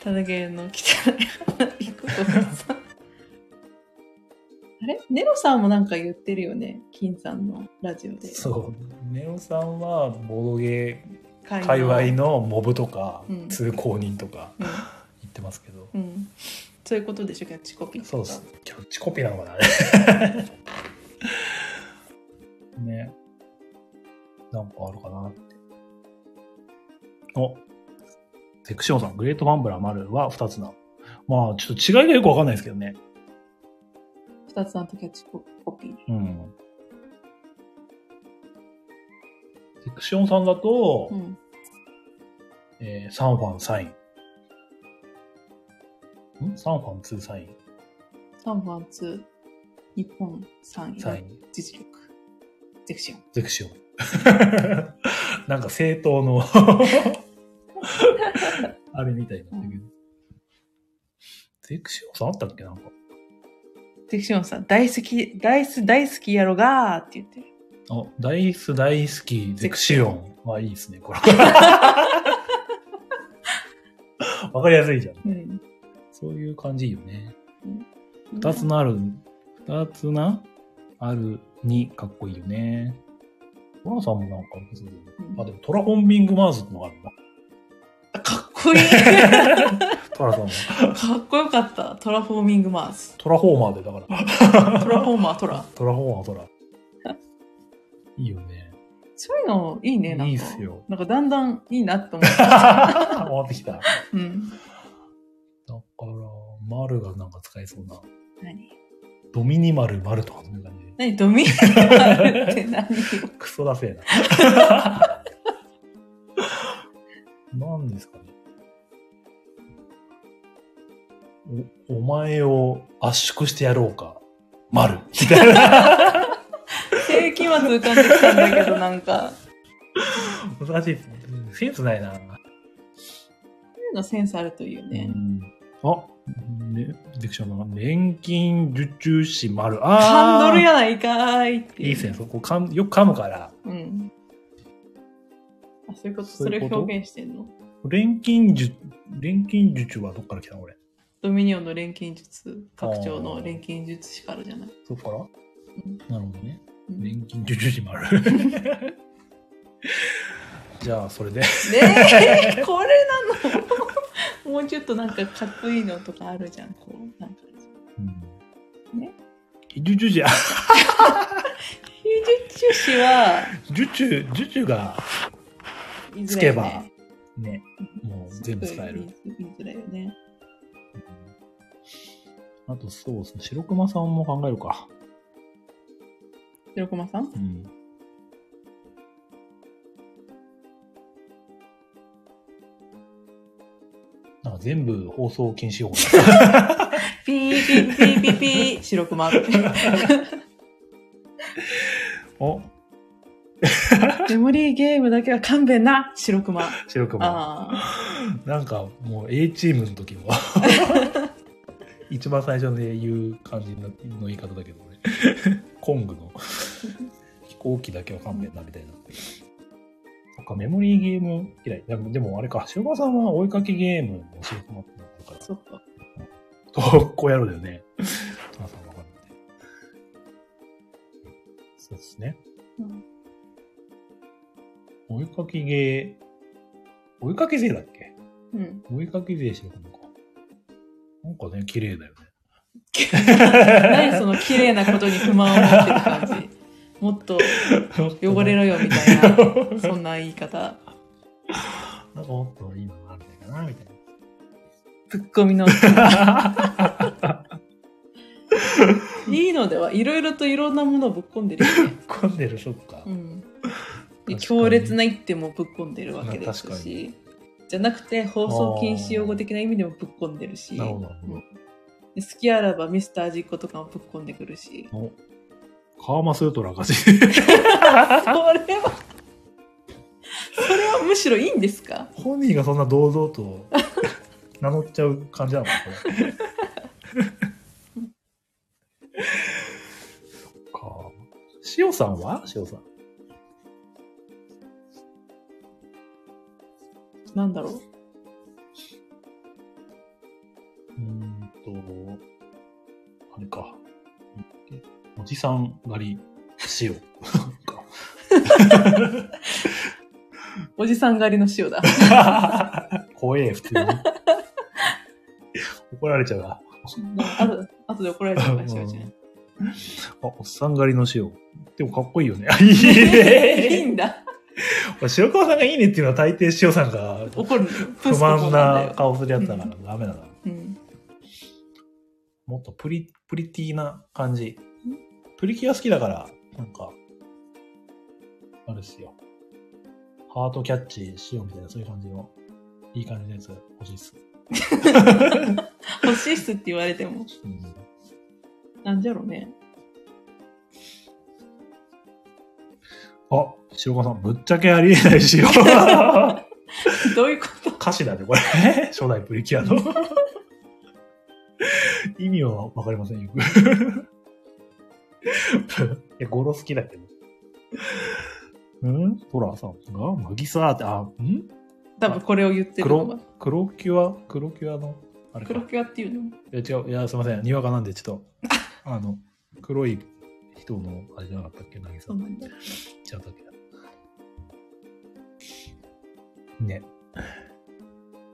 タヌゲーの汚い花火ことフォッサンあれネロさんもなんか言ってるよね金さんのラジオでそう。ネオさんは、ボードゲ界ー界隈のモブとか、うん通行人とかうん言ってますけど。うん、そういうことでしょキャッチコピーそうとっかす。キャッチコピーなのかな、あれ。 ね。なんかあるかなって。おセクションさん、グレートファンブラ丸は2つな。まあ、ちょっと違いがよくわかんないですけどね。二つあとキャッチコピーうん。セクションさんだと、うんえーサンファンサイン。んサンファン2サイン。 3番2日本3位サイン。実力ゼクシオンゼクシオン。 なんか政党 のあれみたいになってるけど。ゼクシオンさんあったっけなんか。ゼクシオンさん大好き大好き大好きやろがーって言ってるあ、ダイス大好き、ゼクシオン。まあいいですね、 これ。わかりやすいじゃん。うんそういう感じいいよね。二二つのある、二つな、あるにかっこいいよね。トラさんもなんかあるそうだよねあ、でもトラホンビングマーズってのがあるな。かっこいい トラさんも。かっこよかったトラフォーミングマーズトラホーマーでだから。トラフォーマートラトラフォーマートラ。いいよね。そういうのいいねなんかいいっす よなんかだんだんいいなって思っ て、終わってきた。だかうん、ら、丸がなんか使えそうな。何ドミニマル丸とかそういう感じで。何ドミニマルって何よクソだせえな。 なんですかね。お、お前を圧縮してやろうか。 丸。みたいな。世紀末浮かんできたんだけどなんか難しいですね。センスないな。そういうのセンスあるといいよね、うんあ、ね、ディクションの年金受注士丸。ハンドルややないかーいっていういいっすね。そこかん、よく噛むから。うん。あ、そういうこと、そういそうれことを表現してんの錬金術、錬金術はどっから来たの俺。ドミニオンの錬金術、拡張の錬金術師からじゃない。そっからんなるほどね。うんね錬金受注士丸。 じゃあ、それで。え、これなの もうちょっとなんかかっこいいのとかあるじゃん、こう。なんか。うんね。受注士、あ技術師は、受注、受注が、いつづらいけよねば、ね、もう全部使える。すごい言いづらいよね。あと、そうですね。白熊さんも考えるか。白駒さんうん。なんか全部放送禁止用語だピーピーピーピーピ ー、白駒って。 おメモリーゲームだけは勘弁な、白熊。あ白熊。あなんかもう A チームの時も一番最初で言う感じのの言い方だけどね。コングの飛行機だけは勘弁だみたいな。そっか、メモリーゲーム嫌い。でも、でもあれか、白熊さんは追いかけゲームの白熊ってのがあるから ー、。そっか。こうやろうだよね。トラさんわかるんで。そうですね。うん追いかけゲー、追いかけ勢だっけうん。お絵かき税してるのか。なんかね、綺麗だよね。何その綺麗なことに不満を持ってる感 じ。もっと 汚れろよみたいな、 そんな言い方。なんかもっといいのがあるんだかな、みたいな。ツッコ ミの。いいのではいろいろといろんなものをぶっ込んでるよね。混んでる、そっかう。ん確か で、に強烈な一手もぶっ込んでるわけですまあ確かし、じゃなくて放送禁止用語的な意味でもぶっ込んでるし、なるほど。で好きあらばミスタージッコとかもぶっ込んでくるし、 おカーマスートラがし。 それはそれはむしろいいんですか本人がそんな堂々 と名乗っちゃう感じなのかなこれ。 そっか。塩さんは塩さん。なんだろううーんと、あれか。おじさん狩り、 塩。なんかおじさん狩りの 塩だ。怖え、普通に。怒られちゃうな。あと後で怒られちゃうからしおちゃんうんあ、おっさん狩りの塩。でもかっこいいよね。 あいいねいい。んだ。塩川さんがいいねっていうのは大抵塩さんが怒るんだよ。不満な顔するやつだかうらダメだな。うん。もっとプリ、プリティな感じ。プリキュア好きだから、なんか、あれっすよ。ハートキャッチしようみたいな、そういう感じの、いい感じのやつ欲しいっす。欲しいっすって言われても。うんなんじゃろうね。あ、塩川さん、ぶっちゃけありえない しよ。歌どういうこと詞だね、これ。初代プリキュアの。意味はわかりませんよ く。いや、語呂好きだけど。うんトラさんがマギサーって、あ、ん多分これを言ってるの黒黒が。、キュア、黒キュアの、あれか。黒キュアっていうのいや、違う、いや、すいません。にわかなんで、ち ょっと、あの、黒い人の、あれじゃなかったっけ、なぎさそうなんだ。ちゃったっけなね。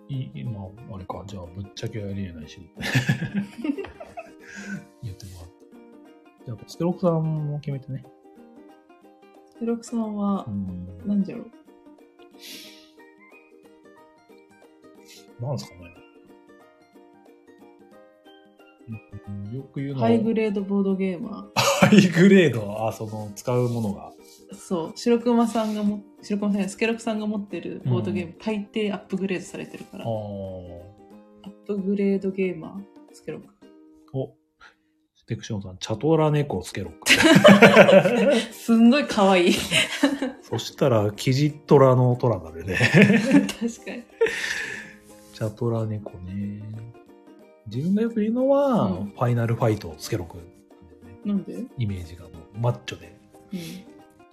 い今、あれか、じゃあ、ぶっちゃけありえないし。 言ってもらって。じゃあ、ステロクさんも決めてね。テロクさんはう、ん。なんじゃろう。なんですかね。うんよく言うのはハイグレードボードゲーマハイグレード、あ、その、使うものが。ー。そう。白熊さんがも、白熊さんやスケロクさんが持ってるボードゲーム、大抵アップグレードされてるから。あアーップグレードゲーマー、スケロク。お、ステクションさん、チャトラ猫をつけ ろ。すんごい可愛い。 そしたら、キジトラのトラが出るね。確かに。チャトラ猫ね。自分がよく言うのは、うんファイナルファイトをつけろく、なんでうん。イメージがもうマッチョで、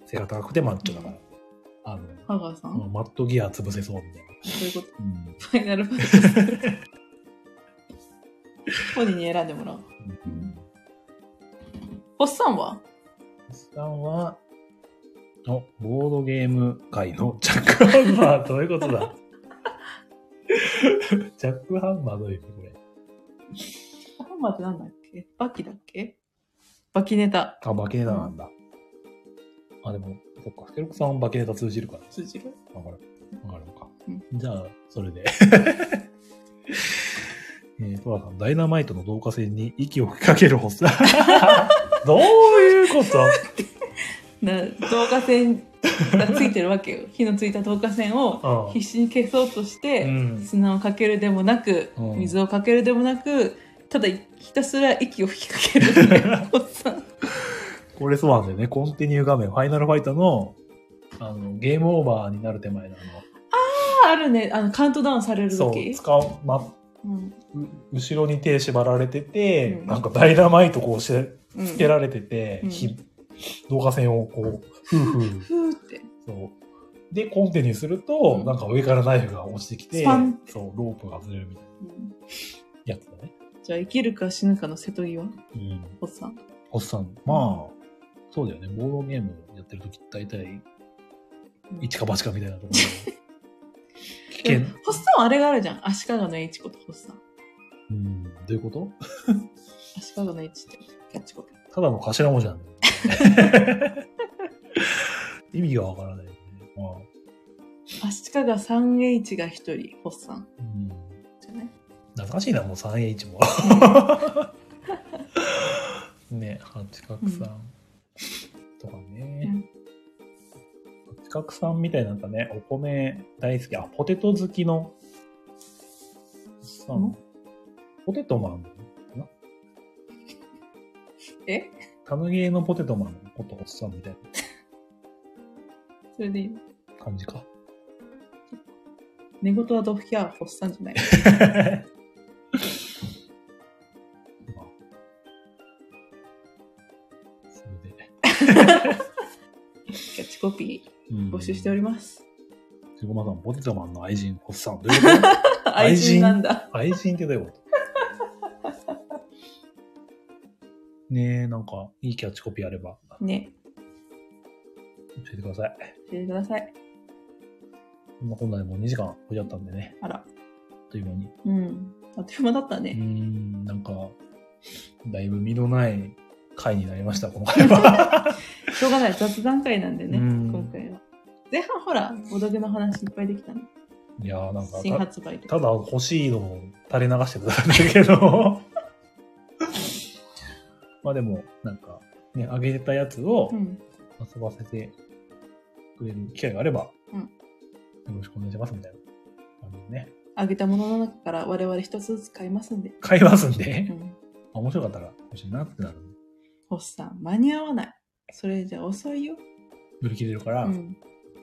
背が高くてマッチョだから。あの、ハガーさん、どマットギア潰せそうみたいな。ういうことうんファイナルファイト。本人に選んでもらおう。うんおっさんはさんは、お、ボードゲーム界のジャックハンマー、どういうことだジャックハンマーどういう意味これ。ハンマーってなんだっけバキだっけバキネタあ、バケネタなんだ。あ、でも、そっか、スケロクさんはバケネタ通じるから。通じるわかる。わかるのか。うんじゃあ、それで。 えー、トラさん、ダイナマイトの導火線に息を吹きかける発作。 どういうことな 導火線がついてるわけよ。火のついた導火線をあ必死に消そうとして、ん。砂をかけるでもなく、うん水をかけるでもなく、ただひたすら息を吹きかける ね。おっさん。これそうなんだよね。コンティニュー画面、ファイナルファイトの、あの、ゲームオーバーになる手前の、あああるね。あの、カウントダウンされの、るそ時う、使う、ま、うん。う後ろに手縛られてて、うんなんかダイナマイトこうして、うんつけられてて、うんひ導火線をこう、ふうふう、ふーって。そう。で、コンティニューすると、うんなんか上からナイフが落ちてきてスパン、そう、ロープが外れるみたいうんなやつだね。じゃあ生きるか死ぬかの瀬戸際うん。おっさん。おっさん、まあ、そうだよね。ボードゲー ムやってるとき、大体、一か八かみたいなところで危険。ホストンあれがあるじゃん。足利の英知子とホストン。うん、どういうこと足利の英知ってキャッチコピー。ただの頭文字なんだよ ね。意味がわからないよね。まあ、足利三英知が一人、ホッサンうん、じゃない懐かしいな、もう 3H も。ね、八角さんとかね。八角さんみたいなんかね、お米大好き。あ、ポテト好きの、さうんん、ポテトマンえタヌゲーのポテトマンのことおっさんみたいそれでいいのな感じか。寝言はドフィアはホッサンじゃない。まあそれで、キャッチコピうんー募集しております。す。ごまさん、ポテトマンの愛人、おっさん。どういうこと愛人なんだ。愛人ってどういうことねえ、なんか、いいキャッチコピーあれば、教ね、えてください。教えてください。こんなこんなでもう2時間経っちゃったんでね、あら。あっという間に。うん。あっという間だったうーね。ん、なんか、だいぶ身のない回になりました、この回 は。しょうがない。雑談会なんでね、うん今回は。前半ほら、ボドゲの話いっぱいできたの。いやー、なんか、新発売とたか。だ欲しいのを垂れ流してたんだけど。 まあでも、なんか、ね、あげたやつをうん。遊ばせてくれる機会があれば、うんよろしくお願いしますみたいな感じでね。あげたものの中から我々一つずつ買いますんで。買いますんうで、ん。面白かったら欲しいなってなるんで、ホッサン、間に合わない。それじゃ遅いよ。売り切れるから、うん。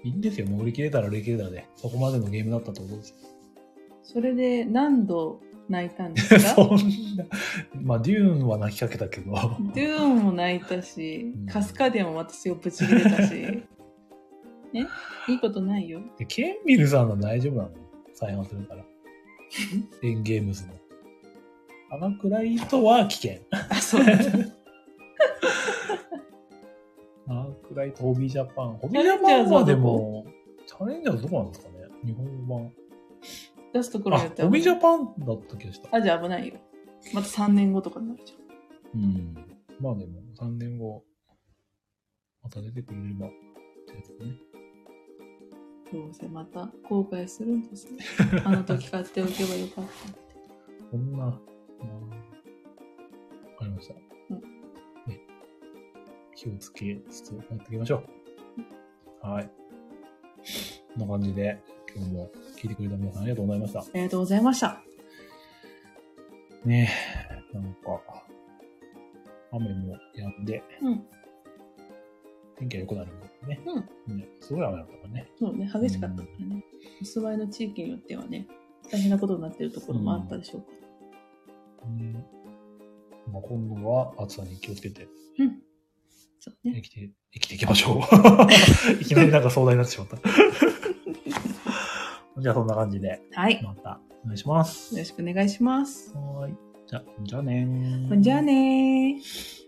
いいんですよ。もう売り切れたら売り切れたで、そこまでのゲームだったと思うんですよ。それで何度泣いたんですか そんな、まあ、デューンは泣きかけたけど、ドゥーンも泣いたしうん、カスカディアも私をぶち切れたし。ねいいことないよ。でケンビルさんは大丈夫なの再販する から。エンゲームズの。あのくらいとは危険。あ、そうなんだ。あのくらいとホビージャパン。ホビージャパンはでも、チャレンジャーズどこなんですかね日本語出すところ版。によってあ、はホビージャパンだった気がした。あ、じゃあ危ないよ。また3年後とかになるじゃうん。まあでも、3年後、また出てくれれば、ってやつね。ん。どうせまた後悔するんです ね。あの時買っておけばよかったって。こんな、まあわかりました。うんね。気をつけつつやっていきましょう。はい。こんな感じで、今日も聞いてくれた皆さんありがとうございました。ありがとうございました。ねえ、なんか、雨もやんで、うん。天気が良くなるんですね。ねすごい雨だったからね。そうね、激しかったからね。お住まいの地域によってはね、大変なことになってるところもあったでしょうか。ねまあ、今度は暑さに気をつけてうん。そうね生。きて、生きていきましょう。い きなりなんか壮大になってしまった。 じゃあそんな感じで、はい。またお願いします。よろしくお願いします。はーい。じゃ、じゃあねーじゃあねー。